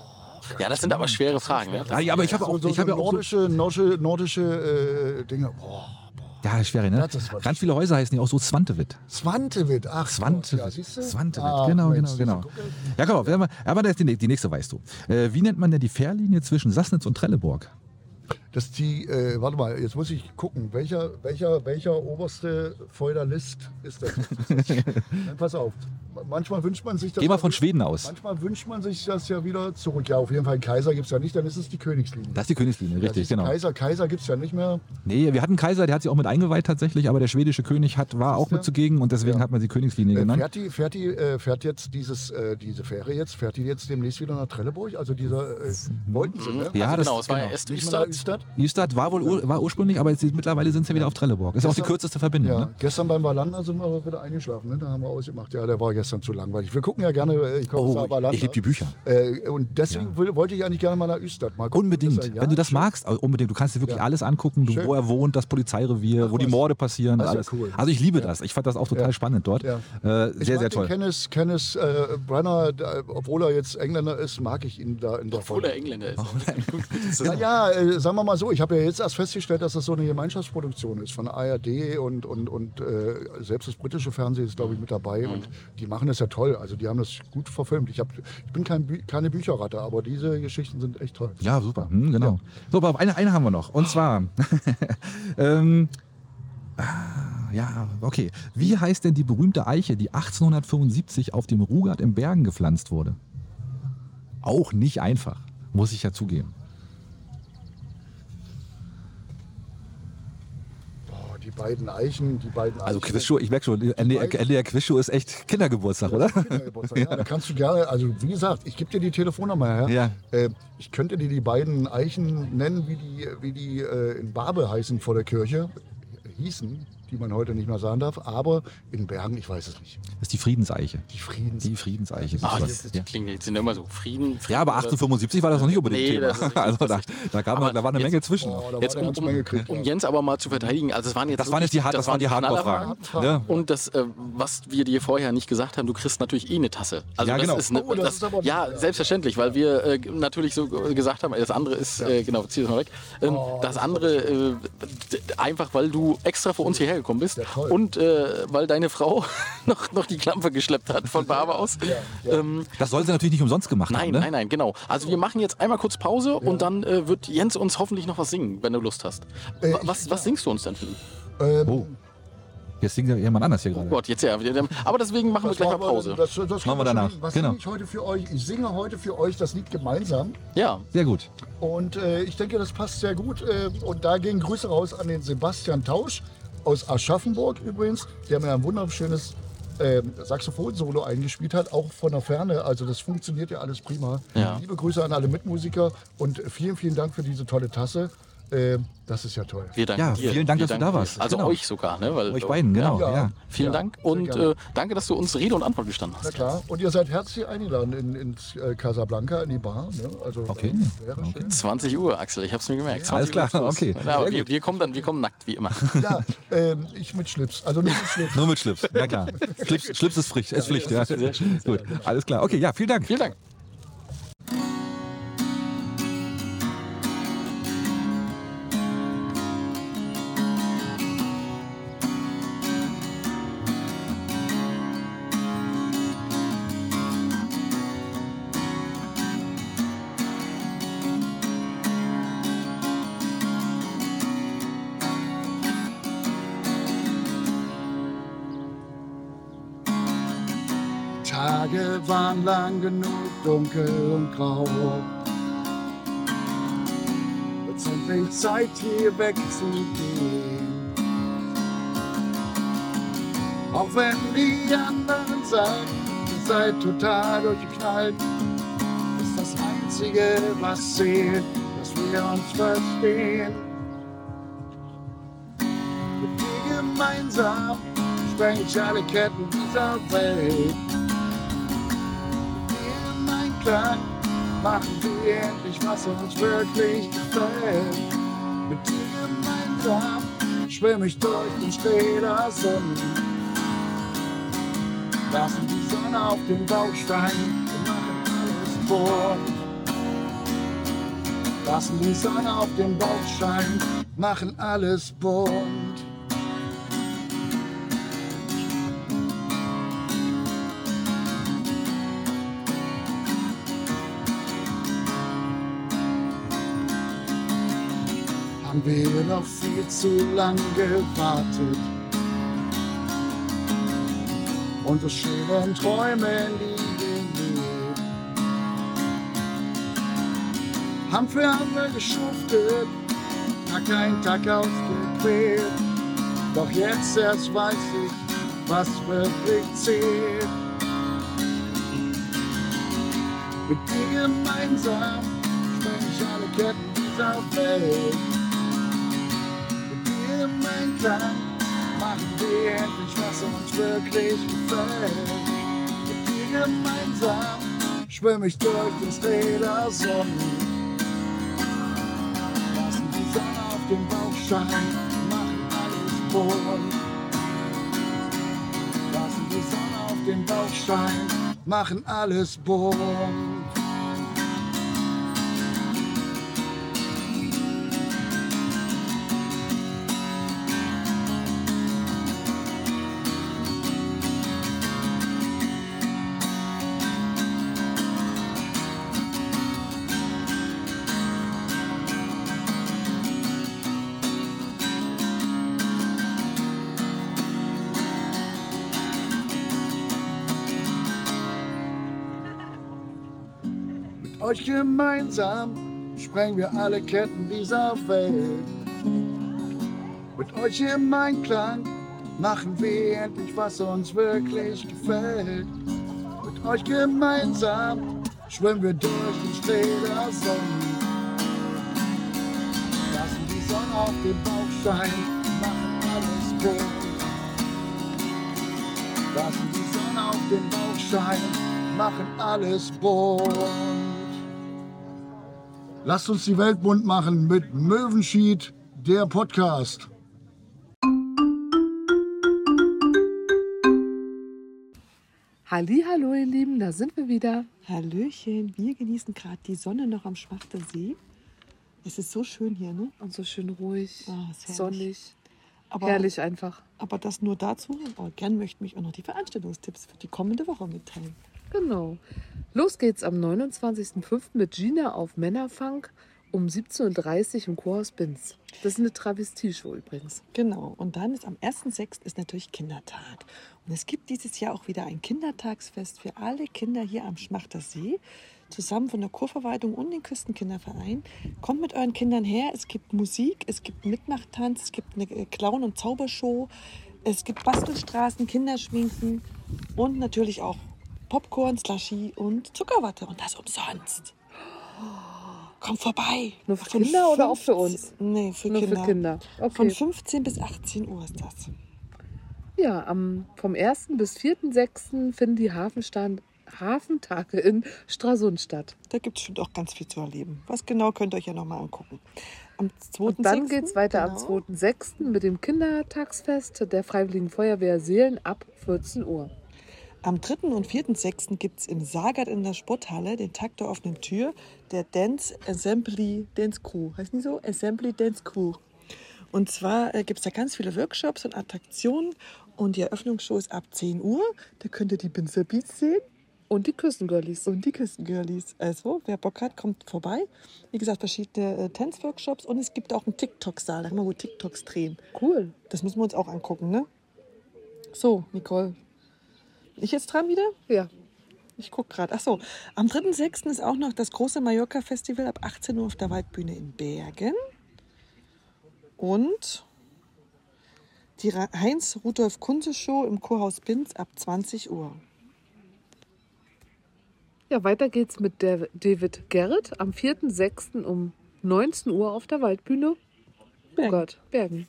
B: ja, das sind aber schwere Fragen. Ne?
D: Ah, ja, aber ich habe auch,
A: So, Also
D: ich
A: so
D: habe ja auch. So,
A: nordische, nordische, nordische äh, Dinge. Boah.
D: ja, schwere, ne?
A: Das ist was.
D: Ganz viele Häuser heißen ja auch so Swantewit.
A: Swantewit, ach.
D: Swantewit.
A: Ja, siehst du?
D: Swantewit,
A: Ah,
D: genau,
A: Mensch,
D: genau,
A: siehst du,
D: genau.
A: guck mal.
D: Ja, komm auf, warte mal. aber das ist die, nä- die nächste weißt du. Äh, wie nennt man denn die Fährlinie zwischen Sassnitz und Trelleborg?
A: Dass die, äh, warte mal, jetzt muss ich gucken, welcher, welcher, welcher oberste Feudalist ist das? Nein, pass auf, manchmal wünscht man sich das.
D: Geh mal
A: ja
D: von
A: wieder-
D: Schweden aus.
A: Manchmal wünscht man sich das ja wieder zurück. Ja, auf jeden Fall, einen Kaiser gibt es ja nicht, dann ist es die Königslinie.
D: Das ist die Königslinie, richtig,
A: Ja,
D: genau.
A: Kaiser, Kaiser gibt es ja nicht mehr.
D: Nee, wir hatten einen Kaiser, der hat sich auch mit eingeweiht tatsächlich, aber der schwedische König hat, war auch mit zugegen und deswegen hat man die Königslinie
A: Äh,
D: genannt.
A: fährt, die, fährt, die, äh, fährt jetzt dieses, äh, diese Fähre jetzt, fährt die jetzt demnächst wieder nach Trelleborg? Also dieser, äh, wollten sie, ne?
D: Ja,
B: Also
D: das-
B: genau, es war ja
D: genau.
B: erst
A: Nicht mal
B: Öster,
A: nach Öster? Istad.
D: Newstadt war wohl ur, war ursprünglich, aber jetzt, mittlerweile sind sie wieder auf Trelleborg. Ist auch die
A: Gestern-
D: kürzeste Verbindung.
A: Ja,
D: Ne?
A: gestern beim Valanda sind wir aber wieder eingeschlafen. Ne? Da haben wir ausgemacht. Ja, der war gestern zu langweilig. Wir gucken ja gerne äh, Kommissar
D: Oh, ich liebe die Bücher.
A: Äh, und deswegen will- wollte ich eigentlich gerne mal nach Östad mal gucken.
D: Unbedingt.
A: Das ist ja-
D: Wenn du das magst, also unbedingt. Du kannst dir wirklich
A: Ja.
D: alles angucken, du,
A: Schön.
D: wo er wohnt, das Polizeirevier, wo die
A: was.
D: Morde passieren.
A: Das ist ja
D: alles.
A: cool.
D: Also ich liebe das. Ich fand das auch total spannend dort.
A: Ja.
D: Äh,
A: Ich
D: sehr,
A: mag
D: sehr
A: den
D: toll.
A: Kenneth, Kenneth äh, Brenner, da, obwohl er jetzt Engländer ist, mag ich ihn da in der
B: Obwohl er
A: Folge.
B: Engländer ist.
A: Na ja, äh, sagen wir mal so, ich habe ja jetzt erst festgestellt, dass das so eine Gemeinschaftsproduktion ist von ARD und, und, und äh, selbst das britische Fernsehen ist, glaube ich, mit dabei. Und die machen das ja toll. Also die haben das gut verfilmt. Ich, hab, ich bin kein, Bü- keine Bücherratte, aber diese Geschichten sind echt toll.
D: Ja, super. Hm, genau. So, Bob, eine, eine haben wir noch. Und zwar. ähm, ah, ja, okay. Wie heißt denn die berühmte Eiche, die 1875 auf dem Rugard im Bergen gepflanzt wurde? Auch nicht einfach, muss ich ja zugeben.
A: Boah, die beiden Eichen, die beiden Eichen.
D: Also Quizshow, ich merke schon, Ende, Ende der Quizshow ist echt Kindergeburtstag, oder?
A: Kindergeburtstag, ja. Da kannst du gerne, also wie gesagt, ich gebe dir die Telefonnummer her.
D: Ja.
A: Äh, ich könnte dir die beiden Eichen nennen, wie die, wie die äh, in Babel heißen vor der Kirche, Äh, hießen, die man heute nicht mehr sagen darf, aber in Bergen, ich weiß es nicht.
D: Das ist die Friedenseiche.
A: Die Friedens.
D: Die Friedenseiche.
B: Ah,
D: sozusagen.
B: das,
D: ja.
B: das klingt jetzt sind immer so Frieden. Frieden
D: ja, aber
B: oder-
D: 1875 war das noch nicht unbedingt
B: Nee, das ist
D: Thema.
B: richtig,
D: Also da,
B: das ist
D: da, gab
B: Aber
D: noch, da war eine
B: jetzt-
D: Menge zwischen.
A: Boah, Oh, da war
B: Jetzt um,
A: eine ganze Menge Krieg,
B: um, um
A: ja.
B: Jens aber mal zu verteidigen, also es waren jetzt
D: Das waren jetzt die, Hard- das waren die Hardcore-Fragen. Ne?
B: Und das, äh, was wir dir vorher nicht gesagt haben, du kriegst natürlich eh eine Tasse. Also
D: Ja,
B: das
D: genau.
B: ist eine,
A: Oh, das
B: das,
A: ist aber-
B: ja, selbstverständlich, weil wir äh, natürlich so g- gesagt haben, das andere ist, äh, genau, zieh das mal weg. Ähm,
A: Oh,
B: das andere, äh, d- einfach weil du extra für uns hierher gekommen bist
A: toll.
B: und äh, weil deine Frau noch, noch die Klampe geschleppt hat von Barbe aus. Ähm,
D: Das soll sie natürlich nicht umsonst gemacht haben.
B: Nein,
D: Ne?
B: nein, nein, genau. Also wir machen jetzt einmal kurz Pause und dann äh, wird Jens uns hoffentlich noch was singen, wenn du Lust hast.
A: Äh,
B: Wa- was, was singst du uns denn? für ein-
A: Ähm,
D: Oh. Jetzt singt ja jemand anders hier
B: Oh
D: gerade.
B: Gott, jetzt ja. wir- Aber deswegen machen wir gleich mal
A: machen wir-
B: Pause.
A: Das, das
D: Machen wir danach,
A: Was
D: genau.
A: singe ich heute für euch? Ich singe heute für euch das Lied gemeinsam.
B: Ja,
D: Sehr gut.
A: Und äh, ich denke, das passt sehr gut. Äh, und da gehen Grüße raus an den Sebastian Tausch aus Aschaffenburg übrigens, der mir ein wunderschönes ähm, Saxophon-Solo eingespielt hat, auch von der Ferne. Also das funktioniert ja alles prima.
B: Ja.
A: Liebe Grüße an alle Mitmusiker und vielen, vielen Dank für diese tolle Tasse. Äh, das ist ja toll.
B: wir danken
D: Ja,
B: dir.
D: vielen Dank,
B: Wir
D: dass
B: danken
D: du da
B: dir.
D: warst.
B: Also
D: Genau.
B: euch sogar, ne? Weil,
D: Euch beiden, genau.
A: Ja.
D: Ja.
B: Vielen
A: Ja,
B: Dank
A: sehr
B: und
A: gerne.
B: äh, danke, dass du uns Rede und Antwort gestanden hast.
A: Na klar. Und ihr seid herzlich eingeladen in, ins äh, Casablanca, in die Bar. Ne? Also
D: Okay.
A: äh, wäre schön.
B: 20 Uhr, Axel, ich hab's mir gemerkt. 20
D: Alles
B: Uhr
D: klar,
B: geht's los.
D: okay.
B: Ja,
D: Sehr
B: wir, wir, kommen dann, wir kommen nackt, wie immer.
A: Ja, ähm, ich mit Schlips. Also nicht mit Schlips.
D: Nur mit Schlips, na klar. Schlips, Schlips ist Pflicht, ist Pflicht. Ja. Gut, alles klar. Okay, ja, vielen Dank.
B: vielen Dank.
A: Tage waren lang genug dunkel und grau. Jetzt sind wir Zeit, hier wegzugehen. Auch wenn die anderen sagen, ihr seid total durchgeknallt, ist das Einzige, was zählt, dass wir uns verstehen. Mit dir gemeinsam spreng ich alle Ketten dieser Welt. Wir im Einklang machen wir endlich, was uns wirklich gefällt. Mit dir gemeinsam schwimm ich durch den Städter Sinn. Lassen die Sonne auf den Baustein, wir machen alles vor. Lassen die Sonne auf den Baustein, machen alles bunt. haben wir noch viel zu lange gewartet. Unsere schönen Träume liegen nie. Haben für andere geschuftet, Tag ein, Tag ausgequält. Doch jetzt erst weiß ich, was wirklich zählt. Mit dir gemeinsam spreng ich alle Ketten dieser Welt. Mit dir im Einklang machen wir endlich, was uns wirklich gefällt. Mit dir gemeinsam schwimm ich durch den Städter Sonnen. Lassen die Sonne auf dem Bauch scheinen, machen alles bunt. Lassen die Sonne auf den Bauch scheinen, machen alles bunt. euch gemeinsam sprengen wir alle Ketten dieser Welt. Mit euch im Einklang machen wir endlich, was uns wirklich gefällt. Mit euch gemeinsam schwimmen wir durch den Städter Sonnen. Lassen die Sonne auf den Bauch scheinen, machen alles bunt. Lassen die Sonne auf den Bauch scheinen, machen alles bunt. Lasst uns die Welt bunt machen mit Möwenschied, der Podcast.
E: Hallo, ihr Lieben, da sind wir wieder.
F: Hallöchen, wir genießen gerade die Sonne noch am Schmachtensee. Es ist so schön hier, ne?
E: Und so schön ruhig,
F: Ah, ist herrlich.
E: sonnig,
F: Aber,
E: herrlich einfach.
F: Aber das nur dazu. Aber gern möchten mich auch noch die Veranstaltungstipps für die kommende Woche mitteilen.
E: Genau. Los geht's am 29.05. mit Gina auf Männerfunk um 17.30 Uhr im Chorhaus Binz. Das ist eine Travestie-Show übrigens.
F: Genau. Und dann ist am 1.6. ist natürlich Kindertag. Und es gibt dieses Jahr auch wieder ein Kindertagsfest für alle Kinder hier am Schmachtersee. Zusammen von der Kurverwaltung und dem Küstenkinderverein. Kommt mit euren Kindern her. Es gibt Musik, es gibt Mitmachtanz, es gibt eine äh, Clown- und Zaubershow. Es gibt Bastelstraßen, Kinderschminken und natürlich auch Popcorn, Slushy und Zuckerwatte. Und das umsonst. Kommt vorbei.
E: Nur für
F: Von
E: Kinder oder auch für
F: 15 Nee, für
E: Nur
F: Kinder.
E: für Kinder.
F: Von
E: Okay.
F: 15 bis 18 Uhr ist das.
E: Ja, am, vom 1. bis 4.06. finden die Hafenstand, Hafentage in Stralsund statt.
F: Da gibt es bestimmt auch ganz viel zu erleben. Was genau könnt ihr euch ja nochmal angucken. Am Genau. 2.
E: Und dann geht's weiter am 2.06. mit dem Kindertagsfest der Freiwilligen Feuerwehr Seelen ab 14 Uhr.
F: Am 3. und 4.6. gibt es im Sagert in der Sporthalle den Tag der offenen Tür der Dance Assembly Dance Crew. Heißt nicht so? Assembly Dance Crew. Und zwar äh, gibt es da ganz viele Workshops und Attraktionen. Und die Eröffnungsshow ist ab 10 Uhr. Da könnt ihr die Binzer Beats sehen.
E: Und die Küstengirlies.
F: und die Küstengirlies. Also, wer Bock hat, kommt vorbei. Wie gesagt, verschiedene äh, Tanzworkshops und es gibt auch einen TikTok-Saal, da kann man wohl TikToks drehen.
E: Cool.
F: Das müssen wir uns auch angucken, ne? So, Nicole. Bin Ich jetzt dran wieder?
E: Ja.
F: Ich guck gerade. Ach so, am 3.6. ist auch noch das große Mallorca-Festival ab 18 Uhr auf der Waldbühne in Bergen. Und die Ra- Heinz-Rudolf-Kunze-Show im Kurhaus Binz ab 20 Uhr.
E: Oh Ja, weiter geht's mit der David Gerrit am 4.6. um 19 Uhr auf der Waldbühne. Oh
F: Bergen.
E: Gott, Bergen.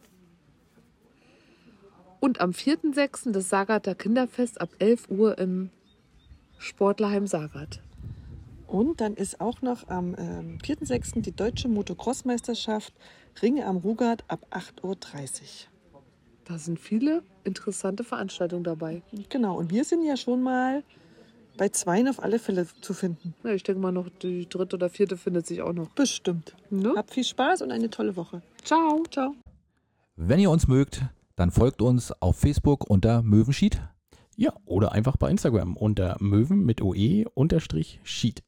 E: Und am 4.6. das Sagarter Kinderfest ab 11 Uhr im Sportlerheim Sagart.
F: Und dann ist auch noch am ähm, 4.6. die deutsche Motocross-Meisterschaft Ringe am Rugard ab 8.30
E: Da sind viele interessante Veranstaltungen dabei.
F: Uhr. Genau, und wir sind ja schon mal bei zweien auf alle Fälle zu finden.
E: Na, ich denke mal noch, die dritte oder vierte findet sich auch noch.
F: Bestimmt.
E: Ne?
F: Habt viel Spaß und eine tolle Woche.
E: Ciao. Ciao.
D: Wenn ihr uns mögt, dann folgt uns auf Facebook unter Möwenschied.
B: Ja, oder einfach bei Instagram unter Möwen mit OE unterstrich Sheet.